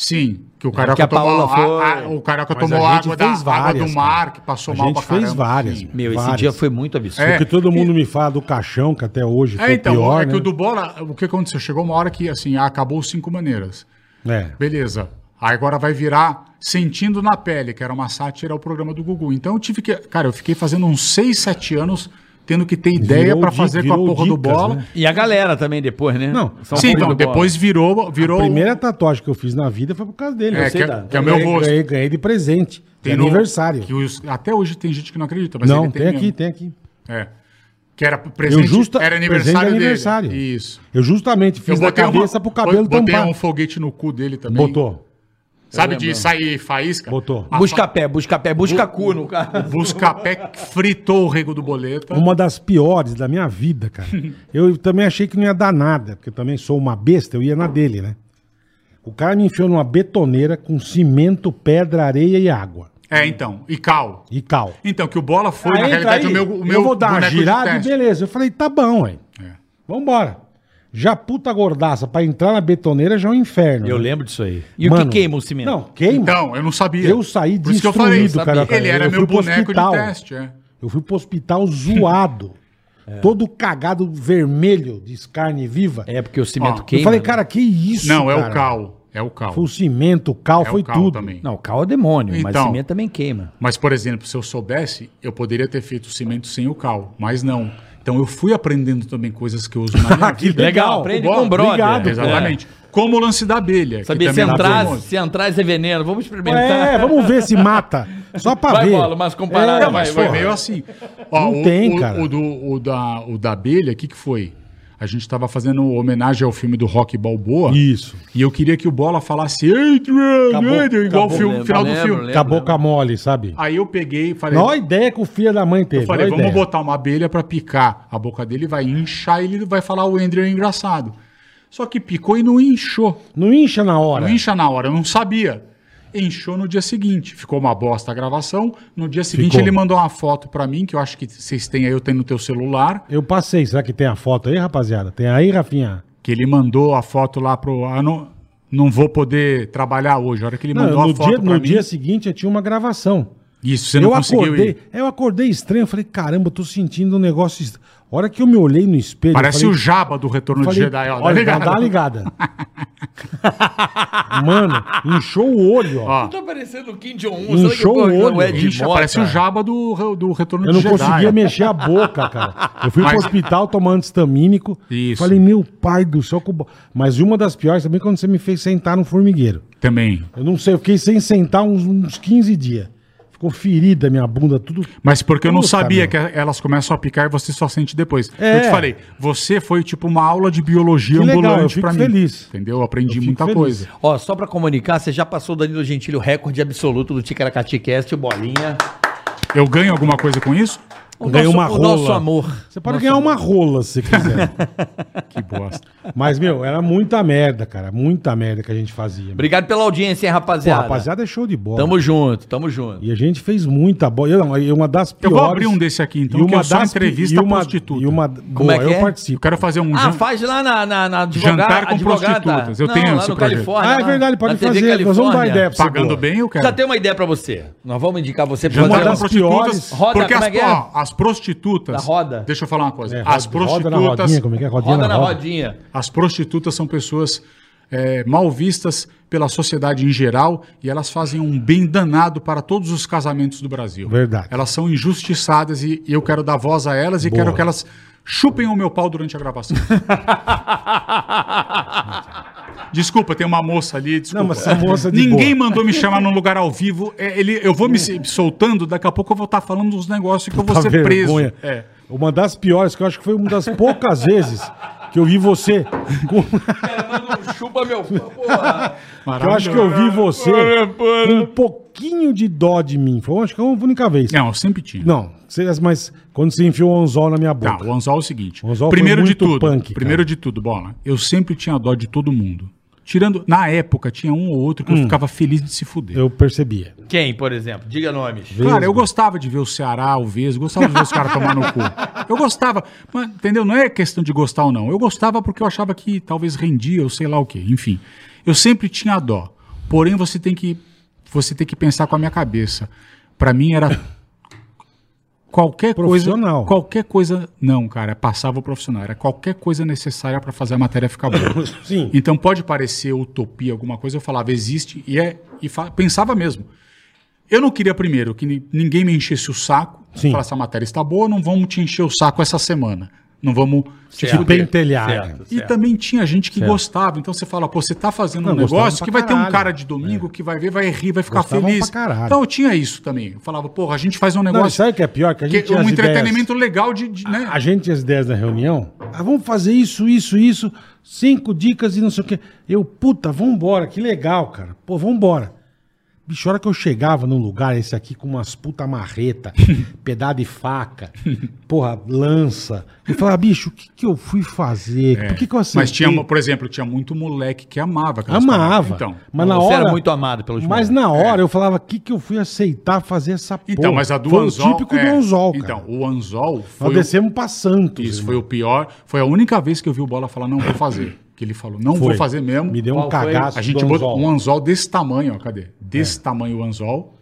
Sim, que
Né,
o
que
caraca
a Paola
tomou,
foi.
a- a- o caraca
Mas
tomou
a gente
água, da,
fez
água
várias,
do mar,
cara.
que passou
A
mal
gente
pra caramba.
fez várias,
sim.
mano.
Meu, esse
Várias.
dia foi muito absurdo.
É.
Porque todo mundo me fala do caixão, que até hoje foi
É, então,
o pior,
é que
né?
o do bola, o que aconteceu? Chegou uma hora que, assim, ah, acabou os cinco maneiras.
É.
Beleza. Aí agora vai virar Sentindo na Pele, que era uma sátira ao programa do Gugu. Então eu tive que. Cara, eu fiquei fazendo uns 6, 7 anos tendo que ter ideia
Virou
pra
di-
fazer com a
virou
porra do
dicas,
bola.
né?
E a galera também depois, né?
Não,
São
Sim,
Paulo do Bola.
então, depois virou. virou
A primeira tatuagem que eu fiz na vida foi por causa dele.
Então, É,
eu sei
que é-
da-
que é o meu
ganhei-
rosto.
Ganhei, ganhei de presente. de
tem no-
é aniversário.
que os- até hoje tem gente que não acredita, mas
Não,
ele
tem,
mesmo.
aqui, tem aqui.
É. Que era presente,
Eu justa-
era
presente
aniversário
de
dele.
aniversário.
Isso.
Eu justamente fiz da cabeça pro cabelo
botei
tampar.
um foguete no cu dele também.
Botou.
Sabe de sair faísca?
Botou.
A
Busca pé, busca pé, busca cu no cara.
Buscapé fritou o rego do boleto.
Uma das piores da minha vida, cara. eu também achei que não ia dar nada, porque eu também sou uma besta, eu ia na dele, né? O cara me enfiou numa betoneira com cimento, pedra, areia e água.
É, então. E cal.
E cal.
Então, que o bola foi,
Aí
na
Ah, entra
realidade,
aí,
o meu, o meu
eu vou dar uma
boneco de
girada e
teste.
beleza. Eu falei, tá bom, ué.
É.
Vambora. Já puta gordaça, pra entrar na betoneira já é um inferno.
Eu
né?
lembro disso aí. E o
Mano,
que queima o cimento?
Não, queima.
Então, eu não sabia.
Eu saí
Por isso que eu falei,
destruído, cara.
sabia.
Ele era
Eu
meu
fui pro
boneco de
hospital.
teste, é.
Eu fui pro hospital zoado. Todo cagado vermelho de carne viva.
É porque o cimento
Ó, eu
queima.
eu falei,
né?
cara, que isso?
Não, é
cara?
o cal. É o cal.
Foi o cimento, o cal,
É o
foi
cal
tudo.
também.
Não, o carro é demônio, mas o
Então.
cimento também queima.
Mas, por exemplo, se eu soubesse, eu poderia ter feito o cimento sem o cal. Mas não. Então, eu fui aprendendo também coisas que eu uso na minha vida.
Legal, aprende com o brother. É. né?
Obrigado,
Exatamente. Como o lance da abelha. que
Sabia, se
também é muito
entrar,
bom.
se entrar é veneno. Vamos experimentar.
um É, vamos ver se mata. Só pra
Vai,
ver.
bola, mas comparado,
É,
Não, mas
vai,
foi
vai.
meio assim. Ó,
Não
o,
tem,
o-
cara.
O, do, o da, o da abelha, o que, que foi? A gente tava fazendo homenagem ao filme do Rock Balboa.
Isso.
E eu queria que o Bola falasse Adrian,
Acabou,
Adrian", igual o
acabou,
filme,
lembro,
final do
lembro,
filme.
lembro.
Com a boca mole, sabe?
Aí eu peguei e falei,
Não a ideia que o filho da mãe teve.
Ah, é. eu falei
olha a
vamos
ideia.
botar uma abelha pra picar a boca dele, vai inchar e ele vai falar o Adrian engraçado. Só que picou e não inchou.
Não incha na hora.
Não incha na hora, eu não sabia. Encheu no dia seguinte. Ficou uma bosta a gravação. No dia seguinte
Ficou.
ele mandou uma foto pra mim, que eu acho que vocês têm aí, eu tenho no teu celular,
Eu passei. Será que tem a foto aí, rapaziada? Tem aí, Rafinha?
que ele mandou a foto lá pro... Ah, não, não vou poder trabalhar hoje. A hora que ele mandou
Não,
a
no
foto
dia,
pra
no
mim...
dia seguinte eu tinha uma gravação.
Isso, você não
Eu
conseguiu
acordei,
ir.
eu acordei estranho, eu falei, caramba, eu tô sentindo um negócio. est- A hora que eu me olhei no espelho.
Parece
eu
o
falei,
Jaba do Retorno de
falei,
Jedi. Ó, tá
Olha,
ligado?
dá uma ligada. Mano, inchou o olho, ó.
Ó,
Tá parecendo o Kim Jong-un.
Inchou
sabe que porra,
o olho.
não é de
incha,
mó,
um
parece o
cara.
Jaba do, re- do Retorno
Eu
de
não
Jedi.
conseguia mexer a boca, cara. Eu fui pro
Mas-
hospital tomando estamínico.
Isso.
Falei, meu pai do céu. como-" Mas uma das piores também é quando você me fez sentar no formigueiro.
Também.
Eu não sei, eu fiquei sem sentar uns, uns 15 dias. Ficou ferida minha bunda, tudo.
Mas porque eu não
Puta, meu.
sabia que elas começam a picar e você só sente depois.
É.
Eu te falei, você foi tipo uma aula de biologia
Que legal, eu
ambulante
fico
pra mim.
feliz.
Entendeu? Eu
Eu
aprendi
fico
muita
feliz.
coisa.
Ó, só pra comunicar, você já passou o Danilo Gentili, o recorde absoluto do Ticaracati Cast, o Bolinha.
Eu ganho alguma coisa com isso?
O
Ganhou
nosso-
uma
O nosso
rola.
amor.
Você pode ganhar uma rola se quiser.
Que bosta.
Mas, meu, era muita merda, cara. Muita merda que a gente fazia. Pô,
Obrigado pela audiência, hein, rapaziada.
rapaziada, é show de bola.
Tamo junto, tamo junto.
E a gente fez muita bola. Eu, não, eu- uma das
Eu
piores.
vou abrir um desse aqui, então,
e
que
uma
eu sou
das pi-
entrevista
e uma,
prostituta.
E uma... Boa,
é que
eu
é?
Eu
participo.
quero fazer um
Ah,
jan-
faz lá na, na, na advogada.
Jantar com
advogada.
prostitutas. Eu tenho
lá
esse
no
projeto.
Califórnia.
Ah, é
lá
verdade, pode
na TV
fazer. Nós vamos dar
Califórnia.
ideia pra você.
pagando
boa.
bem, eu quero.
Já tem uma ideia pra você. Nós vamos indicar você pra
Jantar
uma
com
das
fazer
piores-
prostitutas.
Roda,
porque
como
as,
é que é?
ó, as prostitutas.
Da roda.
Deixa eu falar uma coisa.
É,
as
roda- roda na
prostitutas.
rodinha, como é que é?
uma
Rodinha
roda
na
na
roda.
rodinha.
As prostitutas são pessoas é, mal vistas pela sociedade em geral e elas fazem um bem danado para todos os casamentos do Brasil.
Verdade.
Elas são injustiçadas e eu quero dar voz a elas e
Boa.
quero que elas chupem o meu pau durante a gravação. desculpa, tem uma moça ali, desculpa.
Não, mas essa moça é de
Ninguém
boa.
mandou me chamar num lugar ao vivo. É, ele, eu vou me se- soltando, daqui a pouco eu vou estar falando uns negócios que eu vou
Puta
ser
Tá vergonha.
preso. É.
Uma das piores, que eu acho que foi uma das poucas vezes que eu vi você. com-
Chupa meu. Porra.
que eu acho que eu vi você com um pouquinho de dó de mim. Foi, eu acho que é a única vez.
Não, eu sempre tinha.
Não, vocês- mas quando você enfiou o anzol na minha boca.
Tá, o anzol é o seguinte.
O anzol foi
primeiro de
muito
tudo,
punk, cara.
primeiro de tudo, bola. Eu sempre tinha dó de todo mundo. Tirando, na época tinha um ou outro que
Hum.
eu ficava feliz de se fuder.
Eu percebia.
Quem, por exemplo? Diga nomes.
Cara, eu gostava de ver o Ceará, o Vesgo, gostava de ver os caras tomar no cu. Eu gostava, mas, entendeu? Não é questão de gostar ou não. Eu gostava porque eu achava que talvez rendia, ou sei lá o quê. Enfim, eu sempre tinha dó. Porém, você tem que, você tem que pensar com a minha cabeça. Pra mim era qualquer coisa,
Profissional.
qualquer coisa, não, cara, passava o profissional, era qualquer coisa necessária pra fazer a matéria ficar boa.
Sim.
Então pode parecer utopia alguma coisa, eu falava existe e é e fa- pensava mesmo. Eu não queria primeiro que ni- ninguém me enchesse o saco,
Sim.
falar essa matéria está boa, não vamos te encher o saco essa semana. Não vamos te
Tipo
fuder."
pentelhar.
E também tinha gente que gostava. Então você fala, pô, você tá fazendo
Não,
um
gostava
negócio
pra
que vai ter um
caralho.
cara de domingo que vai ver, vai rir, vai ficar
Gostavam
feliz.
pra caralho.
então eu tinha isso também. Eu falava, porra, a gente faz um
Não,
negócio
sabe o que é pior? Que a gente
que,
tinha
um
as ideias-
entretenimento legal de, de, né?
Ah, A gente tinha as ideias na reunião. Ah, vamos fazer isso, isso, isso. Cinco dicas e não sei o quê. Eu, puta, vambora. Que legal, cara. Pô, vambora. Bicho, a hora que eu chegava num lugar, esse aqui com umas puta marreta, pedaço de faca, porra, lança. Eu falava, bicho, o que, que eu fui fazer? Por que, que eu aceitei?
É, Mas tinha, por exemplo, tinha muito moleque que amava aquelas
Amava.
paradas. Então, É.
mas na
Você
hora,
era muito amado pelos moleques.
Mas na hora eu falava, o que, que eu fui aceitar fazer essa porra?
Então, mas a do
Foi o
anzol.
típico
é,
do anzol, cara.
Então, o anzol
Nós
foi. o-
descemos pra Santos.
isso
irmão.
foi o pior. Foi a única vez que eu vi o Bola falar, não vou fazer. Que ele falou, não vou
Foi.
fazer mesmo.
Me deu um
Qual foi?
cagaço
A gente
do
botou
anzol. É.
um anzol desse tamanho, ó, cadê? Desse tamanho o anzol,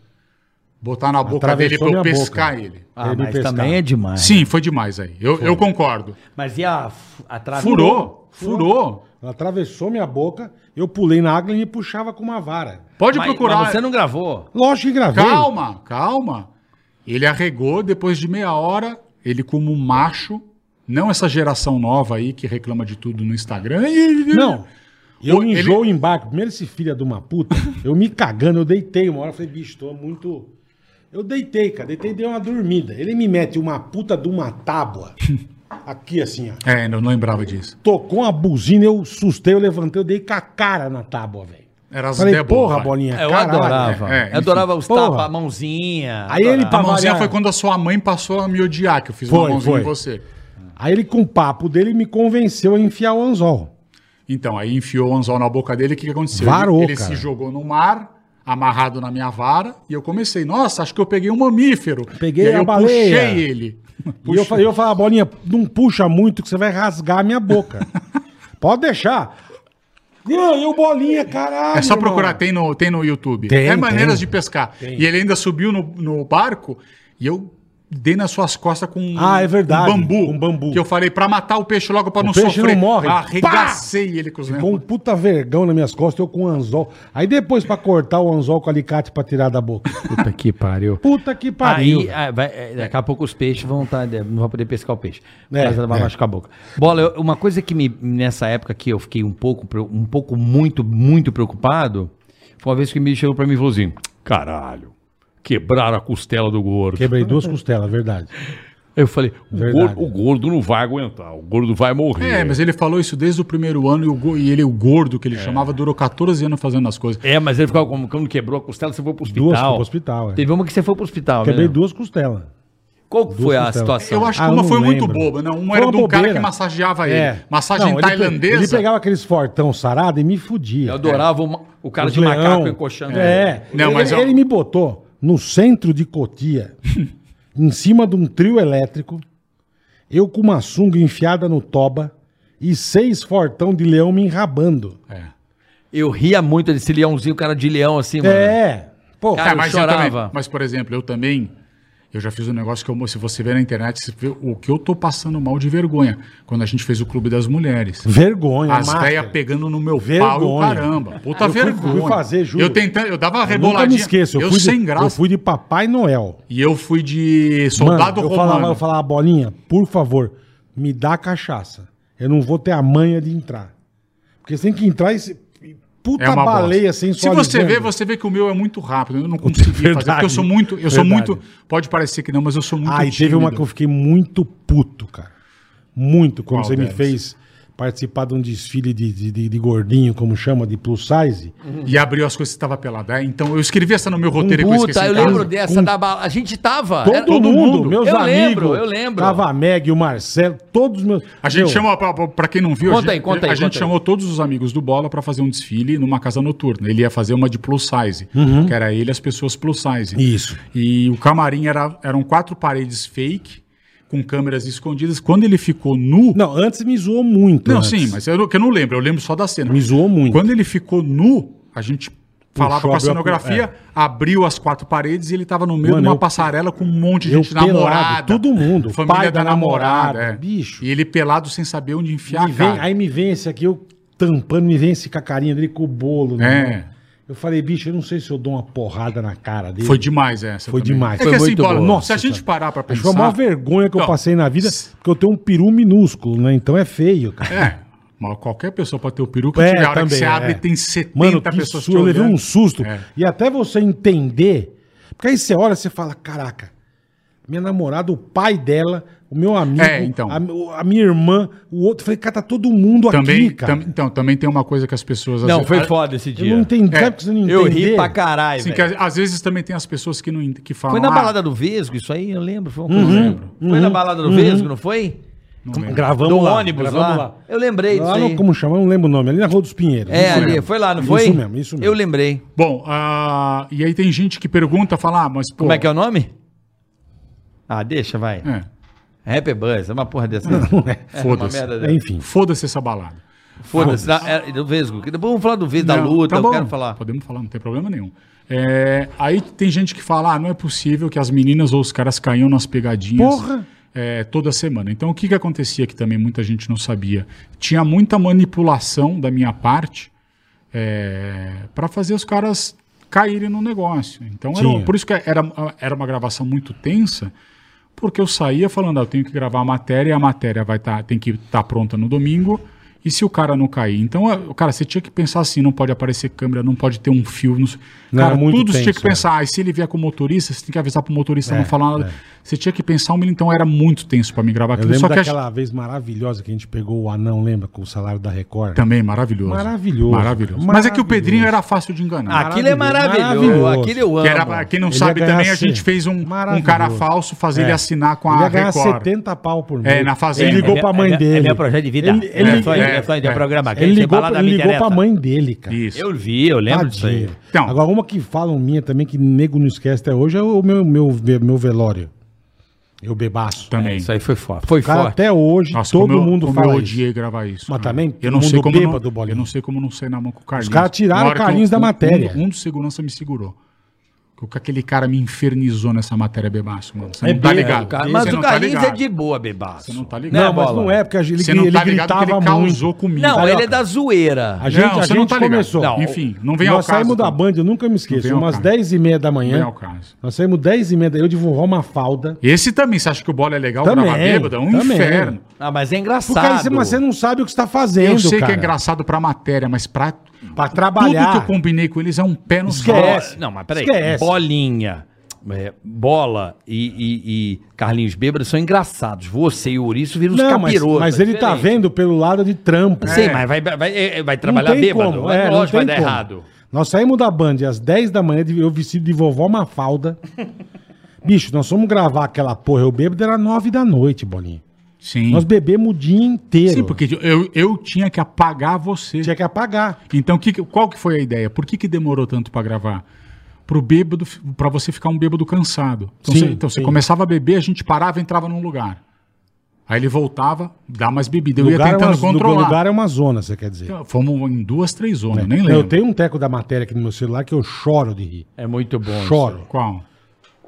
botar na boca dele
Atravessou
pra eu
minha
pescar
boca.
ele.
Ah,
Ele
mas
pescar.
também é demais.
Sim, foi demais aí. Eu, eu concordo.
Mas e a, f- a trave?
Furou, furou.
Ela atravessou minha boca, eu pulei na água e me puxava com uma vara.
Pode
Mas,
procurar.
mas você não gravou.
Lógico que gravei.
Calma, calma. Ele arregou, depois de meia hora, ele como um macho, não essa geração nova aí que reclama de tudo no Instagram.
Não. Eu
O- ele-
enjoo o embarque. Primeiro esse filho de uma puta, eu me cagando, eu deitei uma hora, eu falei, bicho, tô muito... Eu deitei, cara, deitei e dei uma dormida. Ele me mete uma puta de uma tábua, aqui assim, ó.
É, eu não lembrava disso.
Tocou uma buzina, eu sustei, eu levantei, eu dei com a cara na tábua, velho.
Era as
Falei,
ideias boas,
porra,
é vai.
bolinha,
Eu
caralho.
adorava.
É, é,
eu adorava os
Porra.
tapas, a mãozinha.
Aí ele
A
adorava.
pra
mãozinha
variar.
foi quando a sua mãe passou a me odiar, que eu fiz
Foi,
uma mãozinha
foi.
em você.
Aí ele, com o papo dele, me convenceu a enfiar o anzol.
Então, aí enfiou o anzol na boca dele, o que, que aconteceu?
Varou,
ele ele
cara.
se jogou no mar, amarrado na minha vara, e eu comecei, nossa, acho que eu peguei um mamífero.
Peguei
e aí
a
eu
baleia.
puxei ele.
E eu falei, eu falei, bolinha, não puxa muito que você vai rasgar a minha boca. Pode deixar. Não, eu bolinha, caralho.
É só
irmão.
procurar, tem no, tem no YouTube.
Tem,
é
tem.
maneiras de pescar. E ele ainda subiu no, no barco e eu dei nas suas costas com um-
Ah, é verdade,
um bambu.
com bambu.
Que eu falei pra matar o peixe logo pra não
peixe
sofrer.
não morre.
Arregacei ele com os
Com um
nervos.
puta vergão nas minhas costas, eu com um anzol. Aí depois pra cortar o anzol com o alicate pra tirar da boca.
Puta que pariu.
Puta que pariu.
Aí, ah, vai- é, daqui a pouco os peixes vão estar. não vai poder pescar o peixe.
É,
mas ela vai
é.
machucar a boca. Bola, eu- uma coisa que me, nessa época que eu fiquei um pouco, pre- um pouco muito, muito preocupado, foi uma vez que o Michel chegou pra mim e falou assim: caralho, quebraram a costela do gordo.
Quebrei duas costelas, verdade.
Eu falei: o
Verdade.
gordo, o gordo não vai aguentar, o gordo vai morrer.
É, mas ele falou isso desde o primeiro ano e, o go- e ele, o gordo
É.
que ele chamava, durou 14 anos fazendo as coisas.
É, mas ele ficava como quando quebrou a costela, você foi pro hospital.
Duas foi pro hospital, é.
Teve uma que você foi pro hospital, né?
Quebrei duas costelas.
Qual
duas
foi a
costelas.
situação?
Eu acho que
Ah, eu
uma
não
foi muito
lembro.
boba, né? Uma
Foi
era
uma
de um cara
bobeira.
que massageava ele.
É.
Massagem
Não, ele pe-
tailandesa.
Ele pegava aqueles fortão sarado e me fudia.
Eu adorava o, ma- o cara
Os
de macaco
leão.
encoxando.
É.
Não,
ele,
mas eu-
ele me botou no centro de Cotia, em cima de um trio elétrico, eu com uma sunga enfiada no toba e seis fortão de leão me enrabando.
É.
Eu ria muito desse leãozinho, cara de leão, assim, mano.
É. Pô,
Cara, eu
mas
chorava.
também- mas, por exemplo, eu também. Eu já fiz um negócio que eu, se você ver na internet, você vê o que eu tô passando mal de vergonha. Quando a gente fez o Clube das Mulheres.
vergonha.
As
máscara.
velhas pegando no meu pau e o
Vergonha.
caramba. Puta
Eu fui-
vergonha.
fui fazer, juro.
Eu tentando, eu dava uma
Eu Nunca
reboladinha.
me esqueço. Eu,
eu
fui
sem
de, Eu
graça.
fui de Papai Noel.
E eu fui de soldado
Mano, eu
romano.
falava, eu falava, bolinha, por favor, me dá cachaça. Eu não vou ter a manha de entrar. Porque você tem que entrar e. se- e Puta
é uma
baleia
bosta.
sem
Se você vê, você vê que o meu é muito rápido. Eu não consegui fazer.
Verdade.
Porque eu sou muito. Eu sou
Verdade.
muito. Pode parecer que não, mas eu sou muito.
Ah, e teve uma que eu
tímido.
fiquei muito puto, cara. Muito, quando
Qual
você me
delas?
fez participar de um desfile de, de, de- de gordinho, como chama, de plus size.
Uhum.
E abriu as coisas que estava pelada. É, Então eu escrevi essa no meu roteiro e que eu
Um Puta,
esqueci.
eu
em casa.
lembro dessa da bala. A gente tava.
Todo,
era-
mundo, meus
eu
amigos.
Lembro, eu lembro.
Tava a Meg, o Marcelo, todos os meus.
A gente
Meu,
chamou, pra- pra pra quem não viu,
Conta
a
aí,
gente,
conta aí,
a gente
conta aí.
chamou todos os amigos do Bola pra fazer um desfile numa casa noturna. Ele ia fazer uma de plus size,
Uhum.
que era ele e as pessoas plus size.
Isso.
E o camarim era, eram quatro paredes fake, com câmeras escondidas. Quando ele ficou nu.
Não, antes me zoou muito.
Não,
antes.
sim, mas eu, não- que eu não lembro, eu lembro só da cena.
Me zoou muito.
Quando ele ficou nu, a gente falava com
abriu
a
a- é.
cenografia, abriu as quatro paredes e ele tava no meio
Mano,
de uma
eu-
passarela com um monte de
eu
gente namorada.
pelado, todo mundo,
Família
pai
da,
da
namorada.
namorada,
é.
bicho.
E ele pelado sem saber onde enfiar
Me
a
vem-
cara.
aí me vem esse aqui, eu tampando, me vem esse com a carinha dele com o bolo. na
É.
mão. Eu falei, bicho, eu não sei se eu dou uma porrada na cara dele.
Foi demais essa.
Foi
também.
demais.
É
Foi
que assim,
muito
bola,
boa.
se a
Nossa,
gente parar pra
Acho que
pensar.
foi a maior vergonha que eu
Não.
passei na vida, porque eu tenho um peru minúsculo, né? Então é feio, cara.
É. Mas qualquer pessoa pode ter o peruca.
É,
tiver a hora
também,
que você abre
é.
tem 70
Mano, que
pessoas
susto, eu levei
olhando.
um susto.
É.
E até você entender, porque aí você olha e você fala, caraca, minha namorada, o pai dela, o meu amigo,
É, então.
a, o- a minha irmã, o outro. Eu Falei, cara, tá todo mundo
Também,
aqui, cara.
tam- então, também tem uma coisa que as pessoas... às
Não,
vezes-
foi
a-
foda esse
Eu
dia.
não entendi,
É.
sabe porque você não
Eu
entender?
ri pra caralho,
Assim, que
velho.
às- às vezes também tem as pessoas que não ent- que falam...
Foi na
"Ah,
balada do Vesgo isso aí? Eu lembro, foi uma
Uhum,
coisa que eu lembro. Foi na balada do Vesgo, não foi?
não lembro."
Gravamos
do
lá,
ônibus
gravamos
lá. Eu lembrei disso
Lá no,
aí.
como chama, eu não lembro o nome, ali na Rua dos Pinheiros.
É,
Isso
ali,
mesmo.
foi lá, não foi?
Isso mesmo, isso mesmo.
Eu lembrei.
Bom, ah, e aí tem gente que pergunta, fala, ah, mas pô...
Como é que é o nome? Ah, deixa, vai.
É,
Happy Buzz, é uma porra dessa.
Não é.
É,
Foda-se.
uma merda
É,
dessa.
Enfim.
Foda-se essa balada.
Foda-se, da- é, do Vesgo. Que Depois vamos falar do Vesgo, da
Não,
luta,
tá
eu
bom,
quero falar.
Podemos falar, não tem problema nenhum. É, aí tem gente que fala, ah, não é possível que as meninas ou os caras caiam nas pegadinhas.
Porra!
é, toda semana. Então, o que, que acontecia que também muita gente não sabia? Tinha muita manipulação da minha parte para fazer os caras caírem no negócio. Então, era,
Tinha.
por isso que era, era uma gravação muito tensa, porque eu saía falando, ah, eu tenho que gravar a matéria, e a matéria vai tá, tem que estar pronta no domingo, e se o cara não cair? Então, eh, cara, você tinha que pensar assim, não pode aparecer câmera, não pode ter um fio, não sei-
Não,
cara,
era muito
tudo você tinha
tenso,
que pensar, ah, e se ele vier com o motorista, você tem que avisar pro motorista
É,
não falar nada. Você tinha que pensar um minuto, então era muito tenso para mim
Eu
gravar aquilo.
lembro
Só que a
daquela vez maravilhosa que a gente pegou o anão, lembra? Com o salário da Record.
Também, maravilhoso.
Maravilhoso,
Maravilhoso.
cara,
Mas é que
maravilhoso.
o Pedrinho era fácil de enganar.
Aquilo é
Maravilhoso,
maravilhoso,
maravilhoso.
aquilo eu amo. É
Que era, quem não
Ele
sabe
ia ganhar
também, a
cem.
gente fez um, um
Maravilhoso.
cara falso fazer
É.
ele assinar com
ele
a
ia ganhar
Record.
70 pau por mês.
É, na fazenda.
Ele ligou pra mãe dele.
Ele é projeto de vida.
Ele, ele-
é só,
é,
é, só é,
é.
programa.
ele ligou, pra, ele ligou pra mãe dele, cara.
Isso.
Eu vi, eu lembro disso aí.
Tadinho.
Então.
Agora, uma que falam minha também, que nego não esquece até hoje, é o meu, meu, ve- meu velório. Eu bebaço.
também.
Isso aí foi forte. Foi
Cara,
forte.
até hoje,
Tá Nossa,
todo
como eu-
mundo
como
fala
eu
isso.
odiei gravar isso.
Mas
cara.
também,
eu não
todo
sei
mundo
como
bêbado,
não,
Bolinha.
Eu não sei como não saí na mão com o Carlinhos.
caras tiraram
Na hora
o Carlinhos
que eu-
da
um-
matéria.
Um, um dos segurança me segurou. Que aquele cara me infernizou nessa matéria bebaço, mano. Você
É
não tá
bem-
ligado.
cara,
Você
Mas
não
o
tá
Carlinhos é
ligado.
de boa, bebaço.
Você não tá
Não,
ligado.
Né,
mas
Bola?
não é, porque a gente-
Você
ele,
não tá ligado
gritava
porque ele causou
muito.
comigo.
Não, ele
Carioca.
é da zoeira.
A gente,
Não,
a
você não
gente
tá ligado.
começou.
Não, Enfim, não vem ao
Nós
caso
saímos da
também.
Band, eu nunca me esqueço.
Não vem ao
Umas
caso.
10 e meia da
Não é
manhã.
o caso.
Nós saímos 10 e meia. da- Eu divulgou uma falda.
Esse também, você acha que o bola é legal
Também,
gravar bêbado? É um
também.
inferno.
Ah, mas é
Porque
engraçado.
aí você, mas você não sabe o que você tá fazendo,
Eu sei
cara.
que é engraçado pra matéria, mas pra
Pra trabalhar.
tudo que eu combinei com eles é um pé no
Bo-
Esquece.
Não, mas peraí.
Esquece.
Bolinha, é, bola e, e- e Carlinhos Bêbado são engraçados. Você e o Ouriço viram os
Não, mas,
capirotos.
mas
é
ele tá
diferente.
vendo pelo lado de trampo.
É,
Sim, mas vai, vai- vai- vai
Não
trabalhar
tem
bêbado.
como,
Mas
é, não
lógico, vai
tem
dar
como.
errado.
Nós saímos da Band às 10 da manhã, eu vestido de vovó Mafalda. Bicho, nós fomos gravar aquela porra, eu bêbado, era 9 da noite, Bolinha.
Sim.
Nós bebemos o dia inteiro.
Sim, porque eu, eu tinha que apagar você.
Tinha que apagar.
Então, que, que- qual que foi a ideia? Por que, que demorou tanto pra gravar? Pro bêbado, para você ficar um bêbado cansado. Então,
Sim,
você, então você
sim.
começava a beber, a gente parava e entrava num lugar. Aí ele voltava, dá mais bebida. Eu ia
é
tentando
uma,
controlar.
lugar é uma zona, você quer dizer.
Então, Fomos em duas, três zonas, nem lembro.
eu tenho um teco da matéria aqui no meu celular que eu choro de rir.
É muito bom.
Choro.
Qual?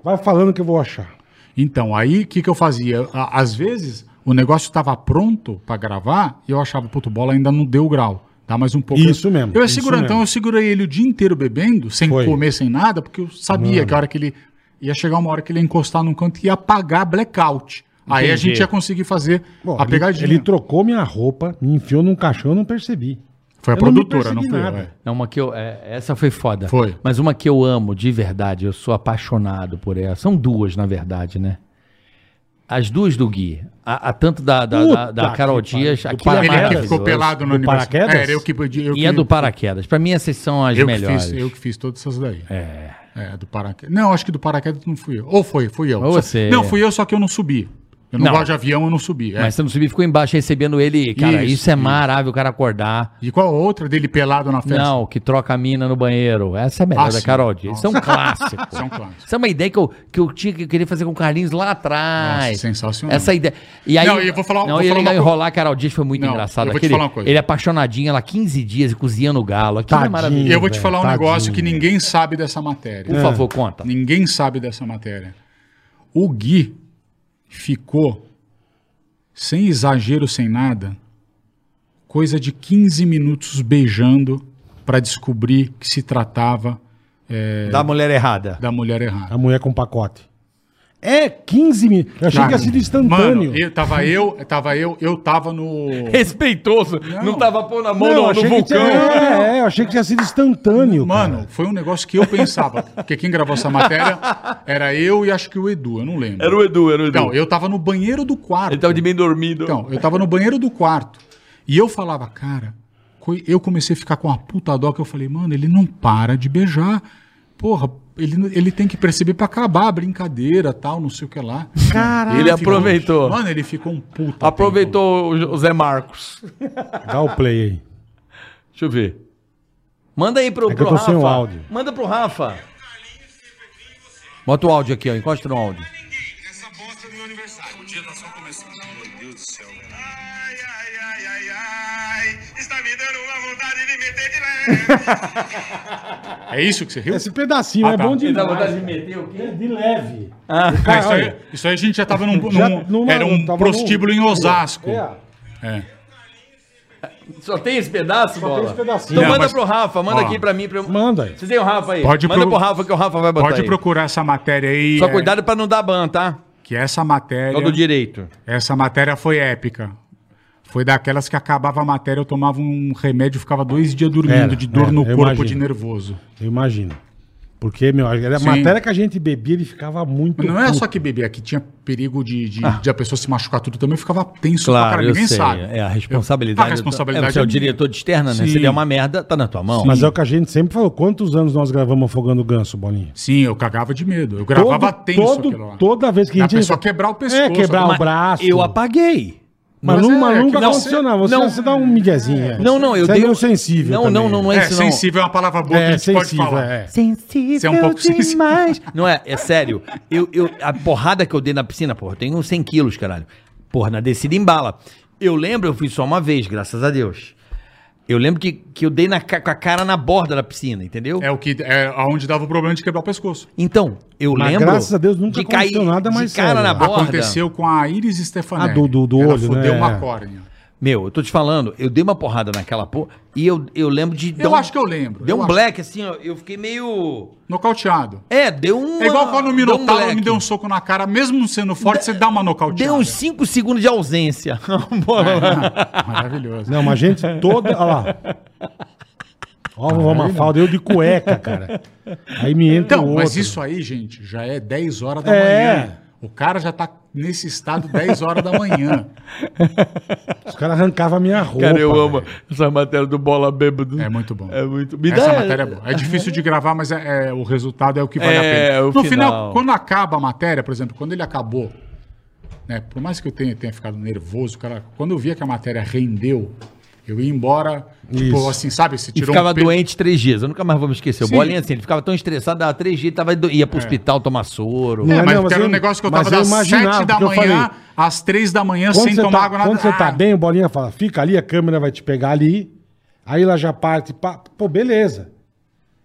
Vai falando que eu vou achar.
Então, aí o que, que eu fazia? A- Às vezes o negócio estava pronto para gravar e eu achava, puto, bola ainda não deu o grau. Dá mais um pouco.
Isso mesmo,
Eu ia
isso
segurando, então
mesmo.
eu segurei ele o dia inteiro bebendo, sem
Foi.
comer, sem nada, porque eu sabia que a hora que ele. ia chegar uma hora que ele ia encostar num canto e ia apagar blackout. Aí a
Entendi.
gente ia conseguir fazer
Bom,
a
ele-
pegadinha.
Ele, trocou minha roupa, me enfiou num caixão, eu não percebi.
Foi a
Eu não me
produtora, não,
percebi
foi
nada.
eu. é.
É uma que eu, é, essa foi foda.
Foi.
Mas uma que eu amo de verdade, eu sou apaixonado por ela. São duas, na verdade, né? As duas do Gui. A, a tanto da, da, da,
Puta
da Carol
que
Dias,
pariu. Do
aquilo é
Ele que
Paraquedas?
ficou
maravilhoso.
pelado no
Do
aniversário.
paraquedas?
Era eu que podia. eu
E a
que-
do paraquedas. Pra mim, essas são as
Eu que,
melhores.
fiz, eu que fiz todas essas daí. É. do paraquedas. Não, acho que do paraquedas não fui eu. Ou foi, fui eu.
Ou
Só-
você.
Não, fui eu, só que eu não subi. Eu não,
Não.
gosto de avião, eu não subi. é.
Mas você não subiu, ficou embaixo recebendo ele. Cara,
Isso,
isso, é
isso.
maravilha, o cara acordar.
E qual a outra dele pelado na festa?
Não, que troca a mina no banheiro. Essa é a melhor
Ah,
da
sim.
Carol Dias. Isso é um clássico.
Isso é um clássico.
Isso é uma ideia que eu, que eu tinha que eu queria fazer com o Carlinhos lá atrás.
Nossa, sensacional.
Essa ideia. E aí,
Não, eu vou falar-
não,
vou
ele
falar uma
ia
coisa.
enrolar a Carol Dias foi muito
Não,
engraçado.
eu vou te
Aquele-
falar uma coisa.
Ele é apaixonadinho, ela 15 dias cozinhando galo. Aquilo é
Tadinho.
maravilhoso.
E eu vou te
velho,
falar um
tadinho.
negócio que ninguém sabe dessa matéria.
Por
É.
favor, conta.
Ninguém sabe dessa matéria. O Gui ficou, sem exagero, sem nada, coisa de 15 minutos beijando para descobrir que se tratava É.
Da mulher errada.
da mulher errada.
A mulher com pacote. É 15 mil. Eu achei que tinha sido instantâneo.
Mano, eu, tava eu, tava eu, eu tava no.
Respeitoso. Não, tava pondo a mão
Não,
no- no,
achei que
vulcão.
tinha- é, é, eu achei que tinha sido instantâneo.
Mano, foi um negócio que eu pensava. Porque quem gravou essa matéria era eu e acho que o Edu, eu não lembro.
Era o Edu, era o Edu.
Então, eu tava no banheiro do quarto.
Ele tava de bem dormido.
Então, eu tava no banheiro do quarto. E eu falava, cara, coi- eu comecei a ficar com uma puta dó que eu falei, mano, ele não para de beijar. Porra, ele, ele tem que perceber pra acabar a brincadeira, tal, não sei o que lá. Caralho.
Ele aproveitou.
mano, ele ficou um puta.
Aproveitou o Zé Marcos.
cara. Dá o play aí.
Deixa eu ver.
Manda aí pro,
É que
pro
eu tô
Rafa.
sem o áudio.
Manda pro Rafa. Bota o áudio aqui, ó. Encosta no áudio.
Essa bosta do meu aniversário. O dia tá só começando. Meu Deus do céu, velho. Ai, ai, ai, ai, ai. Está me dando uma vontade de meter de leve.
tempo. É isso que você riu?
Esse pedacinho
Ah,
é
tá.
bom demais.
de meter o quê?
De leve. O
Ah,
cara,
isso, aí,
olha,
isso aí a gente já tava num. num-
já numa-
era um
tava num-
prostíbulo em Osasco.
É,
É.
Só tem esse pedaço,
tem
bola?
esse pedacinho.
Então
Não,
manda
mas-
pro Rafa, manda
Ó.
aqui pra mim. Pra... eu-
Manda aí.
Vocês têm o Rafa aí?
Pode
manda
pro-
pro Rafa que o Rafa vai botar
Pode
aí.
procurar essa matéria aí.
Só
é,
cuidado pra não dar ban, tá?
Que essa matéria.
Só do direito.
Essa matéria foi épica. Foi daquelas que acabava a matéria, eu tomava um remédio, ficava dois dias dormindo
Era,
de dor
era,
no
eu
corpo de
imagino.
nervoso.
Eu imagino. Porque, meu, era a
Sim.
matéria que a gente bebia, ele ficava muito.
Mas não é
puto.
só que bebia, aqui tinha perigo de, de,
Ah.
de a pessoa se machucar tudo também, eu ficava tenso
Claro,
pra
eu
caralho, ninguém
sei.
sabe.
É a responsabilidade.
Eu- a responsabilidade
É, você é o
é minha.
diretor de externa, né?
Sim.
Se der uma merda, tá na tua mão.
Mas é o que a gente sempre falou. Quantos anos nós gravamos Afogando o Ganso, Bolinha?
Sim, eu cagava de medo. Eu gravava
Todo-
tenso
todo-
aquilo lá.
Toda vez que
Da pessoa quebrar o
É,
pescoço,
quebrar
mas-
o braço.
Eu apaguei.
Mas,
Mas
não,
é,
mas
é que
nunca
não,
aconteceu, não. Você,
não-
você dá um miguezinho. é.
Não, não, eu
você
dei.
é meio
um-
sensível.
Não,
também.
não, não, não é,
É,
isso. não.
sensível é uma palavra boa que a
É,
gente pode
sensível,
falar.
é.
Sensível
Você é um pouco sensível.
demais. Não é, é sério. Eu, eu, a porrada que eu dei na piscina, porra, eu tenho 100 quilos, caralho. Porra, na descida embala. Eu lembro, eu fiz só uma vez, graças a Deus. Eu lembro que, que eu dei na, ca- com a cara na borda da piscina, entendeu?
É o que é aonde dava o problema de quebrar o pescoço.
Então, eu
Mas
lembro.
graças a Deus nunca aconteceu nada mais
de cara
sério.
na borda.
é, Aconteceu com a Iris Stefanelli.
Ah, do- do- do
Ela
olho,
fudeu
né?
uma córnea.
Meu, eu tô te falando, eu dei uma porrada naquela porra e eu, eu lembro de.
Eu acho que eu lembro.
Deu
eu
um
acho.
black, assim, ó. Eu fiquei meio.
Nocauteado.
É, deu um.
É igual quando o Minotauro
deu um
me deu um soco na cara, mesmo sendo forte, você dá uma nocauteada. É,
Deu um uns 5 segundos de ausência. Bora lá.
né? Maravilhoso.
um
Não, mas a gente toda. Olha lá. Ó, vovó Mafalda, eu de cueca, cara. Aí me entra
Então,
um
mas
outro.
isso aí, gente, já é 10 horas da
É.
manhã. O cara já tá nesse estado 10 horas da manhã.
Os caras arrancavam a minha roupa.
Cara, eu amo
velho.
essa matéria do Bola Bêbado.
É muito bom.
É muito... Me
Essa
dá-
matéria é boa. É difícil de gravar, mas é, é- o resultado é o que vale a
É,
pena.
o
No final,
final.
quando acaba a matéria, por exemplo, quando ele acabou, né, por mais que eu tenha, tenha ficado nervoso, cara, quando eu via que a matéria rendeu, eu ia embora, tipo
Isso.
assim, sabe? Você
E
tirou
ficava
pe-
doente três dias. Eu nunca mais vou me esquecer. O
Sim.
Bolinha, assim, ele ficava tão estressado, dava três dias, tava, do- ia pro hospital tomar soro.
Não,
É, mas
não,
porque
mas
era um
eu-
negócio que eu
mas
tava
eu
das 7
imaginava,
da
porque eu
manhã
falei,
às 3 da manhã
Quando
sem
você,
tomar
tá,
água nada.
quando você tá
Ah,
bem, o Bolinha fala, fica ali, a câmera vai te pegar ali. Aí ela já parte. pá, Pô, beleza.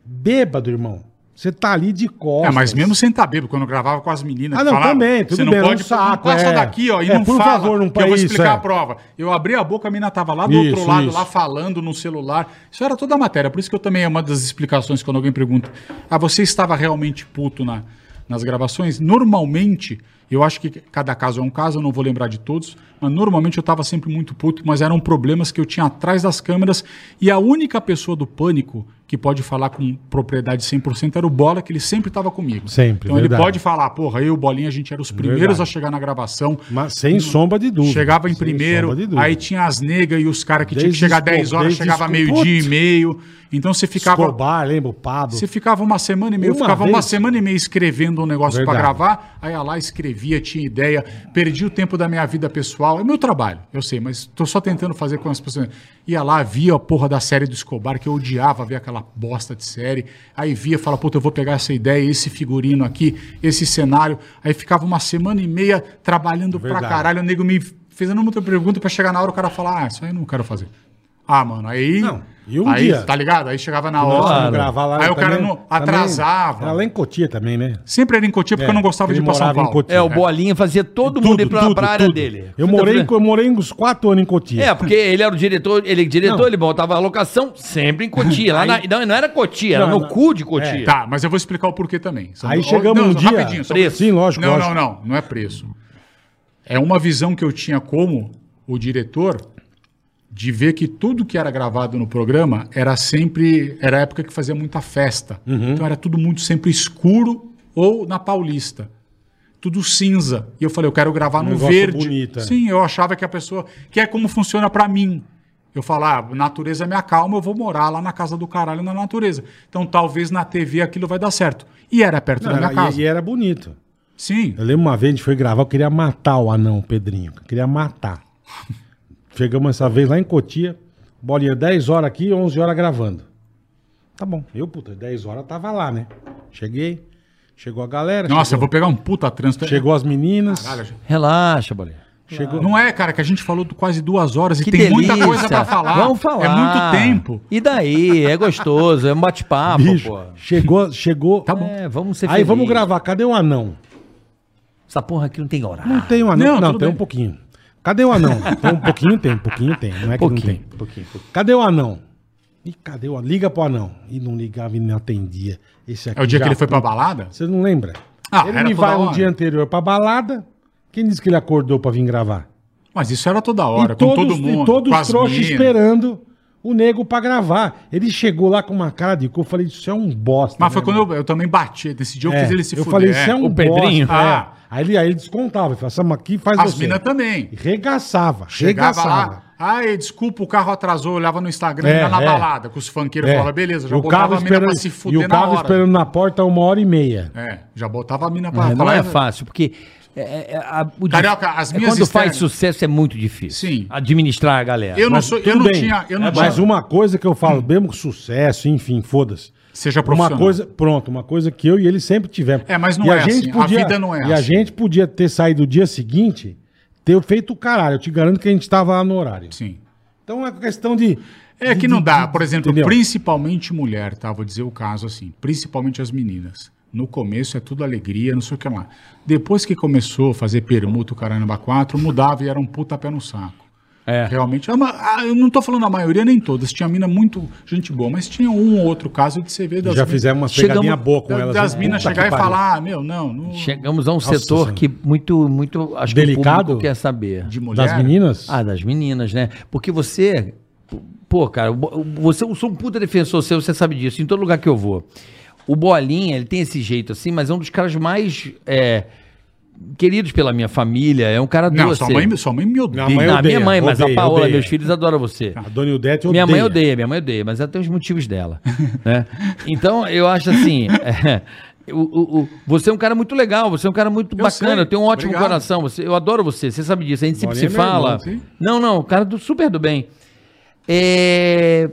Bêbado, irmão. Você tá ali de
É,
costas.
mas mesmo sem estar bêbado, quando eu gravava com as meninas,
Ah,
que
não, também, tudo
você não
bem, é um
pode
saco,
passa
é.
daqui, ó, e
É,
não
por
fala,
favor, não
que eu vou
põe isso,
explicar
é.
a prova. Eu abri a boca, a menina tava lá do
Isso,
outro lado,
isso.
lá falando no celular. Isso era toda a matéria, por isso que eu também é uma das explicações quando alguém pergunta, ah, você estava realmente puto na- nas gravações? Normalmente, eu acho que cada caso é um caso, eu não vou lembrar de todos, mas normalmente eu estava sempre muito puto, mas eram problemas que eu tinha atrás das câmeras e a única pessoa do pânico que que pode falar com propriedade 100% era o Bola, que ele sempre estava comigo.
Sempre,
Então
verdade. É
ele pode falar, porra, eu e o Bolinha, a gente era os primeiros
Verdade.
a chegar na gravação.
Mas sem sombra de dúvida.
Hum. Chegava em
Sem
primeiro,
sombra de dúvida.
aí tinha as negas e os caras que tinham que
Desde
chegar
Esco-
10 horas,
desde
chegava
Esco-
meio-dia e
Putz.
meio. Então você ficava.
Escobar, lembra o Pablo?
Você ficava uma semana e meia, eu
Uma
ficava uma
vez?
semana e meia escrevendo um negócio pra
Verdade.
gravar, aí ia lá, escrevia, tinha ideia, perdi o tempo da minha vida pessoal, é meu trabalho, eu sei, mas tô só tentando fazer com as pessoas. Ia lá, via a porra da série do Escobar, que eu odiava ver aquela bosta de série, aí via, fala, puta, eu vou pegar essa ideia, esse figurino aqui, esse cenário, aí ficava uma semana e meia trabalhando pra
Verdade.
caralho, o nego me fazendo muita pergunta pra chegar na hora o cara falar, ah, isso aí eu não quero fazer. Ah, mano, aí.
Não, e um
aí,
dia?
Tá ligado? Aí chegava na hora.
Nós fomos
Claro.
gravar lá,
Aí o
também-
cara não-
também-
atrasava.
Era lá em Cotia também, né?
Sempre era em Cotia porque
É,
eu não gostava
ele
de ir pra São
morava em
Paulo.
Cotia.
É, o Bolinha fazia todo mundo ir pra, pra área
tudo.
dele.
Eu morei, em Co- eu morei uns quatro anos em Cotia.
É, porque ele era o diretor, ele diretor,
Não.
ele botava a locação sempre em Cotia. Lá na- não, não era Cotia, era
Não,
no
não.
cu de Cotia.
Tá, mas eu vou explicar o porquê também. São-
Aí
ou-
chegamos
não,
um dia-
Rapidinho, só-
Preço.
Sim, lógico,
não,
lógico.
não, não. Não é preço. É uma visão que eu tinha como o diretor de ver que tudo que era gravado no programa era sempre. Era a época que fazia muita festa.
Uhum.
Então era tudo muito sempre escuro ou na Paulista. Tudo cinza. E eu falei, eu quero gravar no
negócio
verde.
bonito, é.
Sim, eu achava que a pessoa. Que é como funciona pra mim. Eu falar, ah, natureza me acalma, eu vou morar lá na casa do caralho na natureza. Então talvez na TV aquilo vai dar certo. E era perto
Não,
da minha
era-
casa.
e, é e era bonito.
Sim.
Eu lembro uma vez, a gente foi gravar, eu queria matar o anão, o Pedrinho. Eu queria matar. Chegamos essa vez lá em Cotia, bolinha 10 horas aqui, 11 horas gravando. Tá bom. Eu, puta, 10 horas tava lá, né? Cheguei, chegou a galera,
Nossa, eu
chegou,
vou pegar um puta trânsito.
chegou as meninas.
Caralho, gente.
Relaxa, Bolinha.
chegou...
Não é, cara, que a gente falou do- quase duas horas e
Que
tem
delícia.
muita coisa pra falar.
Vamos falar.
É muito tempo.
E daí? É gostoso, é um bate-papo,
Bicho,
pô.
chegou, chegou.
Tá bom. É, vamos ser
Aí vamos
felizes.
gravar. Cadê o anão?
Essa porra aqui não tem horário.
Não tem o anão.
Ah. Não,
Não,
tudo
tem
bem.
um pouquinho. Cadê o anão? Tem um pouquinho, tem, um pouquinho tem. Não é que
Pouquinho,
não tem. Cadê o anão? E cadê o anão? Liga pro anão. E não ligava e não atendia. Esse aqui
É o dia
já
que ele foi pra balada?
Você não lembra?
Ah,
ele
era
me
toda
vai um
hora.
dia anterior pra balada. Quem disse que ele acordou pra vir gravar?
Mas isso era toda hora,
e
com
todos,
todo mundo.
e todos
com
os
as
trouxas
meninas.
esperando o nego pra gravar. Ele chegou lá com uma cara de cu. Eu falei, isso é um bosta.
Mas foi
né,
quando eu, eu também bati. Nesse dia eu
é,
fiz ele se
eu
fuder.
falei, isso é um
O Pedrinho?
bosta, é.
Ah.
Aí, ele, aí ele descontava, ele falava, "Sama, aqui faz
As
você."
minas também.
E Regaçava,
Chegava
regaçava.
lá. Ai, desculpa, o carro atrasou. eu Olhava no Instagram,
É,
era na
é.
balada. Com os funkeiros,
É.
falava, beleza, já
o carro
botava a mina
esperando,
pra se fuder
E o carro
na hora.
esperando na porta uma hora e meia.
É, já botava a mina pra
É, não
falar,
é fácil, porque. é- é- a- o
né? Carioca, as
é
minhas
Quando faz
externas-
sucesso é muito difícil.
Sim.
Administrar a galera.
Eu não,
Mas
sou, eu
tudo
não
bem.
tinha. Eu não
É,
tinha.
Mas uma coisa que eu falo, mesmo com sucesso, enfim, foda-se.
Seja
Uma
profissional.
coisa, pronto, uma coisa que eu e ele sempre tivemos.
É, mas não
e
é
a gente
assim, a
Podia,
vida não é
E a
assim.
gente podia ter saído o dia seguinte, ter feito o caralho. Eu te garanto que a gente tava lá no horário.
Sim.
Então é questão de...
É
de-
que não
de-
dá.
de-
Por exemplo,
entendeu?
principalmente mulher, tá? Vou dizer o caso assim. Principalmente as meninas. No começo é tudo alegria, não sei o que lá. Depois que começou a fazer permuta, o caramba 4, mudava e era um puta pé no saco.
É.
Realmente. é uma- ah, eu não tô falando a maioria, nem todas. Tinha mina muito gente boa, mas tinha um ou outro caso de você ver das
Já
minas-
fizemos uma
Chegamos-
pegadinha boa com
da-
elas.
das
né?
minas
Puta
chegar
que
e
pariu.
falar, ah, meu, não, não
Chegamos a um
Nossa
setor
Senhora.
que muito, muito. Acho que o
Delicado?
público quer saber.
de mulher.
Das meninas?
Ah, das meninas, né? Porque você. Pô, cara, o Bo- você, eu sou um puta defensor seu, você sabe disso, em todo lugar que eu vou. O Bolinha, ele tem esse jeito assim, mas é um dos caras mais é, queridos pela minha família. É um cara
Não,
doce.
sua mãe, sua mãe me odeia.
Não, a mãe
Não, a
odeia,
minha mãe, mas
odeia,
a Paola,
odeia.
meus filhos adoram você.
A dona Ildete
Minha mãe odeia, minha mãe odeia, mas ela tem os motivos dela. né? Então, eu acho assim. é, o- o- o- você é um cara muito legal, você é um cara muito bacana,
sei,
eu tenho um ótimo
obrigado.
coração. você- eu adoro você, você sabe disso, a gente sempre
Bolinha
se
é meu irmão,
fala.
sim.
não, não, o cara do super do bem. É,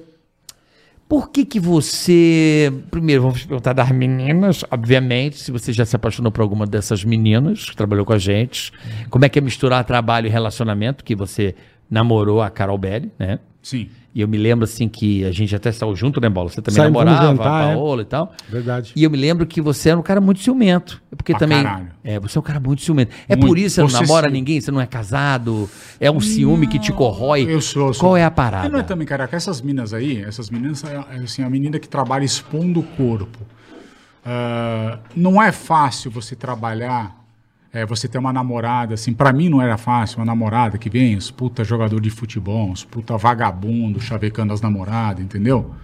Por que que você. Primeiro, vamos perguntar das meninas, obviamente, se você já se apaixonou por alguma dessas meninas que trabalhou com a gente. Como é que é misturar trabalho e relacionamento, que você namorou a Carol Belli, né?
Sim.
E eu me lembro assim que a gente até saiu junto, né, Bola? Você também
Saímos,
um
namorava,
fomos
é.
jantar,
a Paola e tal.
Verdade.
E eu me lembro que você era um cara muito ciumento. Porque
Pra
também.
caralho.
É, você é um cara muito ciumento. É
Muito
por isso que você não
possessivo.
namora ninguém, você não é casado, é um ciúme que te corrói.
Eu sou, eu sou.
Qual é a
Mas
parada?
Não é também, caraca, essas minas aí, essas meninas, é, é, assim, a menina que trabalha expondo o corpo. Ah, não é fácil você trabalhar, é, você ter uma namorada, assim, pra mim não era fácil, uma namorada que vem, os puta jogador de futebol, os puta vagabundo, chavecando as namoradas, entendeu?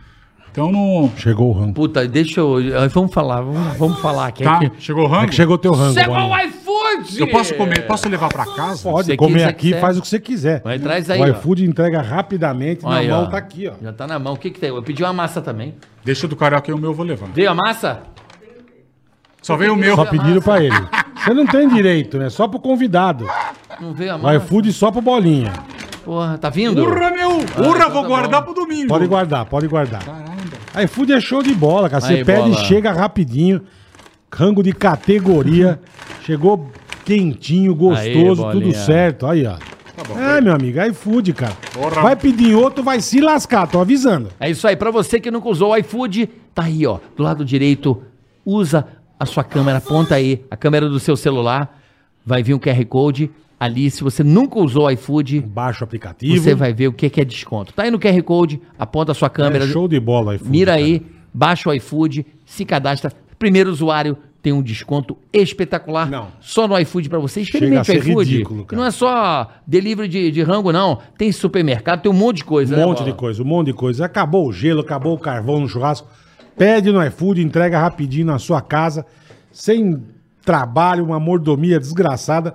Então não.
Chegou o rango.
Puta, deixa eu. Vamos falar, vamos, vamos falar. Quem
Tá?
é que...
Chegou o
É
rango?
que chegou teu rango.
Chegou
Bola.
o iFood!
Eu posso comer, posso levar pra casa?
Pode
Você
comer
quiser,
aqui,
quiser.
faz o que você quiser.
Mas traz aí,
o
ó.
iFood entrega rapidamente, na
Aí,
mão
ó.
tá aqui, ó.
Já tá na mão. O que que tem? Eu pedi uma massa também.
Deixa do carioca aí o meu, eu vou levar.
Veio a massa?
Só veio o meu.
Só pediram pra ele. Você não tem direito, né? Só pro convidado.
Não veio a
O
massa.
iFood só pro bolinha.
Porra, tá vindo?
Urra, meu!
Ah,
Urra, vou guardar pro domingo.
então tá Pode guardar, pode guardar. Caramba. iFood é show de bola, cara. Você
Aí,
pede
bola.
e chega rapidinho. Rango de categoria. Chegou quentinho, gostoso,
Aí,
tudo
bolinha. Tá
certo. Aí, ó. é, meu amigo, iFood, cara.
Porra.
Vai pedir em outro, vai se lascar, tô avisando.
É isso aí. Pra você que nunca usou o iFood, tá aí, ó. Do lado direito, usa a sua câmera, aponta aí a câmera do seu celular. Vai vir um QR Code ali. Se você nunca usou o iFood,
Baixa o aplicativo.
você vai ver o que que é desconto. Tá aí no QR Code, aponta a sua câmera.
É show de bola, iFood.
Mira
cara.
aí, baixa o iFood, se cadastra. Primeiro usuário tem um desconto espetacular
Não.
só no iFood pra você.
Chega a
Experimente o
ser
iFood.
ridículo,
que
cara.
não é só delivery de, de rango, não. Tem supermercado, tem um monte de coisa.
Um
né,
monte de
Bola?
coisa, um monte de coisa. Acabou o gelo, acabou o carvão no churrasco. Pede no iFood, entrega rapidinho na sua casa, sem trabalho, uma mordomia desgraçada.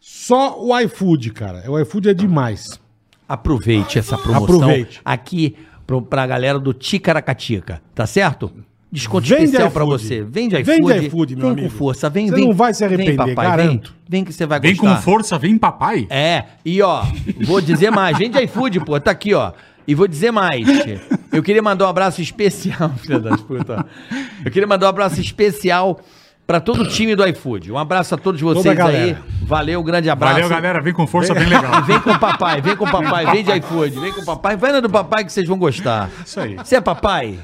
Só o iFood, cara. O iFood é demais.
Aproveite essa promoção
Aproveite.
aqui pro, pra galera do Ticaracatica, tá certo? Desconto
Vende
especial pra
iFood.
você. Vende iFood.
Vende iFood, meu
vem
amigo.
com força. Vem,
Você
vem,
não vai se arrepender,
vem, papai,
garanto.
Vem, vem que você vai
Vem
gostar.
com força, vem papai.
É, e ó, vou dizer mais. Gente, iFood, pô, tá aqui, ó. E vou dizer mais. Eu queria mandar um abraço especial, filha das puta. Eu queria mandar um abraço especial pra todo o time do iFood. Um abraço a todos
a
vocês aí.
galera.
Valeu, um grande abraço.
Valeu, galera. Vem com força, bem legal.
Vem com o papai, vem com o papai, vem de iFood, vem com o papai. Vai na do papai que vocês vão gostar.
Isso aí.
Você é papai?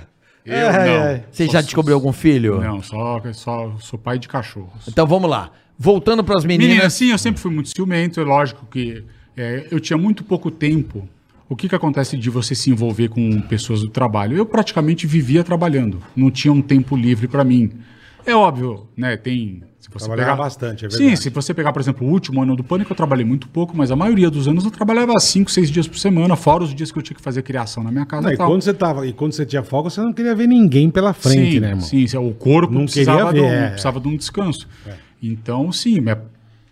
Eu não.
Você
Só-
já descobriu algum filho?
Não, só, só sou pai de cachorros.
Então vamos lá. Voltando pras meninas.
Menina, sim, eu sempre fui muito ciumento, é lógico que é, eu tinha muito pouco tempo. O que, que acontece de você se envolver com pessoas do trabalho? Eu praticamente vivia trabalhando, não tinha um tempo livre pra mim. É óbvio, né? Tem. Se você
Trabalhava bastante, é
Sim,
verdade.
se você pegar, por exemplo, o último ano do Pânico, eu trabalhei muito pouco, mas a maioria dos anos eu trabalhava cinco, seis dias por semana, fora os dias que eu tinha que fazer criação na minha casa
Não,
e
e,
tal.
quando você tava, e quando você tinha folga, você não queria ver ninguém pela frente,
sim,
né, irmão?
Sim, sim, o corpo
Não
precisava,
queria ver,
de um,
é.
precisava de um descanso. Então, sim, me,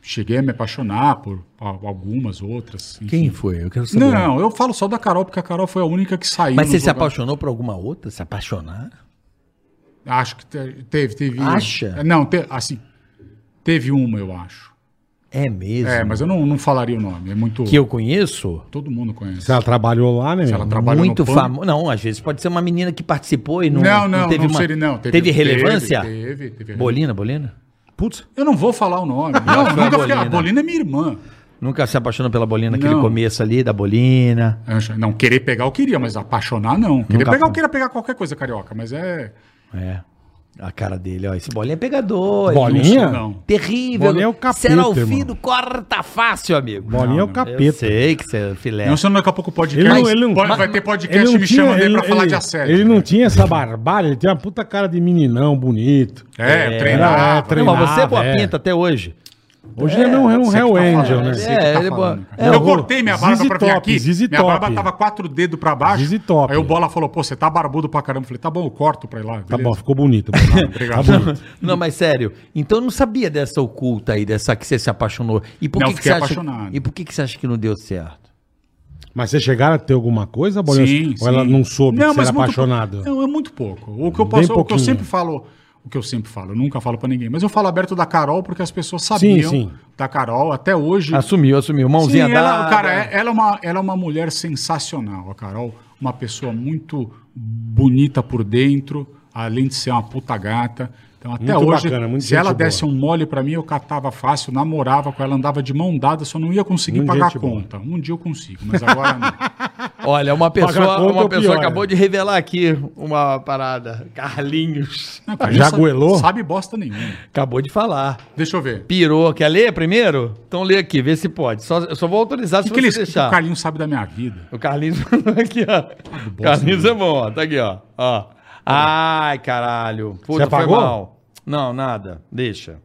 cheguei a me apaixonar por al- algumas outras. enfim.
Quem foi? Eu quero saber.
Não, eu falo só da Carol, porque a Carol foi a única que saiu.
Mas você
nos
se
lugares.
apaixonou por alguma outra? Se apaixonar?
Acho que te- teve, teve. um.
Acha?
Não, te- assim, teve uma, eu acho.
É mesmo.
É, mas eu não, não falaria o nome. É muito.
Que eu conheço?
Todo mundo conhece.
Se ela trabalhou lá, né, meu?
ela trabalhou
muito
no Pânico.
famoso. Não, às vezes pode ser uma menina que participou e não,
Não, não,
teve
não
uma...
seria, não.
Teve,
Teve-
relevância?
teve, teve.
Bolina, Bolina?
Putz,
Eu não vou falar o nome.
Não,
Não,
foi a né?
nunca fiquei. A
Bolina.
Bolina é minha irmã.
Nunca se apaixonou pela Bolina, aquele
Não.
começo ali da Bolina.
Ancha- Não, querer pegar eu queria, mas apaixonar não. Querer
Nunca
pegar eu
foi.
queria pegar qualquer coisa carioca, mas é.
É. A cara dele, ó. Esse Bolinha é pegador.
bolinha?
Não.
Terrível.
Bolinha é o capeta,
Será o fim
irmão.
do corta fácil, amigo.
Bolinha é o
Eu
capeta.
sei que você é filé.
Não, senão daqui a pouco o podcast. pode- vai ter
ele
podcast
não
me
tinha-
chamando aí
ele-
pra falar
ele-
de assédio. né?
Ele não tinha essa barbárie, ele tinha uma puta cara de meninão bonito.
É,
era-
treinar.
era
Não, mas você é boa
treinava, é.
pinta até hoje.
Hoje ele é um, é um
você que
Hell
tá
Angel,
falando,
né?
você
É,
que
ele
tá
é boa-
falando, cara.
é,
eu
o-
cortei minha barba
Zizi
pra vir
Top,
aqui.
Zizi
minha
Top.
barba tava quatro dedos pra baixo.
Zizi Top.
Aí o Bola falou, pô, você tá barbudo pra caramba. Eu falei, tá bom, eu corto pra ir lá.
Tá
beleza.
bom, ficou bonito. Bolão.
Obrigado.
Tá bonito.
Não, mas sério. Então eu não sabia dessa oculta aí, dessa que você se apaixonou. E por
Não,
que, que você
fiquei
acha?
apaixonado.
E por que, que você acha que não deu certo?
Mas vocês chegaram a ter alguma coisa, Bolinha? Ou ela não soube que você era
mas muito
apaixonado?
pouco. Não, é muito pouco. O que eu
Bem
posso, o que eu
pouquinho.
sempre falo, o que eu sempre falo, eu nunca falo pra ninguém, mas eu falo aberto da Carol porque as pessoas sabiam
sim.
da Carol até hoje.
Assumiu, assumiu.
Sim,
Mãozinha
ela,
dada.
cara, é- ela é, uma, ela é uma mulher sensacional, a Carol. Uma pessoa muito bonita por dentro, além de ser uma puta gata. Então, até
Muito
hoje,
bacana, muito
se
gente
ela
boa.
desse um mole pra mim, eu catava fácil, namorava com ela, andava de mão dada, só não ia conseguir
Muito
pagar a
gente boa.
conta. Um dia eu consigo, mas agora não.
Olha, uma pessoa,
Pagar conta é
uma
o
pessoa
pior,
acabou
né?
de revelar aqui uma parada. Carlinhos.
Não, cara,
Já
não sabe-
goelou?
Sabe bosta nenhuma.
Acabou de falar.
Deixa eu ver.
Pirou. Quer ler primeiro? Então lê aqui, vê se pode. Só, eu só vou autorizar
O
se
que, que,
você
eles- o que que o
deixar.
Carlinhos sabe da minha vida?
O Carlinhos mandou aqui, ó. Carlinhos é bom, ó. Tá aqui, ó. ó. Ai, caralho. Puta,
Você apagou?
Não, nada. Deixa.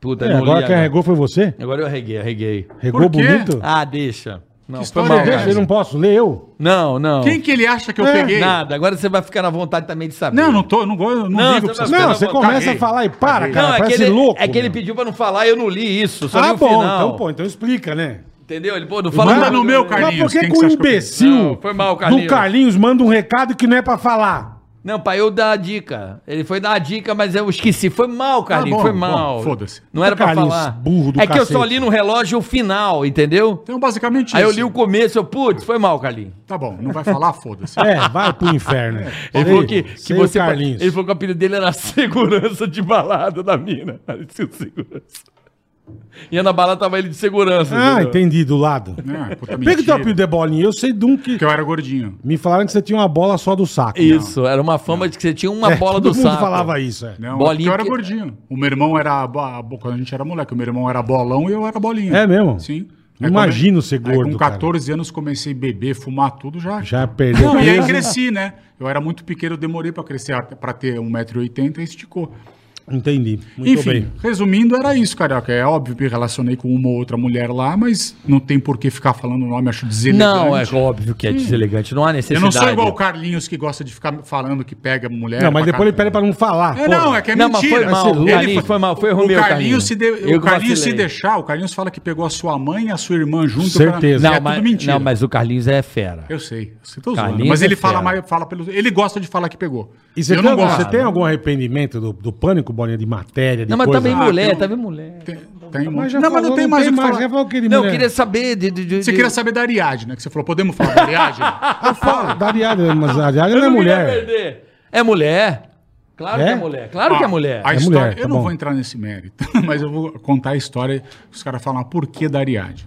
Puta,
É,
não li
agora quem
agora.
arregou foi você?
Agora eu reguei, reguei.
Regou
Por quê?
bonito?
Ah, deixa. Não,
Que
foi
história
mal.
é
cara.
Deixa, eu não posso ler eu?
Não, não.
Quem que ele acha que eu
É,
peguei?
Nada. Agora você vai ficar na vontade também de saber.
Não, não tô, não vou, não,
Não, tá
ligo
você
pra essas
vai-
Não,
coisas.
você começa
Caguei.
a falar e para, cara,
Não, é que,
parece
ele,
louco.
é que ele
meu.
pediu pra não falar e eu não li isso. Só li
Ah,
o
bom,
final.
então, pô, então explica, né?
Entendeu? Ele, pô, não fala.
Manda no meu,
cara.
cara.
Mas por
Carlinhos,
que
quem
que
que
o
você acha que eu-
imbecil
Não, foi mal, Carlinhos.
do Carlinhos manda um recado que não é pra falar?
Não, pai, eu dar a dica. Ele foi dar a dica, mas eu esqueci. Foi mal, Carlinhos.
Tá bom,
foi
bom,
mal.
foda-se.
Não era pra
Carlinhos,
falar.
burro do
é que eu só
cacete.
li no relógio o final, entendeu?
Então, basicamente
Aí eu
isso.
li o começo, eu, putz, foi mal, Carlinhos.
Tá bom, não vai falar, foda-se.
É, vai pro inferno.
Ele falou que, que você.
Carlinhos.
Ele falou que o apelido dele era segurança de balada da mina. Ele disse, segurança. Ia na balada, tava ele de segurança.
Ah,
entendeu?
entendi, do lado.
Ah,
Pega o teu
puta mentira.
apelido de bolinha. Eu sei de um que...
Porque eu era gordinho.
Me falaram que você tinha uma bola só do saco.
Isso, era uma fama de que você tinha uma
É,
bola do
todo
saco.
mundo falava isso, é.
Não,
Bolinha
Né? Um, porque eu era
que-
gordinho. O meu irmão era. bo- a bo- Quando a gente era moleque, o meu irmão era bolão e eu era bolinha.
É mesmo?
Sim.
Não imagino
quando-
ser
aí
gordo,
Com 14 anos comecei a beber, fumar tudo já.
Já perdeu
Não, e
é
aí
peso.
cresci, né? Eu era muito pequeno, eu demorei pra crescer, até- pra ter 1,80m e esticou.
Entendi. Muito
Enfim,
bem.
resumindo, era isso, carioca. É óbvio que me relacionei com uma ou outra mulher lá, mas não tem por que ficar falando o nome, acho deselegante.
Não, é óbvio que é deselegante, não há
Hum. Eu
necessidade.
não sou igual o Carlinhos que gosta de ficar falando que pega
É,
mulher.
Não, mas
pra
depois ele
caralho.
pede pra não falar.
É,
porra.
não, é que é
Não, mas
mentira.
foi mal,
Ele
Carlinhos, foi mal, foi erro
o
meu,
Carlinhos,
Carlinhos.
Se de-
Eu
o
que
Carlinhos se
vacilei.
deixar, o Carlinhos fala que pegou a sua mãe e a sua irmã junto.
Certeza.
pra-
Não,
é
mas,
tudo mentira.
não, mas o Carlinhos é fera.
Eu sei, você tô
Carlinhos
zoando. Mas ele
é
fala,
fera.
mais, fala pelo... Ele gosta de falar que pegou.
E você,
eu
tem,
não
algum-
gosto.
você tem algum arrependimento do, do pânico, bolinha, de matéria, de
Não, mas
coisa? Ah,
também
Ah,
mulher,
tem-
também mulher.
Tem, tem um
Mas
monte.
já
não, mas não
falou,
tem mais o que falar.
Já falou que ele
Não, eu
mulher.
queria saber de. de- de-
Você queria saber da Ariadne, né? Que você falou, podemos falar da Ariadne?
Ah, fala, da Ariadne, mas a Ariadne não é mulher.
É mulher. Claro
É?
que é mulher. Claro
Ah,
que é mulher.
A
É
história,
mulher, tá
eu não
bom.
vou entrar nesse mérito, mas eu vou contar a história. Os caras falam "Ah, por que da Ariadne.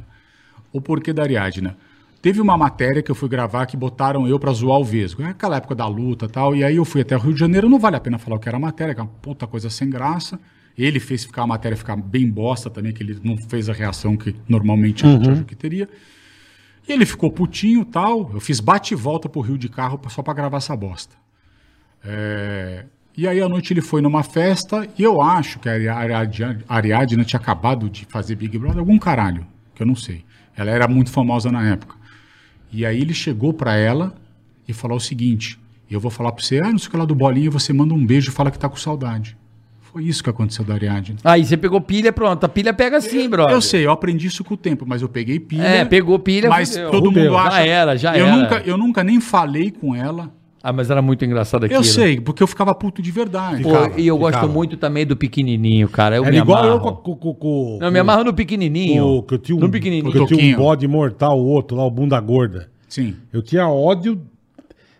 O porquê da Ariadne. Teve uma matéria que eu fui gravar que botaram eu pra zoar o Vesgo. É aquela época da luta e tal. E aí eu fui até o Rio de Janeiro. Não vale a pena falar o que era a matéria, que é uma puta coisa sem graça. Ele fez ficar a matéria ficar bem bosta também, que ele não fez a reação que normalmente a gente
Uhum.
acha que teria. E ele ficou putinho e tal. Eu fiz bate e volta pro Rio de carro só pra gravar essa bosta. É, E aí, à noite, ele foi numa festa e eu acho que a Ari- Ariadne, Ariadne tinha acabado de fazer Big Brother, algum caralho, que eu não sei. Ela era muito famosa na época. E aí ele chegou pra ela e falou o seguinte: eu vou falar pra você, ah, não sei o que lá do bolinho, você manda um beijo e fala que tá com saudade. Foi isso que aconteceu da Ariadne.
Aí você pegou pilha, pronto. A pilha pega sim, brother.
Eu sei, eu aprendi isso com o tempo, mas eu peguei pilha.
É, pegou pilha,
Mas
fudeu.
todo
Fudeu.
mundo acha.
Já era, já
eu
era.
Nunca, eu nunca nem falei com ela.
Ah, mas era muito engraçado aquilo.
Eu sei, porque eu ficava puto de verdade.
Pô,
Ficava,
e eu gosto
ficava.
muito também do pequenininho, cara. Eu
Era
me
igual
amarro.
eu com, com, com, com,
Não, eu me amarro no pequenininho.
com- que eu tinha um,
no
que
pequenininho.
eu tinha um
Toquinho.
bode mortal, o outro lá, o bunda gorda.
Sim.
Eu tinha ódio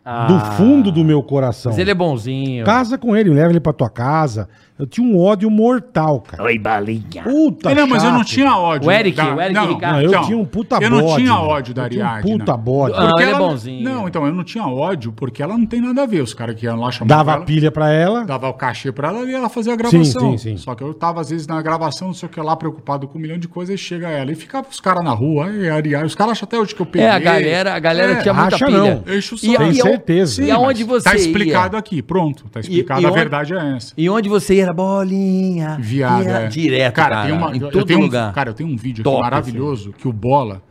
Ah.
do fundo do meu coração.
Mas ele é bonzinho.
Casa com ele, leva ele pra tua casa. Eu tinha um ódio mortal, cara.
Oi, balinha.
Puta
não, mas eu não
Tá chato.
tinha ódio.
O Eric, o Eric
não,
Ricardo.
Não, eu
então,
tinha um puta bode.
Eu não tinha
mano.
ódio da
Eu tinha um
Ariadne.
puta bode.
Ah, ele é
ela-
bonzinho.
Não, então, eu não tinha ódio porque ela não tem nada a ver. Os caras que iam lá chamavam
Dava
ela,
pilha pra ela.
dava o cachê pra ela e ela fazia a gravação.
sim, sim.
Só que eu tava, às vezes, na gravação, não sei o que lá, preocupado com um milhão de coisas, e chega ela. E ficava os caras na rua, e Ariadne. Os caras acham até hoje que eu peguei.
É, a galera, a galera
É,
tinha muita
acha
pilha.
não.
Enche o
E,
saco.
e,
Tenho certeza.
certeza. E
Sim,
aonde
mas
você
Tá
ia?
explicado aqui, pronto. Tá explicado,
e
a
onde-
verdade é essa.
E onde você ia era bolinha.
Viado,
ia
é.
Direto, cara.
tem uma-
em
eu
todo
tenho um-
lugar.
cara, eu tenho um vídeo
Top,
aqui maravilhoso que o Bola.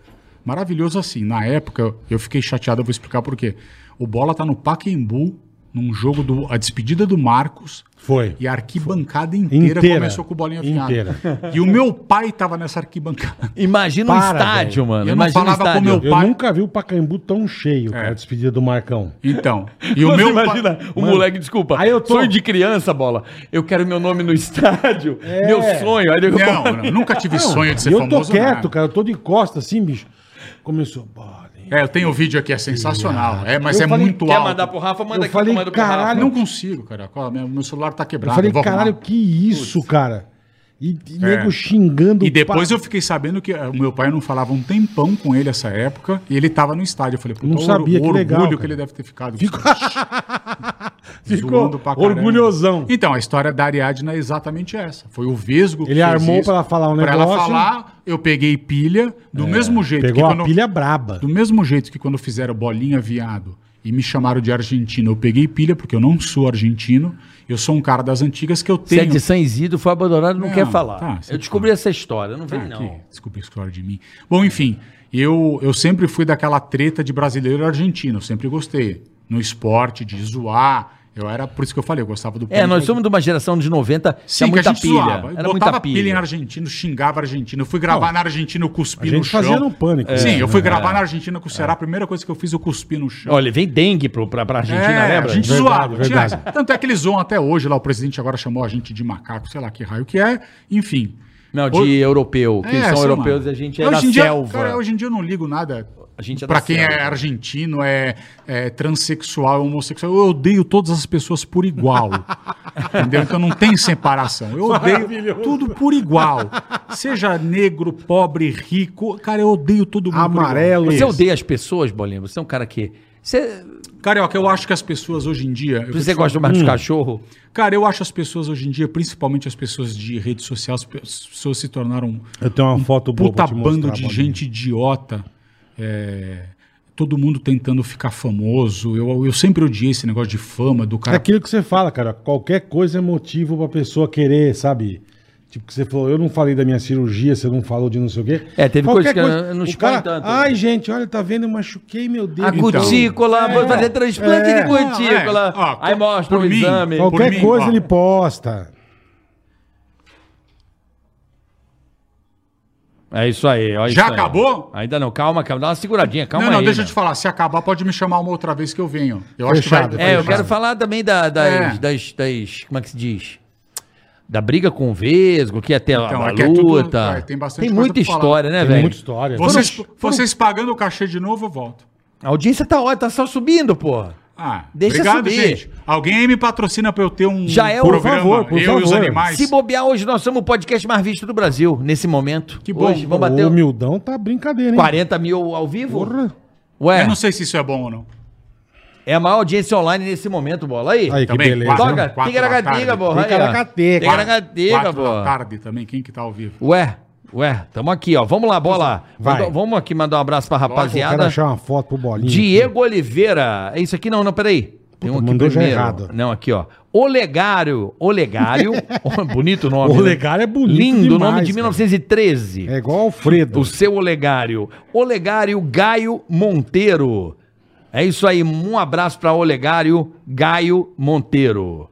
Maravilhoso assim. Na época, eu fiquei chateado, eu vou explicar por quê. O Bola tá no Paquembu, num jogo do. A despedida do Marcos.
Foi.
E a arquibancada inteira,
Inteira.
começou com o bolinha afiada.
Inteira.
E o meu pai tava nessa arquibancada.
Imagina um
Para,
estádio,
velho.
mano.
Eu não
Imagina um
falava com
estádio.
meu
Eu
pai-
nunca vi o Pacaembu tão cheio,
É.
cara, a despedida do Marcão.
Então. E o meu pai-
imagina, o moleque, desculpa,
Aí eu tô-
sonho de criança, bola. Eu quero meu nome no estádio,
É.
meu sonho. Aí eu...
Não, é não, nunca tive sonho de ser
E eu tô
famoso. né?
quieto,
nada.
cara, eu tô de costa assim, bicho. Começou, bolinha.
É, eu tenho o vídeo aqui, é sensacional. É, mas
Eu
é
falei,
muito
Quer
alto.
mandar pro Rafa? Manda
Eu falei,
manda pro
Ah,
caralho,
Rafa.
não consigo, cara. Ó, Meu meu celular tá
Eu
quebrado.
falei,
vou arrumar.
caralho, que isso, cara? E, e nego
É.
xingando
E depois
pa-
eu fiquei sabendo que eh, o meu pai não falava um tempão com ele essa época e ele tava no estádio. Eu falei, puta,
Não
o
sabia, que
orgulho
legal, cara.
que ele deve ter ficado.
Ficou-
zoando
Ficou
pra caramba.
orgulhosão.
Então, a história da Ariadne é exatamente essa. Foi o Vesgo que
Ele
fez
armou
isso.
pra ela falar um
Pra ela
negócio. É,
falar, eu peguei pilha, do mesmo jeito
Pegou
que
a
quando...
pilha braba.
Do mesmo jeito que quando fizeram bolinha viado e me chamaram de argentino, eu peguei pilha porque eu não sou argentino, eu sou um cara das antigas que eu
Você é
tenho...
de São Isidro, foi abandonado, não,
Não,
quer falar.
tá, você
eu descobri essa história, não vem
Ah,
não.
que- Desculpa a história de mim. Bom, enfim. eu, eu sempre fui daquela treta de brasileiro e argentino, eu sempre gostei. No esporte, de zoar. Eu era, por isso que eu falei, eu gostava do
É, nós somos de uma geração de 90
Sim,
tinha
que a
muita
gente
pilha.
zoava. Eu
Era
botava
muita
pilha. em
pilha.
argentino, xingava argentino. Eu fui gravar na Argentina,
A
eu cuspi
gente
no chão.
fazia no pânico.
Sim,
É,
eu fui gravar na Argentina com o Ceará. A primeira coisa que eu fiz, eu cuspi no chão.
Olha, vem dengue pro, pra, pra Argentina,
é, a
lembra?
gente
Verdade,
zoava. tinha
verdade.
essa. Tanto é que eles zoam até hoje lá. O presidente agora chamou a gente de macaco, sei lá que raio que é. Enfim.
Não, de
Hoje-
europeu. Que
É,
são
sei lá.
europeus e a gente é
Hoje
da
em dia,
selva.
Cara, hoje em dia eu não ligo nada.
A gente é
pra
da
quem é
selva.
argentino, é, é transexual, é homossexual. Eu odeio todas as pessoas por igual. entendeu? Então não tem separação. Eu odeio tudo por igual. Seja negro, pobre, rico. Cara, eu odeio todo mundo por igual.
Amarelo.
Você
é
isso.
odeia as pessoas, Bolinha? Você é um cara que... Você,
Carioca, eu um. acho que as pessoas hoje em dia. eu vou te
você
falar-
gosta mais dos cachorros?
Cara, eu acho as pessoas hoje em dia, principalmente as pessoas de rede social, as pessoas se tornaram
Eu tenho
Um
uma foto boa
puta
pra te mostrar,
bando de
Bolinha.
gente idiota. É, todo mundo tentando ficar famoso. Eu, eu sempre odiei esse negócio de fama, do
É
cara.
aquilo que você fala, cara. Qualquer coisa é motivo pra pessoa querer, sabe? Tipo que você falou, eu não falei da minha cirurgia, você não falou de não sei o quê.
É, teve coisa
Qualquer
que eu não
o
expõe
cara,
tanto. né?
Ai, gente, olha, tá vendo? Eu machuquei meu Então, dedo.
A cutícula, vou fazer transplante
É.
de cutícula.
Não, é. Ó,
Aí mostra
por
o
mim,
exame.
por
Qualquer
mim,
coisa
ó.
ele posta.
É isso aí. ó,
Já
isso aí.
acabou?
Ainda não, calma, calma. Dá uma seguradinha, calma
não, não,
aí.
deixa eu
né?
te falar. Se acabar, pode me chamar uma outra vez que eu venho. Eu acho que vai.
Fechado,
É, eu
Fechado.
quero falar também da- das,
É.
das, das- Como é que se diz? Da briga com o Vesgo, que até a-
Então,
a
é que é tudo-
luta.
é, tem
tem
bastante coisa
muita
pra falar.
história, né,
Tem
velho?
muita história.
É, Vocês, vocês pagando o cachê de novo, eu volto.
A audiência tá ótima, tá só subindo, pô.
Ah,
Deixa
obrigado,
subir.
gente. Alguém aí me patrocina pra eu ter um
Já é o-
programa.
Por
favor, por
eu e os
favor.
animais.
Se bobear hoje, nós somos o podcast mais visto do Brasil, nesse momento.
Que bom.
Hoje, vamos
O
bater um
humildão tá brincadeira, hein?
40 mil ao vivo?
Porra.
Ué,
Eu não sei se isso é bom ou não.
é a maior audiência online nesse momento, bola. Aí,
Aí, que
Também,
beleza.
quatro,
Toca,
quatro
tigaragatiga,
da tarde.
porra.
Ticaracateca.
Tigaragatiga,
Quatro da
porra.
tarde também, quem que tá ao vivo?
Ué, ué, tamo aqui, ó. Vamos lá, bola.
Vai.
Manda- Vamos aqui mandar um abraço pra
Eu quero
rapaziada.
achar uma foto pro Bolinha.
Diego Oliveira. É isso aqui? Não, não, peraí. Tem um
Puta,
aqui
mandou já
primeiro.
errado.
Não, aqui, ó. Olegário. Olegário. bonito o nome. né?
Olegário é bonito
Lindo,
demais,
nome de
cara.
1913.
É igual Alfredo.
O seu Olegário. Olegário Gaio Monteiro. É isso aí. Um abraço pra Olegário Gaio Monteiro.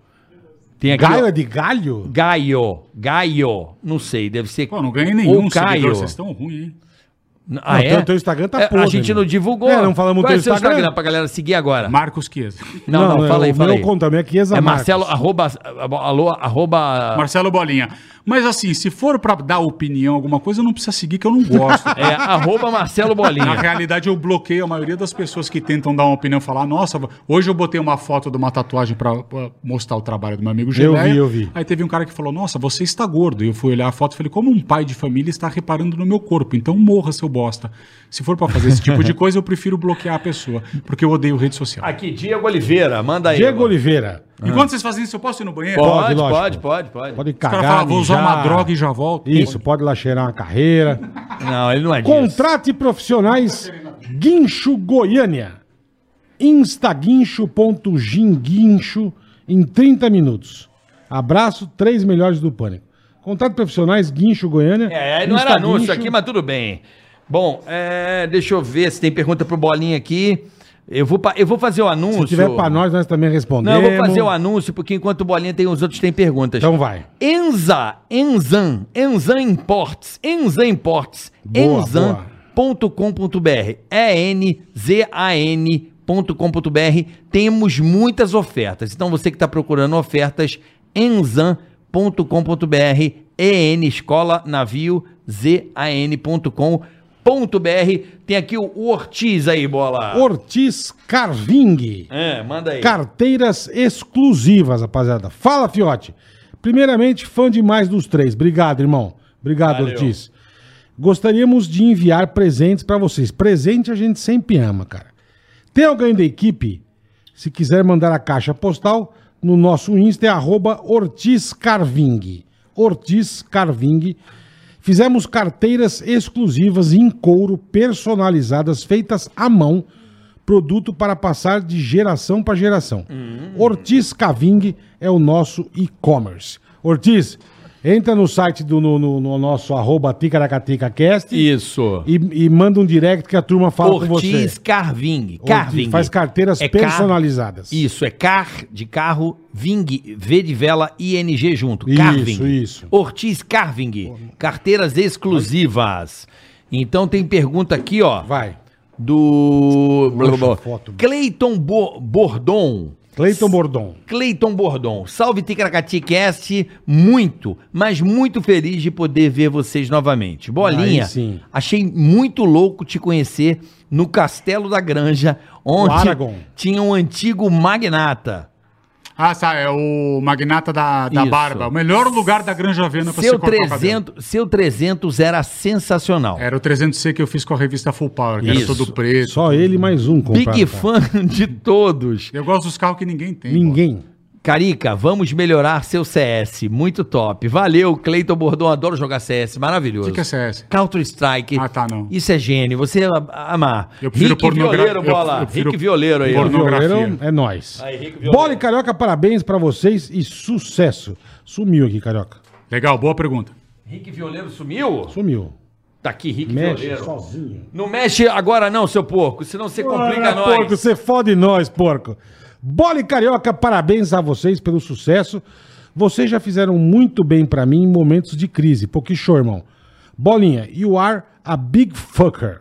Tem aqui.
Galho
ó,
é de galho?
Gaio. Gaio. Não sei, deve ser.
Pô, não ganhei nenhum
Ou Caio.
seguidor, vocês estão ruins, hein?
Ah,
Não,
é?
teu- teu Instagram tá
É, A
podre,
gente
né?
não divulgou.
É, não falamos
Qual
teu
é o seu Instagram?
Instagram
pra galera seguir agora?
Marcos Chiesa.
Não, não, fala aí,
o
fala
meu
aí.
conta, minha aqui
É Marcelo, arroba, alô, arroba...
Marcelo Bolinha. Mas assim, se for pra dar opinião, alguma coisa, não precisa seguir, que eu não gosto.
É, arroba Marcelo
Na
Bolinha.
realidade, eu bloqueio a maioria das pessoas que tentam dar uma opinião, falar, nossa, hoje eu botei uma foto de uma tatuagem pra pra mostrar o trabalho do meu amigo
Eu
Geleia.
vi, eu vi.
Aí teve um cara que falou, nossa, você está gordo. E eu fui olhar a foto e falei, como um pai de família está reparando no meu corpo, então morra, seu bosta. Se for pra fazer esse tipo de coisa, eu prefiro bloquear a pessoa, porque eu odeio rede social.
Aqui, Diego Oliveira, manda aí.
Diego Oliveira.
Enquanto vocês fazem isso, eu posso ir no banheiro?
Pode,
lógico.
pode, pode, pode,
Pode
Os
cagar.
caras falam, "Ah, vou usar
mijar.
uma droga e já volto.
Isso, pode lá cheirar uma carreira.
Não, ele não é disso.
Contrate profissionais Guincho Goiânia. Instaguincho.ginguincho em 30 minutos. Abraço, três melhores do pânico. Contrate profissionais Guincho Goiânia.
É, não era
Instaguincho.
anúncio aqui, mas tudo bem. Bom, é, deixa eu ver se tem pergunta pro Bolinha aqui. Eu vou, pa- eu vou fazer o anúncio.
Se tiver pra nós, nós também
Não, eu
respondemos.
vou fazer o anúncio, porque enquanto o Bolinha tem, os outros têm perguntas.
Então vai.
Enza, Enzan, Enzan Imports, Enzan Imports,
Boa,
enzan.com.br, E-N-Z-A-N.com.br. Temos muitas ofertas. Então você que está procurando ofertas, enzan.com.br, E-N Escola Navio, Z-A-N.com.br. Tem aqui o Ortiz aí, bola.
Ortiz Carving.
É, manda aí.
Carteiras exclusivas, rapaziada. Fala, Fiote. Primeiramente, fã demais dos três. Obrigado, irmão. Obrigado, Ortiz. Gostaríamos de enviar presentes pra vocês. Presente a gente sempre ama, cara. Tem alguém da equipe? Se quiser mandar a caixa postal, no nosso Insta é arroba Ortiz Carving. Ortiz Carving. Fizemos carteiras exclusivas em couro, personalizadas, feitas à mão. Produto para passar de geração para geração. Ortiz Caving é o nosso e-commerce. Ortiz, Entra no site do no, no- no nosso arroba TicaracaticaCast e,
Isso.
e manda um direct que a turma fala com você.
Ortiz Carving.
Ortiz
Carving.
faz carteiras
É car-
personalizadas.
Isso, é car de carro, ving, V de vela, ING junto.
Isso,
Carving.
isso.
Ortiz Carving. Carteiras exclusivas. Então tem pergunta aqui, ó.
Vai.
Do.
Lancha foto, mano.
Cleiton Bo- Bordon.
Cleiton Bordon.
Cleiton Bordon, salve Ticaracati Cast, muito, mas muito feliz de poder ver vocês novamente. Bolinha,
Aí sim.
achei muito louco te conhecer no Castelo da Granja, onde
Aragon.
tinha um antigo magnata.
Ah, sabe, é o magnata da, da
Isso.
barba. O melhor lugar da Granja Viana é pra
Seu
cortar o cabelo.
300, seu 300 era sensacional.
Era o 300C que eu fiz com a revista Full Power, que
Isso.
era todo preto.
Só ele e mais um compraram,
né?
Big
cara.
fã de todos.
Eu gosto dos carros que ninguém tem.
Ninguém.
Carica, vamos melhorar seu CS. Muito top. Valeu, Cleiton Bordon. Adoro jogar CS.
pô. O
Maravilhoso.
que, que é CS?
Counter Strike.
Ah, tá, não.
Isso é gênio. Você a- amar.
Eu prefiro pornogra-
Violeiro,
eu-
bola.
eu prefiro
Rick Violeiro aí. ó.
porno- Pornografia.
Violeiro é nós.
Aí, Rick Violeiro.
Bola e Carioca, parabéns pra vocês e sucesso. Sumiu aqui, Carioca.
Legal, boa pergunta.
Rick Violeiro sumiu?
Sumiu.
Tá aqui, Rick
Mexe
Violeiro.
sozinho.
Não mexe agora não, seu porco. Senão
Ah,
você complica
Ora,
nós.
porco, você fode nós, porco. Bola e Carioca, parabéns a vocês pelo sucesso. Vocês já fizeram muito bem pra mim em momentos de crise. Pouquinho show, irmão. Bolinha, you are a big fucker.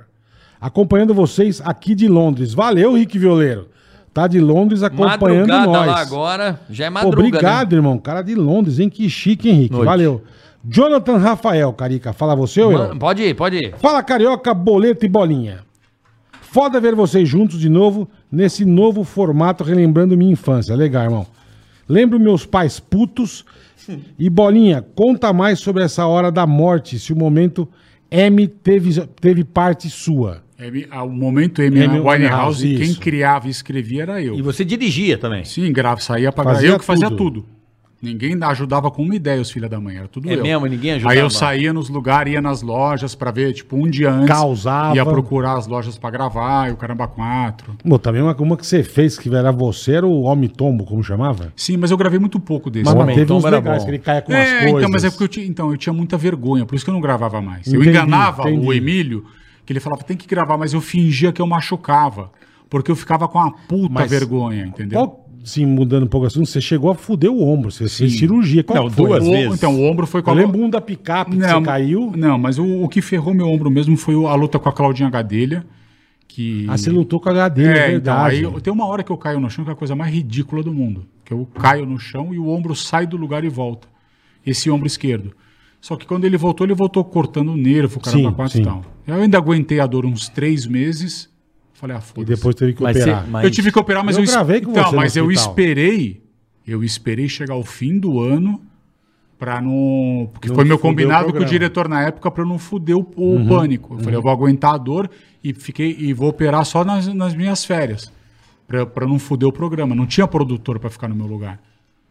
Acompanhando vocês aqui de Londres. Valeu, Rick Violeiro. Tá de Londres acompanhando
Madrugada
nós.
lá agora. Já é madruga,
Obrigado, irmão. Cara de Londres, hein? Que chique, Henrique.
Noite.
Valeu. Jonathan Rafael, Carica. Fala você ou
né?
eu?
Ma- Pode ir, pode ir.
Fala Carioca, boleto e bolinha. Foda ver vocês juntos de novo, nesse novo formato, relembrando minha infância. Legal, irmão. Lembro meus pais putos. E bolinha, conta mais sobre essa hora da morte, se o momento M teve, teve parte sua.
M- ah, o momento M,
M-
na Winehouse,
Winehouse,
quem
isso.
criava e escrevia era eu.
E você dirigia também.
Sim, grava, saía pra
Fazia
Eu que fazia
tudo.
tudo. Ninguém ajudava com uma ideia os filha da mãe, era tudo
É
eu.
mesmo? Ninguém ajudava?
Aí eu saía nos lugares, ia nas lojas pra ver, tipo, um dia antes.
Causava.
Ia procurar as lojas pra gravar, e o Caramba 4.
Bom, também uma, uma que você fez, que era você, era o Homem Tombo, como chamava?
Sim, mas eu gravei muito pouco desse.
Mas, mas
Homem então,
teve uns
Tombo era
legais,
bom.
que ele caia com as
é,
coisas.
então, mas é porque eu tinha, então, eu tinha muita vergonha, por isso que eu não gravava mais.
Entendi,
eu enganava
entendi.
o Emílio, que ele falava, tem que gravar, mas eu fingia que eu machucava. Porque eu ficava com uma puta
Mas
vergonha, entendeu?
Qual, sim, mudando um pouco o assunto, você chegou a fuder o ombro, você fez cirurgia. Qual
Não,
que foi?
duas
O-
vezes?
Então, o ombro foi com
Eu
a
lembro um da picape que você caiu.
Não, mas o, o que ferrou meu ombro mesmo foi o- a luta com a Claudinha Gadelha. Que...
Ah, você lutou com a
é,
cadeira, é,
então,
verdade.
aí eu- tem uma hora que eu caio no chão, que é a coisa mais ridícula do mundo. Que eu caio no chão e o ombro sai do lugar e volta. Esse ombro esquerdo. Só que quando ele voltou, ele voltou cortando o nervo, caramba,
Sim,
quatro
sim.
e tal. Eu ainda aguentei a dor uns três meses. Falei, ah,
E
foda-se.
depois teve que
Mas você-
operar.
mas-
Eu tive que operar, mas
Eu
eu, es-
gravei com
então,
você no
mas eu
hospital.
esperei, eu esperei chegar ao fim do ano para não, porque
Não
foi
fuder
meu
o
combinado com o
programa. Uhum,
diretor na época para não fuder o, o pânico. Eu falei, eu vou aguentar a dor e fiquei e vou operar só nas, nas minhas férias para não fuder o programa. Não tinha produtor para ficar no meu lugar.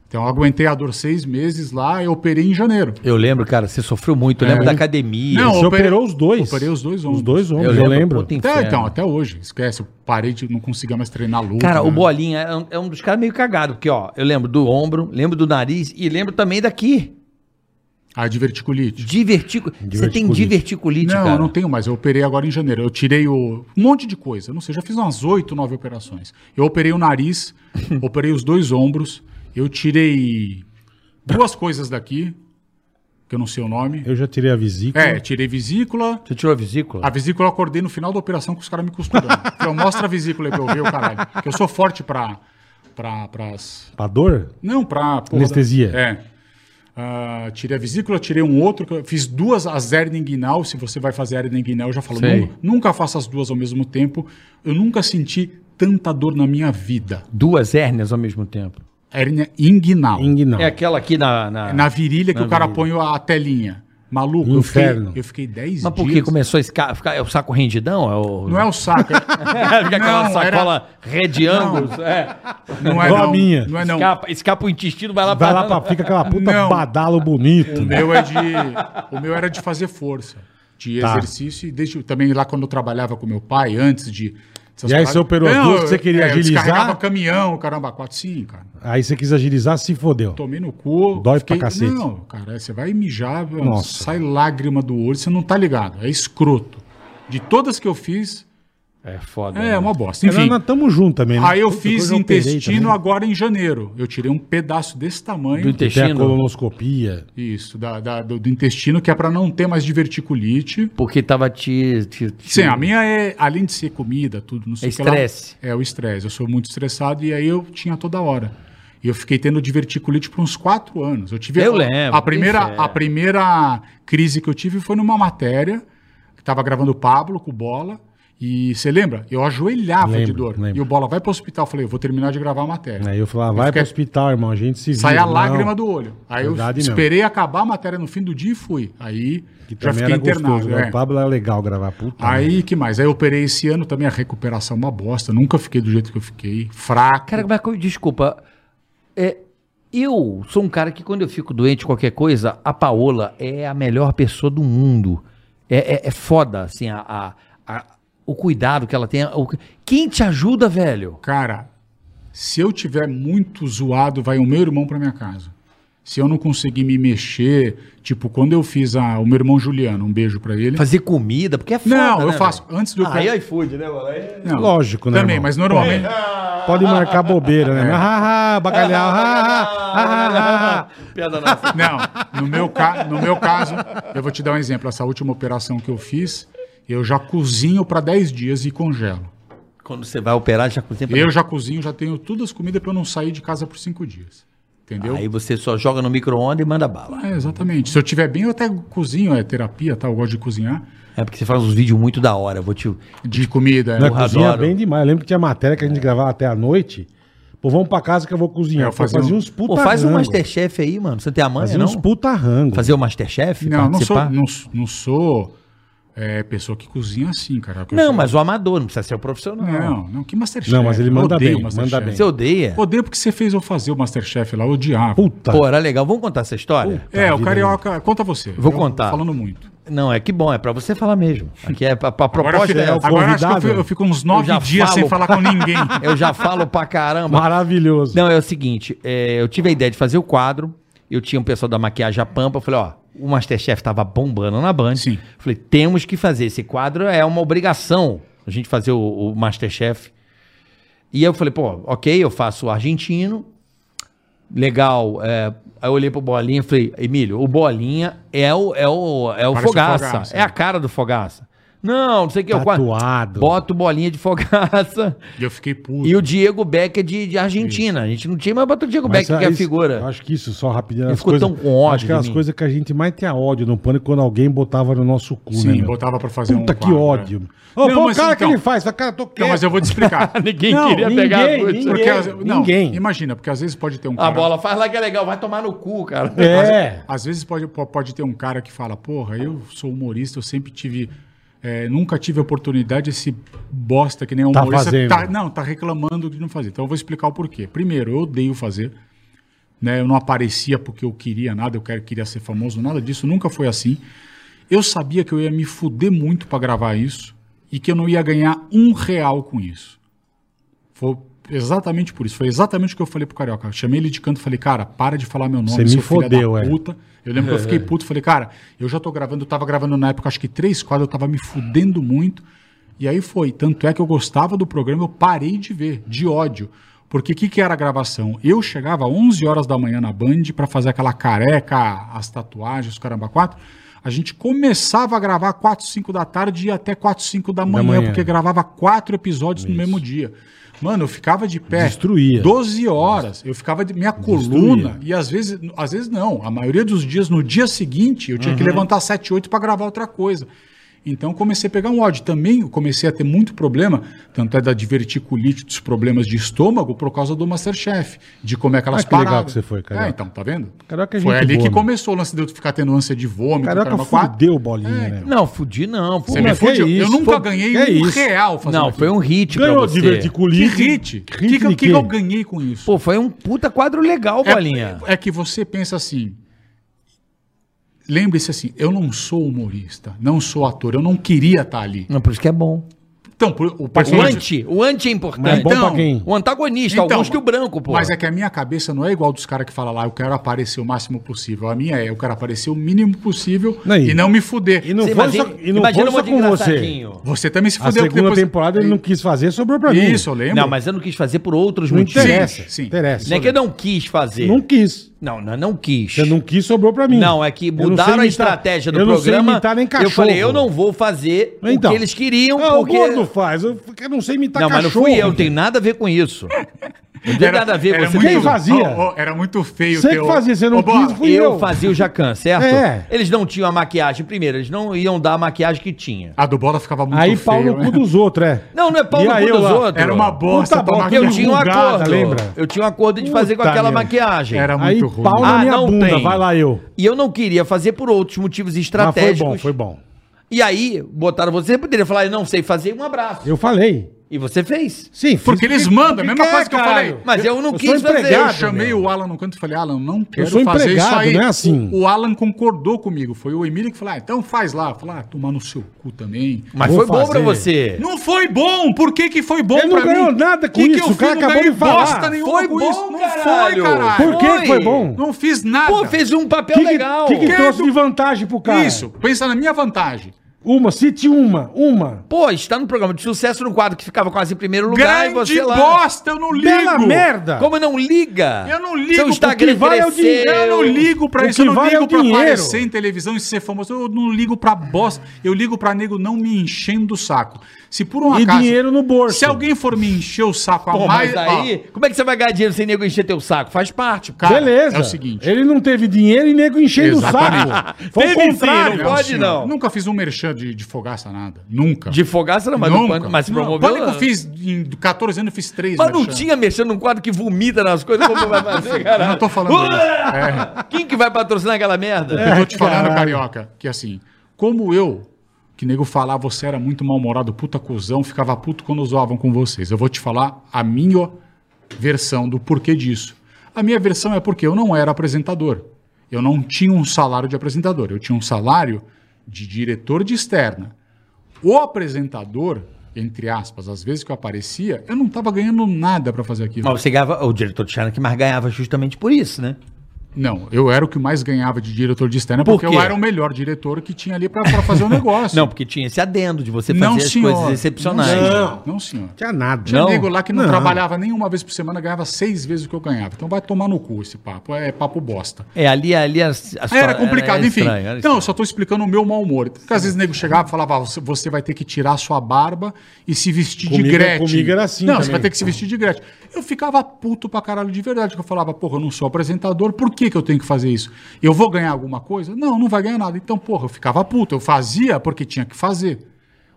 Então eu aguentei a dor seis meses lá, eu operei em janeiro.
Eu lembro, cara, você sofreu muito.
É.
Eu lembro da academia. assim.
Não,
Você
operei-
operou os dois.
operei os dois ombros.
Os dois ombros,
eu lembro.
eu, lembro.
puta
Até,
inferno.
então, até hoje, esquece, eu parei de não conseguia mais treinar luta.
Cara, o
né?
Bolinha é um, é um dos caras meio cagado, porque, ó, eu lembro do ombro, lembro do nariz e lembro também daqui.
A diverticulite.
Diverticu... Você tem
Diverticulite.
diverticulite,
Não,
cara.
eu não tenho mais. Eu operei agora em janeiro. Eu tirei o... um monte de coisa. Eu Não sei, já fiz umas oito, nove operações. Eu operei o nariz, operei os dois ombros, eu tirei duas coisas daqui, que eu não sei o nome.
Eu já tirei a vesícula.
É, tirei vesícula.
Você tirou a vesícula?
A vesícula eu acordei no final da operação com os caras me costurando. Então mostra a vesícula aí pra eu ver o caralho. Porque eu sou forte pra... pra pras...
Pra dor?
Não, pra... porra,
Anestesia.
É. Ah, tirei a vesícula, tirei um outro. que eu Fiz duas, as hernia inguinal. Se você vai fazer hernia inguinal, eu já falo,
Sei.
"Nun- nunca faça as duas ao mesmo tempo. Eu nunca senti tanta dor na minha vida.
Duas hérnias ao mesmo tempo.
Hérnia inguinal.
Inguinal.
É aquela aqui na. na...
É Na virilha que o cara põe a telinha. Maluco, eu fiquei-
Inferno.
eu fiquei 10
Mas por que
dias.
começou a esca... ficar. É o saco rendidão? É o...
Não é o saco. é-
Fica aquela
Não, era-
sacola rediângulos. É.
Não é
Igual a
não.
minha.
Não é não.
Escapa, escapa o intestino, vai lá
Vai lá pra... Fica aquela puta
Não.
badalo bonito.
O meu é de. o meu era de fazer força, de
Tá.
exercício e desde também lá quando eu trabalhava com meu pai antes de Essas
E aí
paradas- é,
você operou as duas que você queria
eu
agilizar?
descarregava caminhão, caramba, quatro, sim, cara.
Aí você quis agilizar, se fodeu.
Tomei no cu.
Dói pra cacete.
Não, cara, você vai mijar, mano,
Nossa.
sai lágrima do olho, você não tá ligado. É escroto. De todas que eu fiz,
É foda.
é
né?
uma bosta.
Mas
Enfim,
nós estamos juntos também, né?
aí eu
Puta,
fiz
coisa operei
intestino
também. né?
agora em janeiro. Eu tirei um pedaço desse
Do
tamanho.
Tem a
intestino.
colonoscopia.
Isso, da, da- do, do intestino, que é pra não ter mais diverticulite.
Porque tava te. te, te-
Sim, a minha é, além de ser comida, tudo, não sei
É
o que lá,
estresse.
É o estresse. Eu sou muito estressado e aí eu tinha toda hora. E eu fiquei tendo diverticulite por uns quatro anos. Eu tive
Eu
a,
lembro,
A primeira,
isso é.
a primeira crise que eu tive foi numa matéria que tava gravando o Pablo com o bola. E você lembra? Eu ajoelhava de
Lembro,
dor.
lembro.
E o bola vai pro hospital. Eu falei, eu vou terminar de gravar a matéria.
Aí eu falava, vai
fiquei-
pro hospital, irmão, a gente se
Saía a
Não.
lágrima do olho. Aí
Verdade
eu
mesmo.
esperei acabar a matéria no fim do dia e fui. Aí
Que
já
também
fiquei
era
internado.
gostoso, né?
é.
O Pablo era legal gravar, puta.
Aí, que mais? Aí eu operei esse ano também, a recuperação é uma bosta. Nunca fiquei do jeito que eu fiquei. Fraca.
Cara, mas co- desculpa. É, eu sou um cara que quando eu fico doente, qualquer coisa, a Paola é a melhor pessoa do mundo. É, é- é foda, assim, a, a- a- o cuidado que ela tem. o- quem te ajuda, velho?
Cara, se eu tiver muito zoado, vai o meu irmão pra minha casa. Se eu não conseguir me mexer, tipo, quando eu fiz a, o meu irmão Juliano, um beijo pra ele.
Fazer comida, porque é foda.
Não, eu
né,
faço. Antes do.
velho? Aí,
não,
Lógico, né,
Também,
irmão?
mas normalmente.
Pode marcar bobeira, né? Ah, ah, ah, bacalhau, ah, ah, ah, ah, ah.
Não, no meu, ca- no meu caso, eu vou te dar um exemplo. Essa última operação que eu fiz, eu já cozinho pra 10 dias e congelo.
Quando você vai operar, já cozinha pra-
Eu já cozinho, já tenho todas as comidas pra eu não sair de casa por cinco dias. Entendeu?
Aí você só joga no micro-ondas e manda bala.
É, exatamente. Se eu tiver bem, eu até cozinho, é terapia, tá? Eu gosto de cozinhar.
É porque você faz uns vídeos muito da hora. eu Vou te.
De comida, é.
Na
Porra,
cozinha
adoro.
bem demais. Eu lembro que tinha matéria que a gente gravava até a noite. Pô, vamos pra casa que eu vou cozinhar.
É,
Eu
eu fazia
fazia
um-
uns puta
Pô, faz um
rango.
Masterchef aí, mano. Você tem a manha,
Fazia
não?
uns puta rango.
Fazer o Masterchef?
Não, não sou,
Participar?
não, s- não sou é, pessoa que cozinha assim, cara. Eu
Não,
sou-
mas o amador, não precisa ser o profissional.
Não, não, que Masterchef.
Não, mas ele
Eu
manda
odeio
bem,
Masterchef.
manda bem.
Você odeia?
Odeio porque você fez eu fazer o Masterchef lá, eu odiava.
Puta.
um- Pô, era legal. Vamos contar essa história?
é, o
vida
Carioca... Conta você.
Vou
Eu tô
contar.
falando muito.
Não, é que bom, é pra você falar mesmo. Aqui é pra, pra
Agora, eu
proposta
fico-
é essa.
agora eu acho que eu
convidado.
fico, eu fico uns nove
já
dias
falo.
sem falar com ninguém.
Eu já falo pra caramba.
Maravilhoso.
Não, é o seguinte, é, eu tive a ideia de fazer o quadro, eu tinha um pessoal da maquiagem a pampa, eu falei, ó, o Masterchef tava bombando na Band.
Sim.
Falei, temos que fazer esse quadro, é uma obrigação a gente fazer o, o Masterchef. E eu falei, pô, ok, eu faço o argentino, legal. é, aí eu olhei pro Bolinha e falei, Emílio, o Bolinha é o, é o, é o
Parece o
Fogaça,
Fogaça, Tá
é a cara do Fogaça. Não, não sei o que. eu quase-
Tatuado.
Bota o Bolinha de Fogaça.
E eu fiquei puto.
E o Diego Beck é de, de Argentina. A gente não tinha, mas bota o Diego
Mas
Beck, que é a
isso- eu
figura.
Acho que isso, só rapidinho.
Ele
as
ficou tão com ódio
Acho que é as
de mim.
coisas que a gente mais tinha ódio no pânico quando alguém botava no nosso cu, né?
Sim,
meu?
botava pra fazer um
Puta que
quadro,
ódio.
né?
Ô,
Não,
pô, o
mas
cara
então-
que ele faz, fala, cara, eu tô
Não, mas eu vou te explicar.
Ninguém
Não, ninguém,
coisa.
ninguém.
Porque, às- não,
Ninguém. Ah,
Imagina, porque às vezes pode ter um
A
cara.
bola faz lá que é legal, vai tomar no cu, cara.
É.
Às vezes pode, po- pode ter um cara que fala, porra, eu sou humorista, eu sempre tive. é, nunca tive oportunidade, esse bosta que nem é
Tá
humorista.
fazendo.
não, tá reclamando de não fazer. Então eu vou explicar o porquê. Primeiro, eu odeio fazer. Né, eu não aparecia porque eu queria nada, eu quero- queria ser famoso, nada disso, nunca foi assim. Eu sabia que eu ia me fuder muito pra gravar isso e que eu não ia ganhar um real com isso. Foi exatamente por isso. Foi exatamente o que eu falei pro Carioca. Eu chamei ele de canto e falei, cara, para de falar meu nome,
Você me fodeu, é.
puta. Eu lembro que eu fiquei puto. Falei, cara, eu já tô gravando. Eu tava gravando na época, acho que três quadros. Eu tava me fudendo muito. E aí foi. Tanto é que eu gostava do programa. Eu parei de ver, de ódio. Porque o que, que era a gravação? Eu chegava às 11 horas da manhã na Band pra fazer aquela careca, as tatuagens, os caramba quatro. A gente começava a gravar 4, 5 da tarde e ia até 4, 5 da manhã,
manhã.
porque gravava quatro episódios no mesmo dia. Mano, eu ficava de pé.
Destruía.
12 horas. Eu ficava de minha coluna e às vezes, às vezes não. A maioria dos dias, no dia seguinte, eu tinha
Uhum.
que levantar 7, 8 para gravar outra coisa. Então comecei a pegar um ódio. Também eu comecei a ter muito problema, tanto é da diverticulite, dos problemas de estômago, por causa do Masterchef, de comer aquelas
Ah, que legal que você foi, Carioca.
É, então, tá vendo?
Carioca é
foi
gente
ali
boa,
que
né?
começou o lance de eu ficar tendo ânsia de vômito.
Carioca
caramba, quatro.
fudeu bolinha, né?
Não, fudi não.
Você
pô.
me
Mas que
fudeu. eu
isso,
nunca
foi-
ganhei
que
um
isso?
real fazendo
Não,
aquilo.
foi um hit pra
Ganhou
você.
Que
diverticulite.
hit! O
Hit
que, que,
de
que
quê?
eu ganhei com isso?
Pô, foi um puta quadro legal,
É-
Bolinha.
É, que você pensa assim. Lembre-se assim, eu não sou humorista, não sou ator, eu não queria estar ali.
Não, por isso que é bom.
Então, por- o
O
personagem...
anti, o anti é importante.
Mas é bom pra
Então,
quem.
O antagonista, Augusto Branco, pô.
Mas é que a minha cabeça não é igual dos caras que falam lá, eu quero aparecer o máximo possível. A minha é, eu quero aparecer o mínimo possível
Não, e-
e não me fuder.
E não foi só, e não foi
um
só com você.
Você também se
A
fudeu. porque
segunda temporada ele não quis fazer, sobrou pra mim.
Isso, eu lembro.
Não, mas eu não quis fazer por outros
Não
motivos.
interessa.
Sim, sim.
interessa.
Não é que eu não quis fazer.
Não quis.
Não, não, não quis.
Você não quis, sobrou pra mim.
Não, é que
Eu não sei
mudaram a
imitar-
estratégia do
eu
programa.
Não sei imitar nem cachorro.
Eu falei, eu não vou fazer
Então.
o que eles queriam,
Não,
porque.
o gordo faz. Eu, eu não sei imitar
não, mas não
cachorro.
fui eu, tem nada a ver com isso. Não tem nada a ver com
era
você.
muito-
Quem fazia?
Ó, ó, era muito feio.
Você
ter
que
o-
fazia, você não
Ô, Bola,
quis, fui
Eu,
eu.
fazia o Jacan, certo?
É.
Eles não tinham a maquiagem. Primeiro, eles não iam dar a maquiagem que tinha.
A do Bola ficava muito
Aí
feio.
pau no
né?
cu dos outros, é.
Não, não é pau
E
no
aí
cu
eu
dos
lá?
outros.
Era uma bosta
Puta
pra
bola,
maquiagem.
Eu tinha um
Julgada,
acordo.
lembra?
Eu tinha um acordo de fazer com
Puta
aquela
merda.
maquiagem.
Era
Aí
muito ruim.
pau na
Ah,
minha
não
bunda,
tem.
vai lá eu.
E eu não queria fazer por outros motivos
Mas foi
estratégicos.
bom, foi bom.
E aí, botaram você, você poderia falar, eu não sei fazer, um abraço.
Eu falei.
E você fez.
Sim, fiz
Porque eles mandam, é a mesma
quer,
coisa que eu
caralho.
falei.
Mas eu, não
eu
quis
sou
fazer.
Eu
empregado.
chamei
meu.
o Alan no canto e falei, Alan, não quero
sou
fazer isso
empregado,
aí.
não é assim.
O, o Alan concordou comigo. Foi o Emílio que falou, ah, então faz lá. Eu Falei, ah, tomar no seu cu também.
Mas
Vou
foi bom pra
fazer.
você.
Não foi bom! Por que que foi bom
É. Ele não
pra mim?
ganhou nada com
Que que
isso,
eu
o cara
fiz? Não
acabou de
ganhei
falar.
bosta nenhuma
Foi
com
bom,
isso. Não
caralho.
foi, caralho!
Por que que foi
Foi.
bom?
Não fiz nada.
Pô, fez um papel
que, que-
legal.
que, que
Quero-
trouxe de vantagem pro cara?
Isso, pensa na minha vantagem.
Uma, cite uma, uma.
Pô, está no programa de sucesso no quadro que ficava quase em primeiro lugar e
Grande
você lá.
bosta, eu não ligo.
Bela merda!
Como não liga?
Eu não ligo,
Seu
o que
Instagram
vale é o
cresceu.
dinheiro,
Eu não ligo
O
pra isso,
que
eu não
vale é o
ligo pra
dinheiro.
aparecer em televisão e ser famoso. Eu não ligo pra bosta, eu ligo pra nego não me enchendo o saco. Se por um
E
acaso.
dinheiro no bolso.
Se alguém for me encher o saco
Pô,
a mais.
mas aí, como é que você vai ganhar dinheiro sem nego encher teu saco? Faz parte,
ó,
cara.
cara,
Beleza.
É o seguinte.
Ele não teve dinheiro e nego enchendo o saco.
Exatamente.
Foi o
Teve sim,
contrário.
não pode,
ah, senhor,
não.
Nunca fiz um merchan de, de fogaça, nada. Nunca.
De fogaça não, mas, no
Nunca.
pan- mas se
Não,
promoveu.
Pânico eu fiz, em 14 anos eu fiz três
Mas não
merchan.
tinha mexendo num quadro que vomita nas coisas, como vai fazer,
Eu
caralho?
não tô falando isso. É.
Quem que vai patrocinar aquela merda?
Eu tô te falando,
caralho.
carioca, que assim, como eu, que nego falar, você era muito mal-humorado, puta cuzão, ficava puto quando zoavam com vocês. Eu vou te falar a minha versão do porquê disso. A minha versão é porque eu não era apresentador. Eu não tinha um salário de apresentador. Eu tinha um salário de diretor de externa. O apresentador, entre aspas, às vezes que eu aparecia, eu não estava ganhando nada para fazer aquilo.
Mas você ganhava, o diretor de China que mais ganhava justamente por isso, né?
Não, eu era o que mais ganhava de diretor de externa,
Por
porque
quê?
eu era o melhor diretor que tinha ali para fazer o negócio.
Não, porque tinha esse adendo de você fazer
não,
as
senhor.
coisas excepcionais.
Não, senhor. Não, senhor.
Tinha nada.
Tinha
Não?
amigo lá que não,
Não.
trabalhava nenhuma vez por semana, ganhava seis vezes o que eu ganhava. Então vai tomar no cu esse papo. É papo bosta.
É, ali, ali a, é, a sua-
Era complicado, enfim.
estranho, era
não,
estranho.
eu só tô explicando o meu mau humor. Porque às vezes o nego chegava e falava, ah, você- você vai ter que tirar a sua barba e se vestir de
Comigo-
Gretchen.
comigo era assim
Não,
também.
você vai ter que se vestir de Gretchen. Eu ficava puto pra caralho de verdade, que eu falava, porra, eu não sou apresentador, por que que eu tenho que fazer isso? Eu vou ganhar alguma coisa? Não, não vai ganhar nada. Então, porra, eu ficava puto. Eu fazia porque tinha que fazer.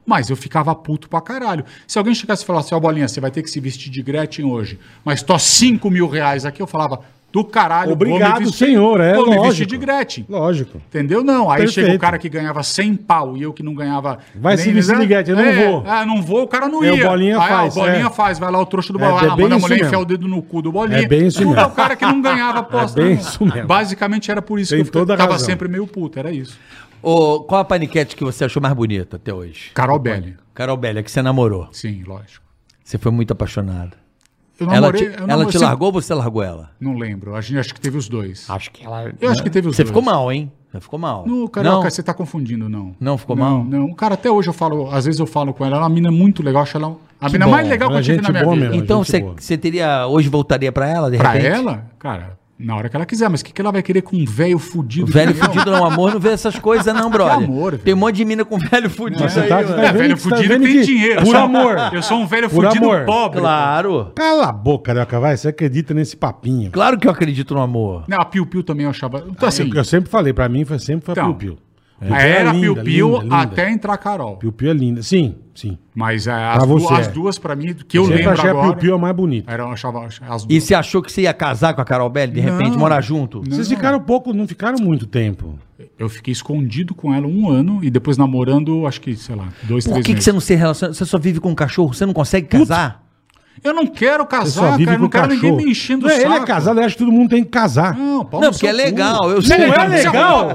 Mas eu ficava puto pra caralho. Se alguém chegasse e falasse, ó, Bolinha, você vai ter que se vestir de Gretchen hoje, mas tô 5 mil reais aqui, eu falava, do caralho, vou me
Obrigado, senhor, é,
vou me vestir
lógico.
de Gretchen.
Lógico.
Entendeu? Não. Aí
Perfeito.
chega o cara que ganhava 100 pau e eu que não ganhava.
Vai se vestir de guete, eu não vou.
Ah, não vou, o cara não
É,
ia.
o Bolinha
Aí, ah,
faz,
O Bolinha
é.
faz, vai lá o trouxa do
É,
Bolinha.
é
ah,
bem
manda a
isso
mulher enfiar
mesmo.
o dedo no cu do Bolinha.
É bem isso
Tudo
mesmo. É
o cara que não ganhava aposta.
bem
não.
isso mesmo.
Basicamente era por isso
Tem
que eu
toda a
tava
razão.
sempre meio puto, era isso.
Ô, qual a paniquete que você achou mais bonita até hoje?
Carol Belli.
Carol Belli, que você namorou.
Sim, lógico.
Você foi muito apaixonada.
Eu
Ela te,
eu
ela
namorei-
te
sempre-
largou ou você largou ela?
Não lembro. A gente, acho que teve os dois.
Acho que ela.
eu acho que teve os
né? Você
dois.
ficou mal, hein? Você ficou mal.
No, Carioca,
não,
você tá confundindo, não.
Não, ficou
não,
mal?
Não, cara, até hoje eu falo, às vezes eu falo com ela, ela é uma mina muito legal, acho ela a mina
bom,
mais legal que
ela
eu
é
tive
gente
na minha
boa
vida.
mesmo.
Então
Gente
você,
boa.
você teria. Hoje voltaria pra ela, de
Pra
repente?
ela, cara, na hora que ela quiser, mas o que, que ela vai querer com um velho fudido?
Velho
que nem eu?
fudido não, amor, não vê essas coisas, não, brother.
amor,
Tem um monte de mina com velho fudido.
Mas você
aí,
tá-
mano.
tá-
É, velho
vendo que tá
fudido
vendo
tem
que-
dinheiro.
por
Eu sou-
amor.
Eu sou um velho
Por
fudido
amor.
pobre.
Claro.
Cala a boca, Carioca, vai. Você acredita nesse papinho.
Claro que eu acredito no amor.
Não, a Piu Piu também eu achava. Então, assim,
É, Eu, eu sempre falei, pra mim foi, sempre foi
Então,
a Piu Piu.
a era Piu Piu
Linda.
até entrar a Carol.
Piu Piu é linda. Sim, sim.
Mas é,
Pra
as, du-
você,
as
é.
duas, pra mim, que eu
sempre
lembro
achei a
agora.
Piu Piu a mais bonita.
Era, eu achava as duas.
E você achou que você ia casar com a Carol Belli, de repente, morar junto?
Vocês ficaram pouco, não ficaram muito tempo.
Eu fiquei escondido com ela um ano e depois namorando, acho que, sei lá, dois,
Por
três
que, que
meses.
você não se relaciona? Você só vive com um cachorro, você não consegue casar?
Eu não quero
Você só
casar,
vive
Ah, cara. Eu
com
não
o
quero
cachorro.
ninguém me enchendo
Não
o
é,
saco. Hum.
Ele é casado, ele acha que todo mundo tem que casar.
Não, pau
Não,
no
porque é
seu cu.
legal. Eu
Não
sei.
é legal,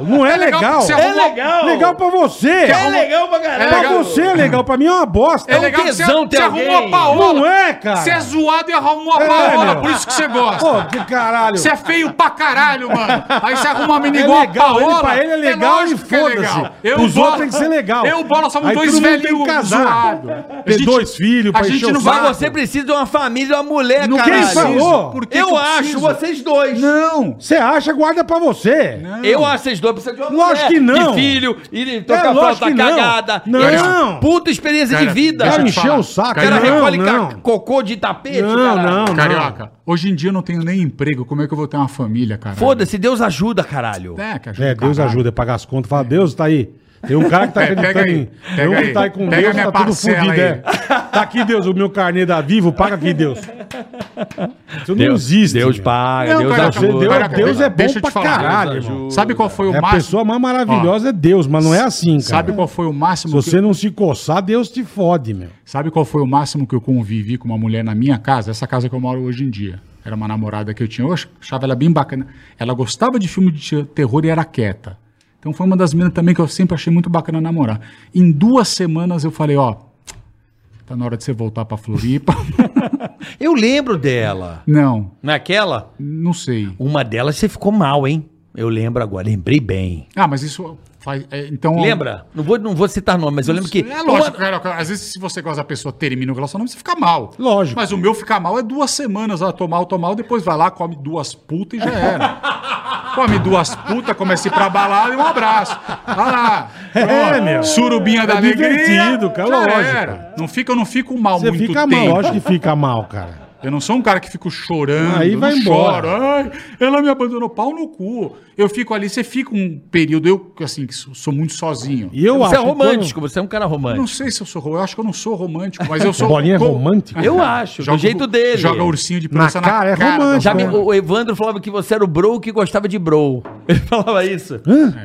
não é legal.
Você arruma-
Legal pra você.
É legal
pra
caralho.
Pra você é legal, pra mim é uma bosta.
É legal que você,
um tesão ter
você arruma
alguém.
uma paola.
Não é, cara.
Você é zoado e arruma uma
É,
paola,
meu.
por isso que você gosta.
Pô, que caralho.
Você é feio pra caralho, mano. Aí você arruma uma menina
É
igual
legal,
a Paola.
ele- pra ele é legal
lógico
e
que é
foda-se.
legal.
Os
Bola-
outros tem que ser legal.
Eu e o Bola somos
Aí
dois
todo mundo
velhos
tem que casar.
zoados. A
Ter
gente-
dois filhos pra
a gente
encher o
não vai
saco.
Mas você precisa de uma família, uma mulher,
Não
caralho.
quem falou?
Por que
eu
que
acho
preciso?
vocês dois.
Não.
Você acha, guarda pra você.
Eu acho vocês dois precisam de uma
Lógico
mulher.
que não. É,
E filho, e tocar
lógico
flauta
que não.
cagada.
Não.
E eles- Puta experiência
Cara,
de vida.
deixa
Cara,
eu te
encheu
falar.
o saco.
O cara
Cara,
Não,
recolhe ca-
não.
cocô de tapete,
Não,
caralho.
não, não.
Carioca, hoje em dia eu não tenho nem emprego. Como é que eu vou ter uma família, cara?
Foda-se, Deus ajuda, caralho.
É, que ajuda
É,
o
Deus
caralho.
ajuda, é pagar as contas. Fala, Deus, tá aí. Tem um cara que tá
É, pega
acreditando
aí,
em.
pega
Tem um que
aí.
tá aí com
Pega
Deus,
minha
tá tudo
parcela
fudido.
aí.
É. Tá aqui, Deus, o meu carnê da Vivo, paga aqui, Deus. Isso não existe.
Deus
meu.
paga,
Não,
Deus
cara,
ajuda.
Deus-
Caraca,
Deus é bom
deixa eu
pra
te falar.
caralho,
Deus
irmão.
ajuda. Sabe qual foi o
É a
máximo?
pessoa mais maravilhosa é Deus, mas não é assim, cara.
Sabe qual foi o
Se
máximo?
você
Que,
não se coçar, Deus te fode, meu.
sabe qual foi o máximo que eu convivi com uma mulher na minha casa? Essa casa que eu moro hoje em dia. Era uma namorada que eu tinha. Eu ach- achava ela bem bacana. Ela gostava de filme de te- terror e era quieta. Então foi uma das meninas também que eu sempre achei muito bacana namorar. Em duas semanas eu falei, ó, tá na hora de você voltar pra Floripa.
é- Eu lembro dela. é
não,
Naquela,
não sei.
uma delas você ficou mal, hein? Eu lembro agora, lembrei bem.
Ah, mas isso faz. é, então.
Lembra? Não vou, não vou citar nome, mas eu lembro que.
É lógico, cara, cara, Às vezes, se você gosta da pessoa, termina o relacionamento, você fica mal.
Lógico.
Mas o meu ficar mal é duas semanas, ela tomar, eu tomar, depois vai lá, come duas putas e já era. come duas putas, comecei pra balada e um abraço. Vai lá.
É,
Ó,
meu. É
Surubinha da alegria.
divertido, cara,
já
lógico.
era. Não fica, eu não fico mal
Você
muito
fica
tempo.
mal, lógico que fica mal, cara.
Eu não sou um cara que fico chorando.
Aí
eu
vai
não
embora.
choro. Ai, ela me abandonou, pau no cu. Eu fico ali, você fica um período, eu, assim, que sou sou muito sozinho.
E eu
você é
acho que quando-
romântico, você é um cara
Eu não
romântico.
sei se eu sou romântico, eu acho que eu não sou romântico, mas eu sou.
Bolinha é
com-
romântico?
Eu acho, do jeito dele.
Joga ursinho de
Na
pelúcia na,
cara, é
cara.
romântico.
Já me-
É.
o Evandro falava que você era o bro que gostava de bro. Ele falava isso.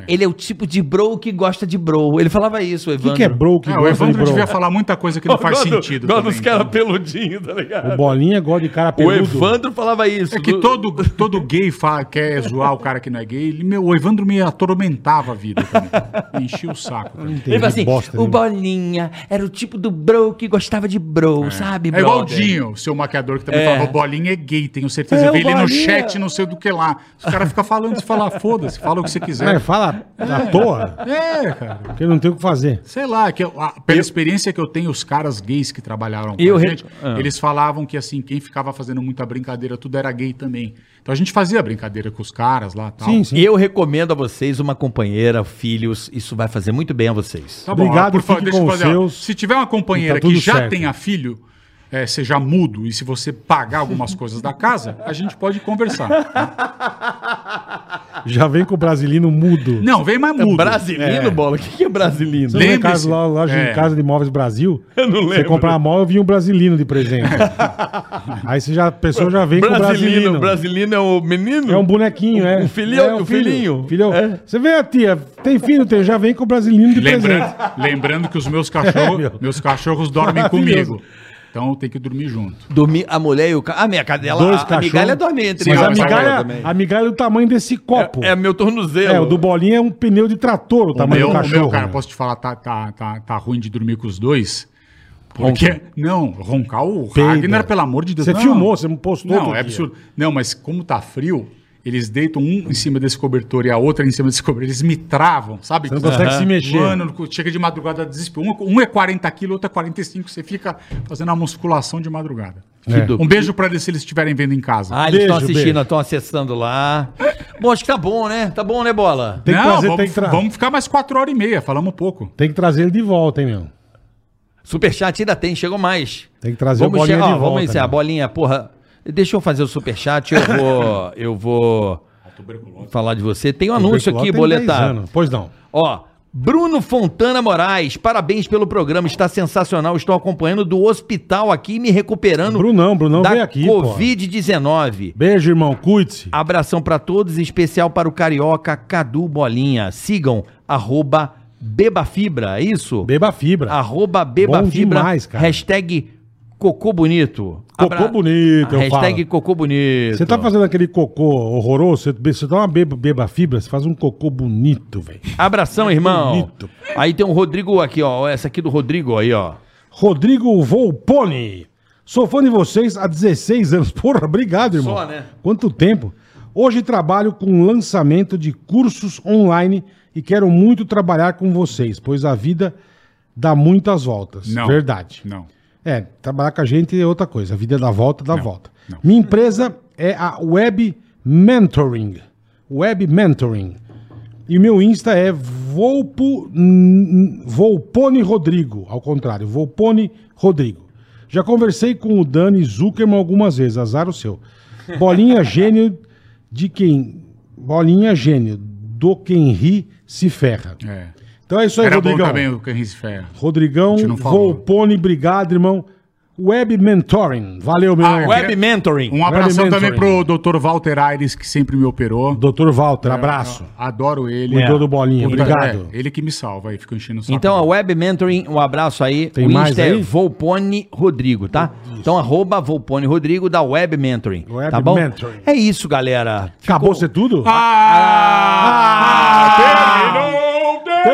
Ele é o tipo de bro que gosta de bro. Ele falava isso, o
O que,
Evandro.
que é bro que
É, o
gosta de
Evandro
bro?
devia falar muita coisa que não faz sentido.
Gosta
também,
dos caras
então.
peludinhos, tá ligado?
O bolinha é gosta de cara
O
peludo.
Evandro falava isso.
É que
Do-
todo, todo gay fala, quer zoar o cara que não é gay. Ele- meu, o Evandro me atormentava a vida também. Me enchia o saco. também.
Entendi,
Ele fala assim,
bosta né?"
o
né?"
nenhuma.
Bolinha era o tipo do bro que gostava de bro, sabe,
É igual o
brother?
Dinho, seu maquiador, que também
É.
falava, bolinha é gay, tenho certeza.
É,
Eu
o
vi ele no
Bolinha.
chat, não sei do que lá. Os caras ficam falando, você fala, foda-se, fala o que você
É,
quiser.
fala à toa,
É, cara.
porque não tem o que fazer.
Sei lá, que eu- a- pela experiência que eu tenho, os caras gays que trabalharam com
Eu
a
re-
gente,
Ah.
eles falavam que assim, quem ficava fazendo muita brincadeira, tudo era gay também. Então a gente fazia brincadeira com os caras lá tal.
Sim, sim.
Eu recomendo a vocês uma companheira, filhos, isso vai fazer muito bem a vocês.
Tá bom,
Obrigado,
por favor,
fique
deixa eu
com os
fazer. ó.
seus.
Se tiver uma companheira
E tá
que
tudo
já
certo.
tenha filho, é, seja mudo, e se você pagar algumas coisas da casa, a gente pode conversar.
Já vem com o brasileiro mudo.
Não, vem mais mudo.
Brasileiro, bola? O que, que é brasileiro?
Você lembra
lembre-se.
casa, lá, loja
É.
em casa de imóveis Brasil? Eu não lembro. Você comprava móvel e vinha um brasileiro de presente. Aí você já, a pessoa já vem com o brasileiro.
brasileiro é o menino?
É um bonequinho, é.
O filhão-
é
o
filho.
filhinho.
Filhão.
É.
Você vê a tia, tem filho, tem, já vem com o brasileiro de
Lembrando,
presente.
lembrando que os meus cachorros,
É, meu.
meus cachorros dormem comigo. Então tem que dormir junto.
Dormir a mulher e o cara. A minha cadela,
Dois
a, a
cachorros.
migalha dorme entre
Mas
Sim,
a
mas agora
migalha,
também.
a migalha é do tamanho desse copo.
É meu tornozelo.
É, o do bolinha é um pneu de trator, o
O
tamanho
meu,
do
o meu,
cachorro.
cara,
né?
posso te falar, tá, tá, tá, tá ruim de dormir com os dois. Porque. Não, roncar o
Peida.
Ragnar, pelo amor de Deus.
Você
não.
filmou, você postou outro
Não,
dia.
é absurdo. Não, mas como tá frio, eles deitam um em cima desse cobertor e a outra em cima desse cobertor. Eles me travam, sabe?
Você não consegue se mexer.
Mano, chega de madrugada desespero. Um, um é 40 quilos, outro é 45. Você fica fazendo uma musculação de madrugada.
Que
É.
do-
Um beijo pra eles se eles estiverem vendo em casa.
Ah, eles estão
Beijo,
assistindo,
beijo.
estão acessando lá. Bom, acho que tá bom, né? Tá bom, né, bola?
Tem que,
não,
trazer,
vamos,
tem, que tra-
vamos ficar mais 4 horas e meia, falamos pouco.
tem que trazer ele de volta, hein, meu?
Superchat ainda tem, chegou mais.
Tem que trazer
Vamos
o bolinha
encerrar,
de
ó,
volta.
vamos encerrar. A
meu.
bolinha, porra. Deixa eu fazer o superchat, eu vou. eu vou falar de você. Tem um anúncio
Tuberculose
aqui,
tem 10
boletar.
anos. Pois não.
Ó. Bruno Fontana Moraes, parabéns pelo programa, está sensacional. Estou acompanhando do hospital aqui, me recuperando
Brunão, Brunão veio
da
aqui, pô.
Covid-19.
Beijo, irmão. Cuide-se.
Abração pra todos, em especial para o carioca Cadu Bolinha. Sigam arroba Beba Fibra, é isso?
Beba fibra.
Arroba Beba
Bom
Fibra,
demais, cara.
hashtag Cocô Bonito.
Cocô bonito, eu
Hashtag
falo.
Cocô Bonito.
Você tá fazendo aquele cocô horroroso? Você, você dá uma beba, beba fibra, você faz um cocô bonito, velho.
Abração, irmão.
bonito.
Aí tem um Rodrigo aqui, ó. Essa aqui do Rodrigo aí, ó.
Rodrigo Volpone. Sou fã de vocês há 16 anos. Porra, obrigado, irmão.
Só, né?
Quanto tempo. Hoje trabalho com lançamento de cursos online e quero muito trabalhar com vocês, pois a vida dá muitas voltas.
Não.
Verdade.
Não.
É, trabalhar com a gente é outra coisa. A vida dá volta, dá volta.
não.
Minha empresa é a Web Mentoring. Web Mentoring. E meu Insta é Volpo, n- n- Volpone Rodrigo. Ao contrário, Volpone Rodrigo. Já conversei com o Dani Zuckerman algumas vezes, azar o seu. Bolinha gênio de quem. Bolinha gênio do quem ri se ferra.
É.
Então é isso aí,
Era bom
Rodrigão.
também o Carrinhos Ferro. A
Rodrigão,
gente não falou.
Volpone, obrigado, irmão. Web Mentoring. Valeu, meu
Ah,
irmão.
Web Mentoring.
Um abração
Mentoring.
também pro Dr. Walter Aires, que sempre me operou.
Doutor Walter,
É,
abraço.
Adoro ele.
Cuidou do bolinho,
Puta,
obrigado.
é, ele que me salva aí, fica enchendo o saco.
Então, a Web Mentoring, um abraço aí.
Tem
o
mais
Insta
aí?
é Volpone Rodrigo, tá? Então, arroba Volpone Rodrigo da Web Mentoring.
Web
tá bom?
Mentoring.
É isso, galera.
Acabou ser tudo?
Ah!
Ah!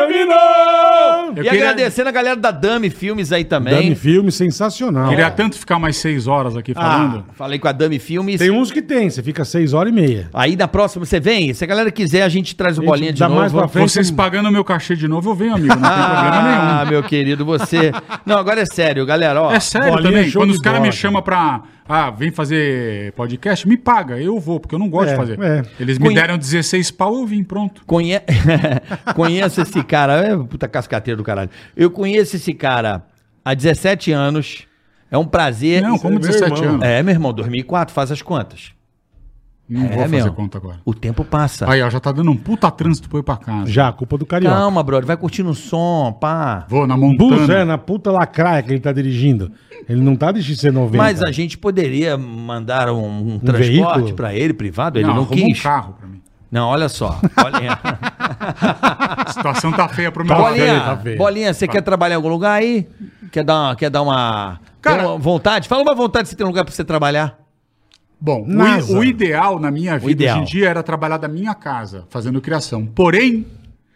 terminou! Eu
e
queria,
agradecendo a galera da Dami Filmes aí também.
Dani Filme, sensacional.
queria tanto ficar mais seis horas aqui
Ah.
falando.
Falei com a Dami Filmes.
Tem um- uns que tem, você fica seis horas e meia.
Aí na próxima você vem. Se a galera quiser, a gente traz o
gente
bolinha de
dá
novo.
mais pra frente.
Vocês pagando meu cachê de novo, eu venho, amigo. Não tem problema nenhum.
Ah, meu querido, você. Não, agora é sério, galera. Ó,
É sério
bolinha é
também.
show
Quando
de
os caras
bola.
me chamam pra. Ah, vem fazer podcast, me paga. Eu vou, porque eu não gosto
É,
de fazer.
é.
Eles me deram 16 pau, eu vim, pronto.
Conhe... conheço esse cara. É puta cascateira do caralho. Eu conheço esse cara há 17 anos. É um prazer.
Não, como
é meu
17
irmão.
anos.
É, meu irmão, 2004, faz as contas.
Não vou
é,
fazer
meu.
conta agora.
O tempo passa.
Aí, ó, já tá dando um puta trânsito pra eu ir pra casa.
Já, culpa do carioca.
Calma, brother. Vai curtindo o som, pá.
Vou na
Bus, é,
montana.
na puta lacraia que ele tá dirigindo. Ele não tá de ser 90.
Mas a gente poderia mandar um, um transporte
veículo?
pra ele, privado. Ele
não,
não,
arruma um
quis.
carro pra mim.
Não, olha só. Bolinha,
A situação tá feia pro meu
bolinha,
lado. Tá feia.
bolinha, você quer trabalhar em algum lugar aí? Quer dar uma, quer dar uma,
Cara-
tem uma vontade? Fala uma vontade se tem um lugar pra você trabalhar.
Bom, o,
NASA.
i- o ideal na minha vida
ideal.
hoje em dia era trabalhar da minha casa, fazendo criação. Porém,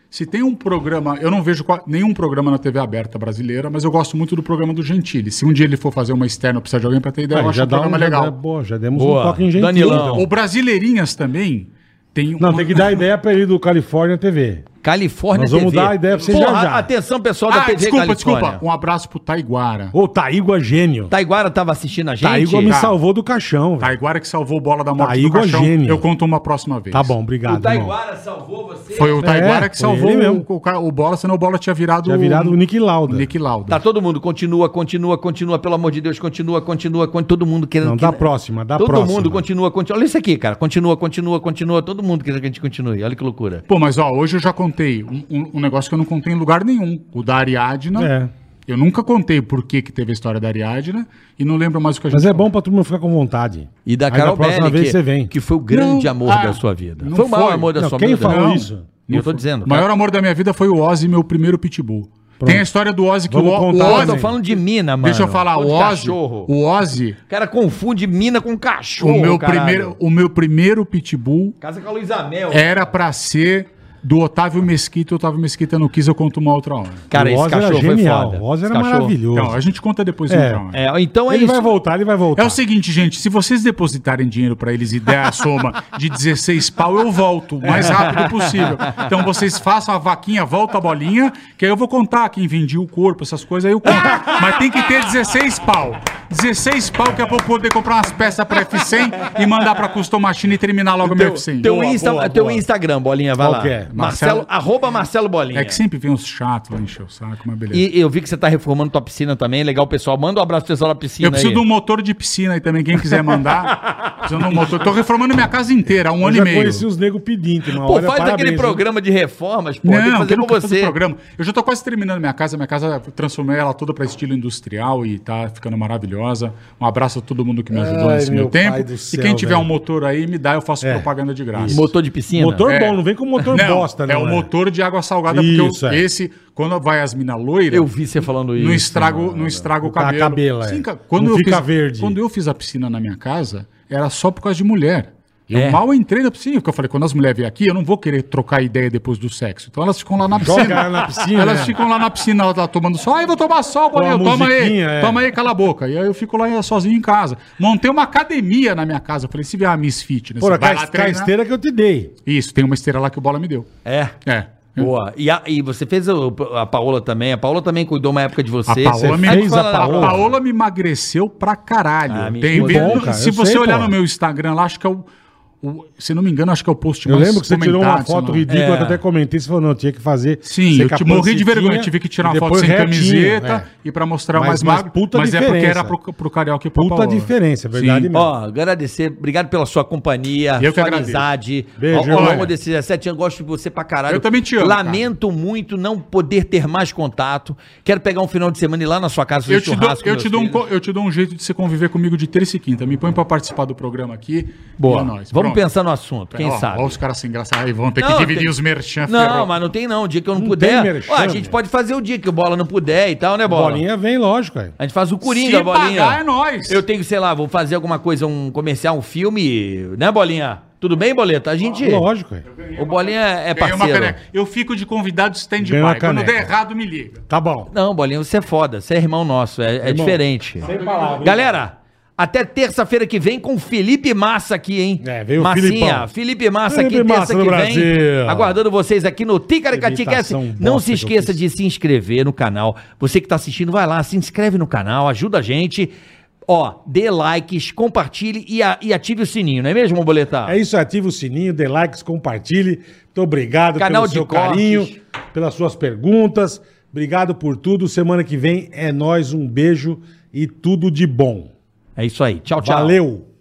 se tem um programa, eu não vejo qua- nenhum programa na TV aberta brasileira, mas eu gosto muito do programa do Gentili. Se um dia ele for fazer uma externa, eu precisar de alguém para ter ideia, eu
Aí,
acho
já
um
dá
programa
um, Já, dá-
legal.
boa, já demos
Boa.
um toque em gentil.
Danilão.
O Brasileirinhas também tem
Não,
uma-
tem que dar ideia pra ele do Califórnia TV.
Califórnia
Nós vamos
TV.
dar a ideia pra vocês já já.
atenção pessoal da
Ah,
TV
desculpa,
Califórnia.
desculpa. Um abraço pro Taiguara.
Ô, Taígua gênio.
Taiguara tava assistindo a gente.
Taígua me
Tá.
salvou do caixão, velho.
Taiguara que salvou bola da morte
Taígua
do caixão.
Tá. gênio.
Eu conto uma próxima vez.
Tá bom, obrigado. irmão.
salvou você.
Foi o Taiguara
É,
que
foi
salvou
ele mesmo.
o, o ca- o bola, senão o bola tinha virado
Tinha virado o Nick Lauda.
Nick Lauda.
Tá todo mundo, continua, continua, continua, pelo amor de Deus, continua, continua, continua. Todo mundo querendo.
Não,
que-
dá a próxima, dá a
Todo
próxima.
mundo continua, continua. Olha isso aqui, cara. Continua, continua, continua. Todo mundo querendo que a gente continue. Olha que loucura.
Pô, mas ó, hoje eu já contei um, um- um negócio que eu não contei em lugar nenhum. O da Ariadna.
É.
Eu nunca contei por que, que teve a história da Ariadna e não lembro mais o que a gente
Mas é
falou.
bom pra todo mundo ficar com vontade.
E da
Aí
Carol
próxima
Belli,
vez
que,
você vem.
que foi o grande
Não,
amor
ah,
da sua vida.
não
Foi o maior
foi.
amor da
Não,
sua
quem
vida.
falou
Não,
isso?
Eu tô dizendo. tá?
O maior amor da minha vida foi o Ozzy, meu primeiro pitbull. Tem a história do Ozzy que
Vamos
o, o
contar
Pô, eu
Ozzy...
tô falando de mina, mano.
Deixa eu falar,
Tô
o
de
Ozzy,
Cachorro.
o Ozzy,
O cara confunde mina com cachorro.
o meu,
caralho.
primeiro, o meu primeiro pitbull
Casa com a Luísa Mel.
É.
era pra ser do Otávio Mesquita. O Otávio Mesquita não quis, eu conto uma outra hora.
Cara,
o
esse
Oz era
cachorro foi
genial.
foda.
O Oz
Esse
era
cachorro-
maravilhoso.
Então, a gente conta depois
É.
então.
É, então é
ele
isso.
vai voltar, ele vai voltar.
É o seguinte, gente, se vocês depositarem dinheiro pra eles e der a soma de 16 pau, eu volto o mais rápido possível. Então vocês façam a vaquinha, volta a bolinha, que aí eu vou contar quem vendia o corpo, essas coisas, aí eu conto. Mas tem que ter 16 pau. 16 pau que é pra eu poder comprar umas peças pra F100 e mandar pra Custom Machine e terminar logo meu F100.
Teu,
Boa,
Insta-
boa,
teu
boa.
Instagram, Bolinha, vai
Qual
lá.
que é?
Marcelo, arroba Marcelo Bolinha.
É que sempre vem uns chatos lá encher o saco, mas beleza.
E eu vi que você tá reformando tua piscina também. Legal, pessoal. Manda um abraço pro pessoal da piscina
Eu preciso
aí.
de um motor de piscina aí também, quem quiser mandar. Preciso de um motor. Tô reformando minha casa inteira, há um
Eu
ano
já
e meio.
conheci os nego pedindo. Uma
Pô,
hora,
faz
parabéns,
aquele
hein?
programa de reformas, pô. tem que
Não,
fazer
eu
com
não quero fazer
você.
programa. Eu já tô quase terminando minha casa. Minha casa eu transformei ela toda pra estilo industrial e tá ficando maravilhosa. Um abraço a todo mundo que me ajudou
Ai,
nesse
meu
meu tempo.
pai do
e
céu,
quem tiver
velho. É.
um motor aí, me dá, eu faço propaganda de graça.
Motor de piscina.
Motor
É.
bom, não vem com motor
Não,
bosta, né?
é o motor de água salgada,
Isso,
porque eu-
é.
esse, quando vai as minas loiras,
Eu vi você falando isso.
não estraga, o- não estraga o
Tá,
cabelo.
cabelo, é.
Sim, ca- quando
Não
eu
fica
fiz,
verde.
Quando eu fiz a piscina na minha casa, era só por causa de mulher. Eu
É.
mal entrei na piscina, porque eu falei, quando as mulheres vêm aqui, eu não vou querer trocar ideia depois do sexo. Então elas ficam lá na piscina.
ela na piscina,
elas
né?
ficam lá na piscina, lá, tomando sol. Aí vou tomar sol,
Com a
Bolinha, toma aí.
musiquinha, é.
Toma aí, cala a boca. E aí eu fico lá eh, sozinho em casa. Montei uma academia na minha casa. Eu falei, se vier a Miss Fitness,
assim,
Pô, a
vai
ca-
lá
ca-
treinar.
esteira que eu te dei.
Isso, tem uma esteira lá que o Bola me deu.
É.
É.
Boa. E, a- e você fez o- a Paola também. A Paola também cuidou uma época de você.
A Paola,
Você
me...
fez
fez a
falar da
a Paola me emagreceu pra caralho.
Ah, me
Tem
Que
bom, cara,
Se
eu
você
sei,
olhar
pô.
no meu Instagram lá, acho que é o, o- Se não me engano, acho que é o post
Eu lembro que você tirou uma
comentado, sei
foto
lá.
ridícula,
É.
que eu até comentei, você falou, não, eu tinha que fazer.
Sim,
você
eu
com a
te morri de
pancetinha
vergonha. Tive que tirar
e
uma foto
depois
sem
retinho,
camiseta
é.
e pra mostrar
Mas-
mais
mas
magro.
puta
mas é porque
diferença.
era pro, pro carioca e pro
Puta
Paola.
diferença, é verdade
Sim.
mesmo.
Ó, agradecer, obrigado pela sua companhia,
Eu que
sua
agradeço.
amizade.
Beijo,
ao, ao
irmão.
longo desses 17 anos, gosto de você pra caralho.
Eu também te amo,
Lamento muito não poder ter mais contato. Quero pegar um final de semana e ir lá na sua casa fazer
Eu te, dou,
churrasco com
eu,
meus
te dou um,
filhos.
co- eu te dou um jeito de você conviver comigo de terça e quinta. Me põe pra participar do programa aqui.
Boa.
E é nóis.
Vamos
Pronto.
pensar no assunto, quem
Ó,
sabe.
Ó, os caras sem graça. Aí vão ter que
Não,
dividir
tem-
os merchan.
Não,
ferrou.
mas não tem não. O dia que eu não,
Não
puder.
tem merchan,
Ó, a
meu.
gente pode fazer o dia que o bola não puder e tal, né, bola?
Bolinha vem, lógico, é.
A gente faz o Coringa,
Se
bolinha.
pagar é nóis.
Eu tenho, que, sei lá, vou fazer alguma coisa, um comercial, um filme, né, bolinha? Tudo bem, boleta? A gente.
Lógico, é.
O bolinha é
Ganhei uma
parceiro.
caneca. Eu fico de convidado stand-by.
Ganhei uma
Quando der
caneca.
errado, me liga.
Tá bom.
Não, Bolinha, você é foda. Você é irmão nosso. É, é diferente.
palavras.
Galera, até terça-feira que vem com Felipe Massa aqui, hein?
É, veio o Filipão.
Massinha, Felipe Massa
Felipe
aqui,
Massa
terça
do
que
Brasil.
vem. Aguardando vocês aqui no Ticaracaticast.
Imitação
Não
bosta
se
que eu
esqueça
fiz.
de se inscrever no canal. Você que tá assistindo, vai lá, se inscreve no canal, ajuda a gente. Ó, dê likes, compartilhe e, a- e ative o sininho, não é mesmo, Boletar?
É isso, ativa o sininho, dê likes, compartilhe. Muito obrigado
Canal
pelo
de
seu
cortes.
carinho, pelas suas perguntas. Obrigado por tudo. Semana que vem é nós, um beijo e tudo de bom.
É isso aí. Tchau, tchau.
Valeu!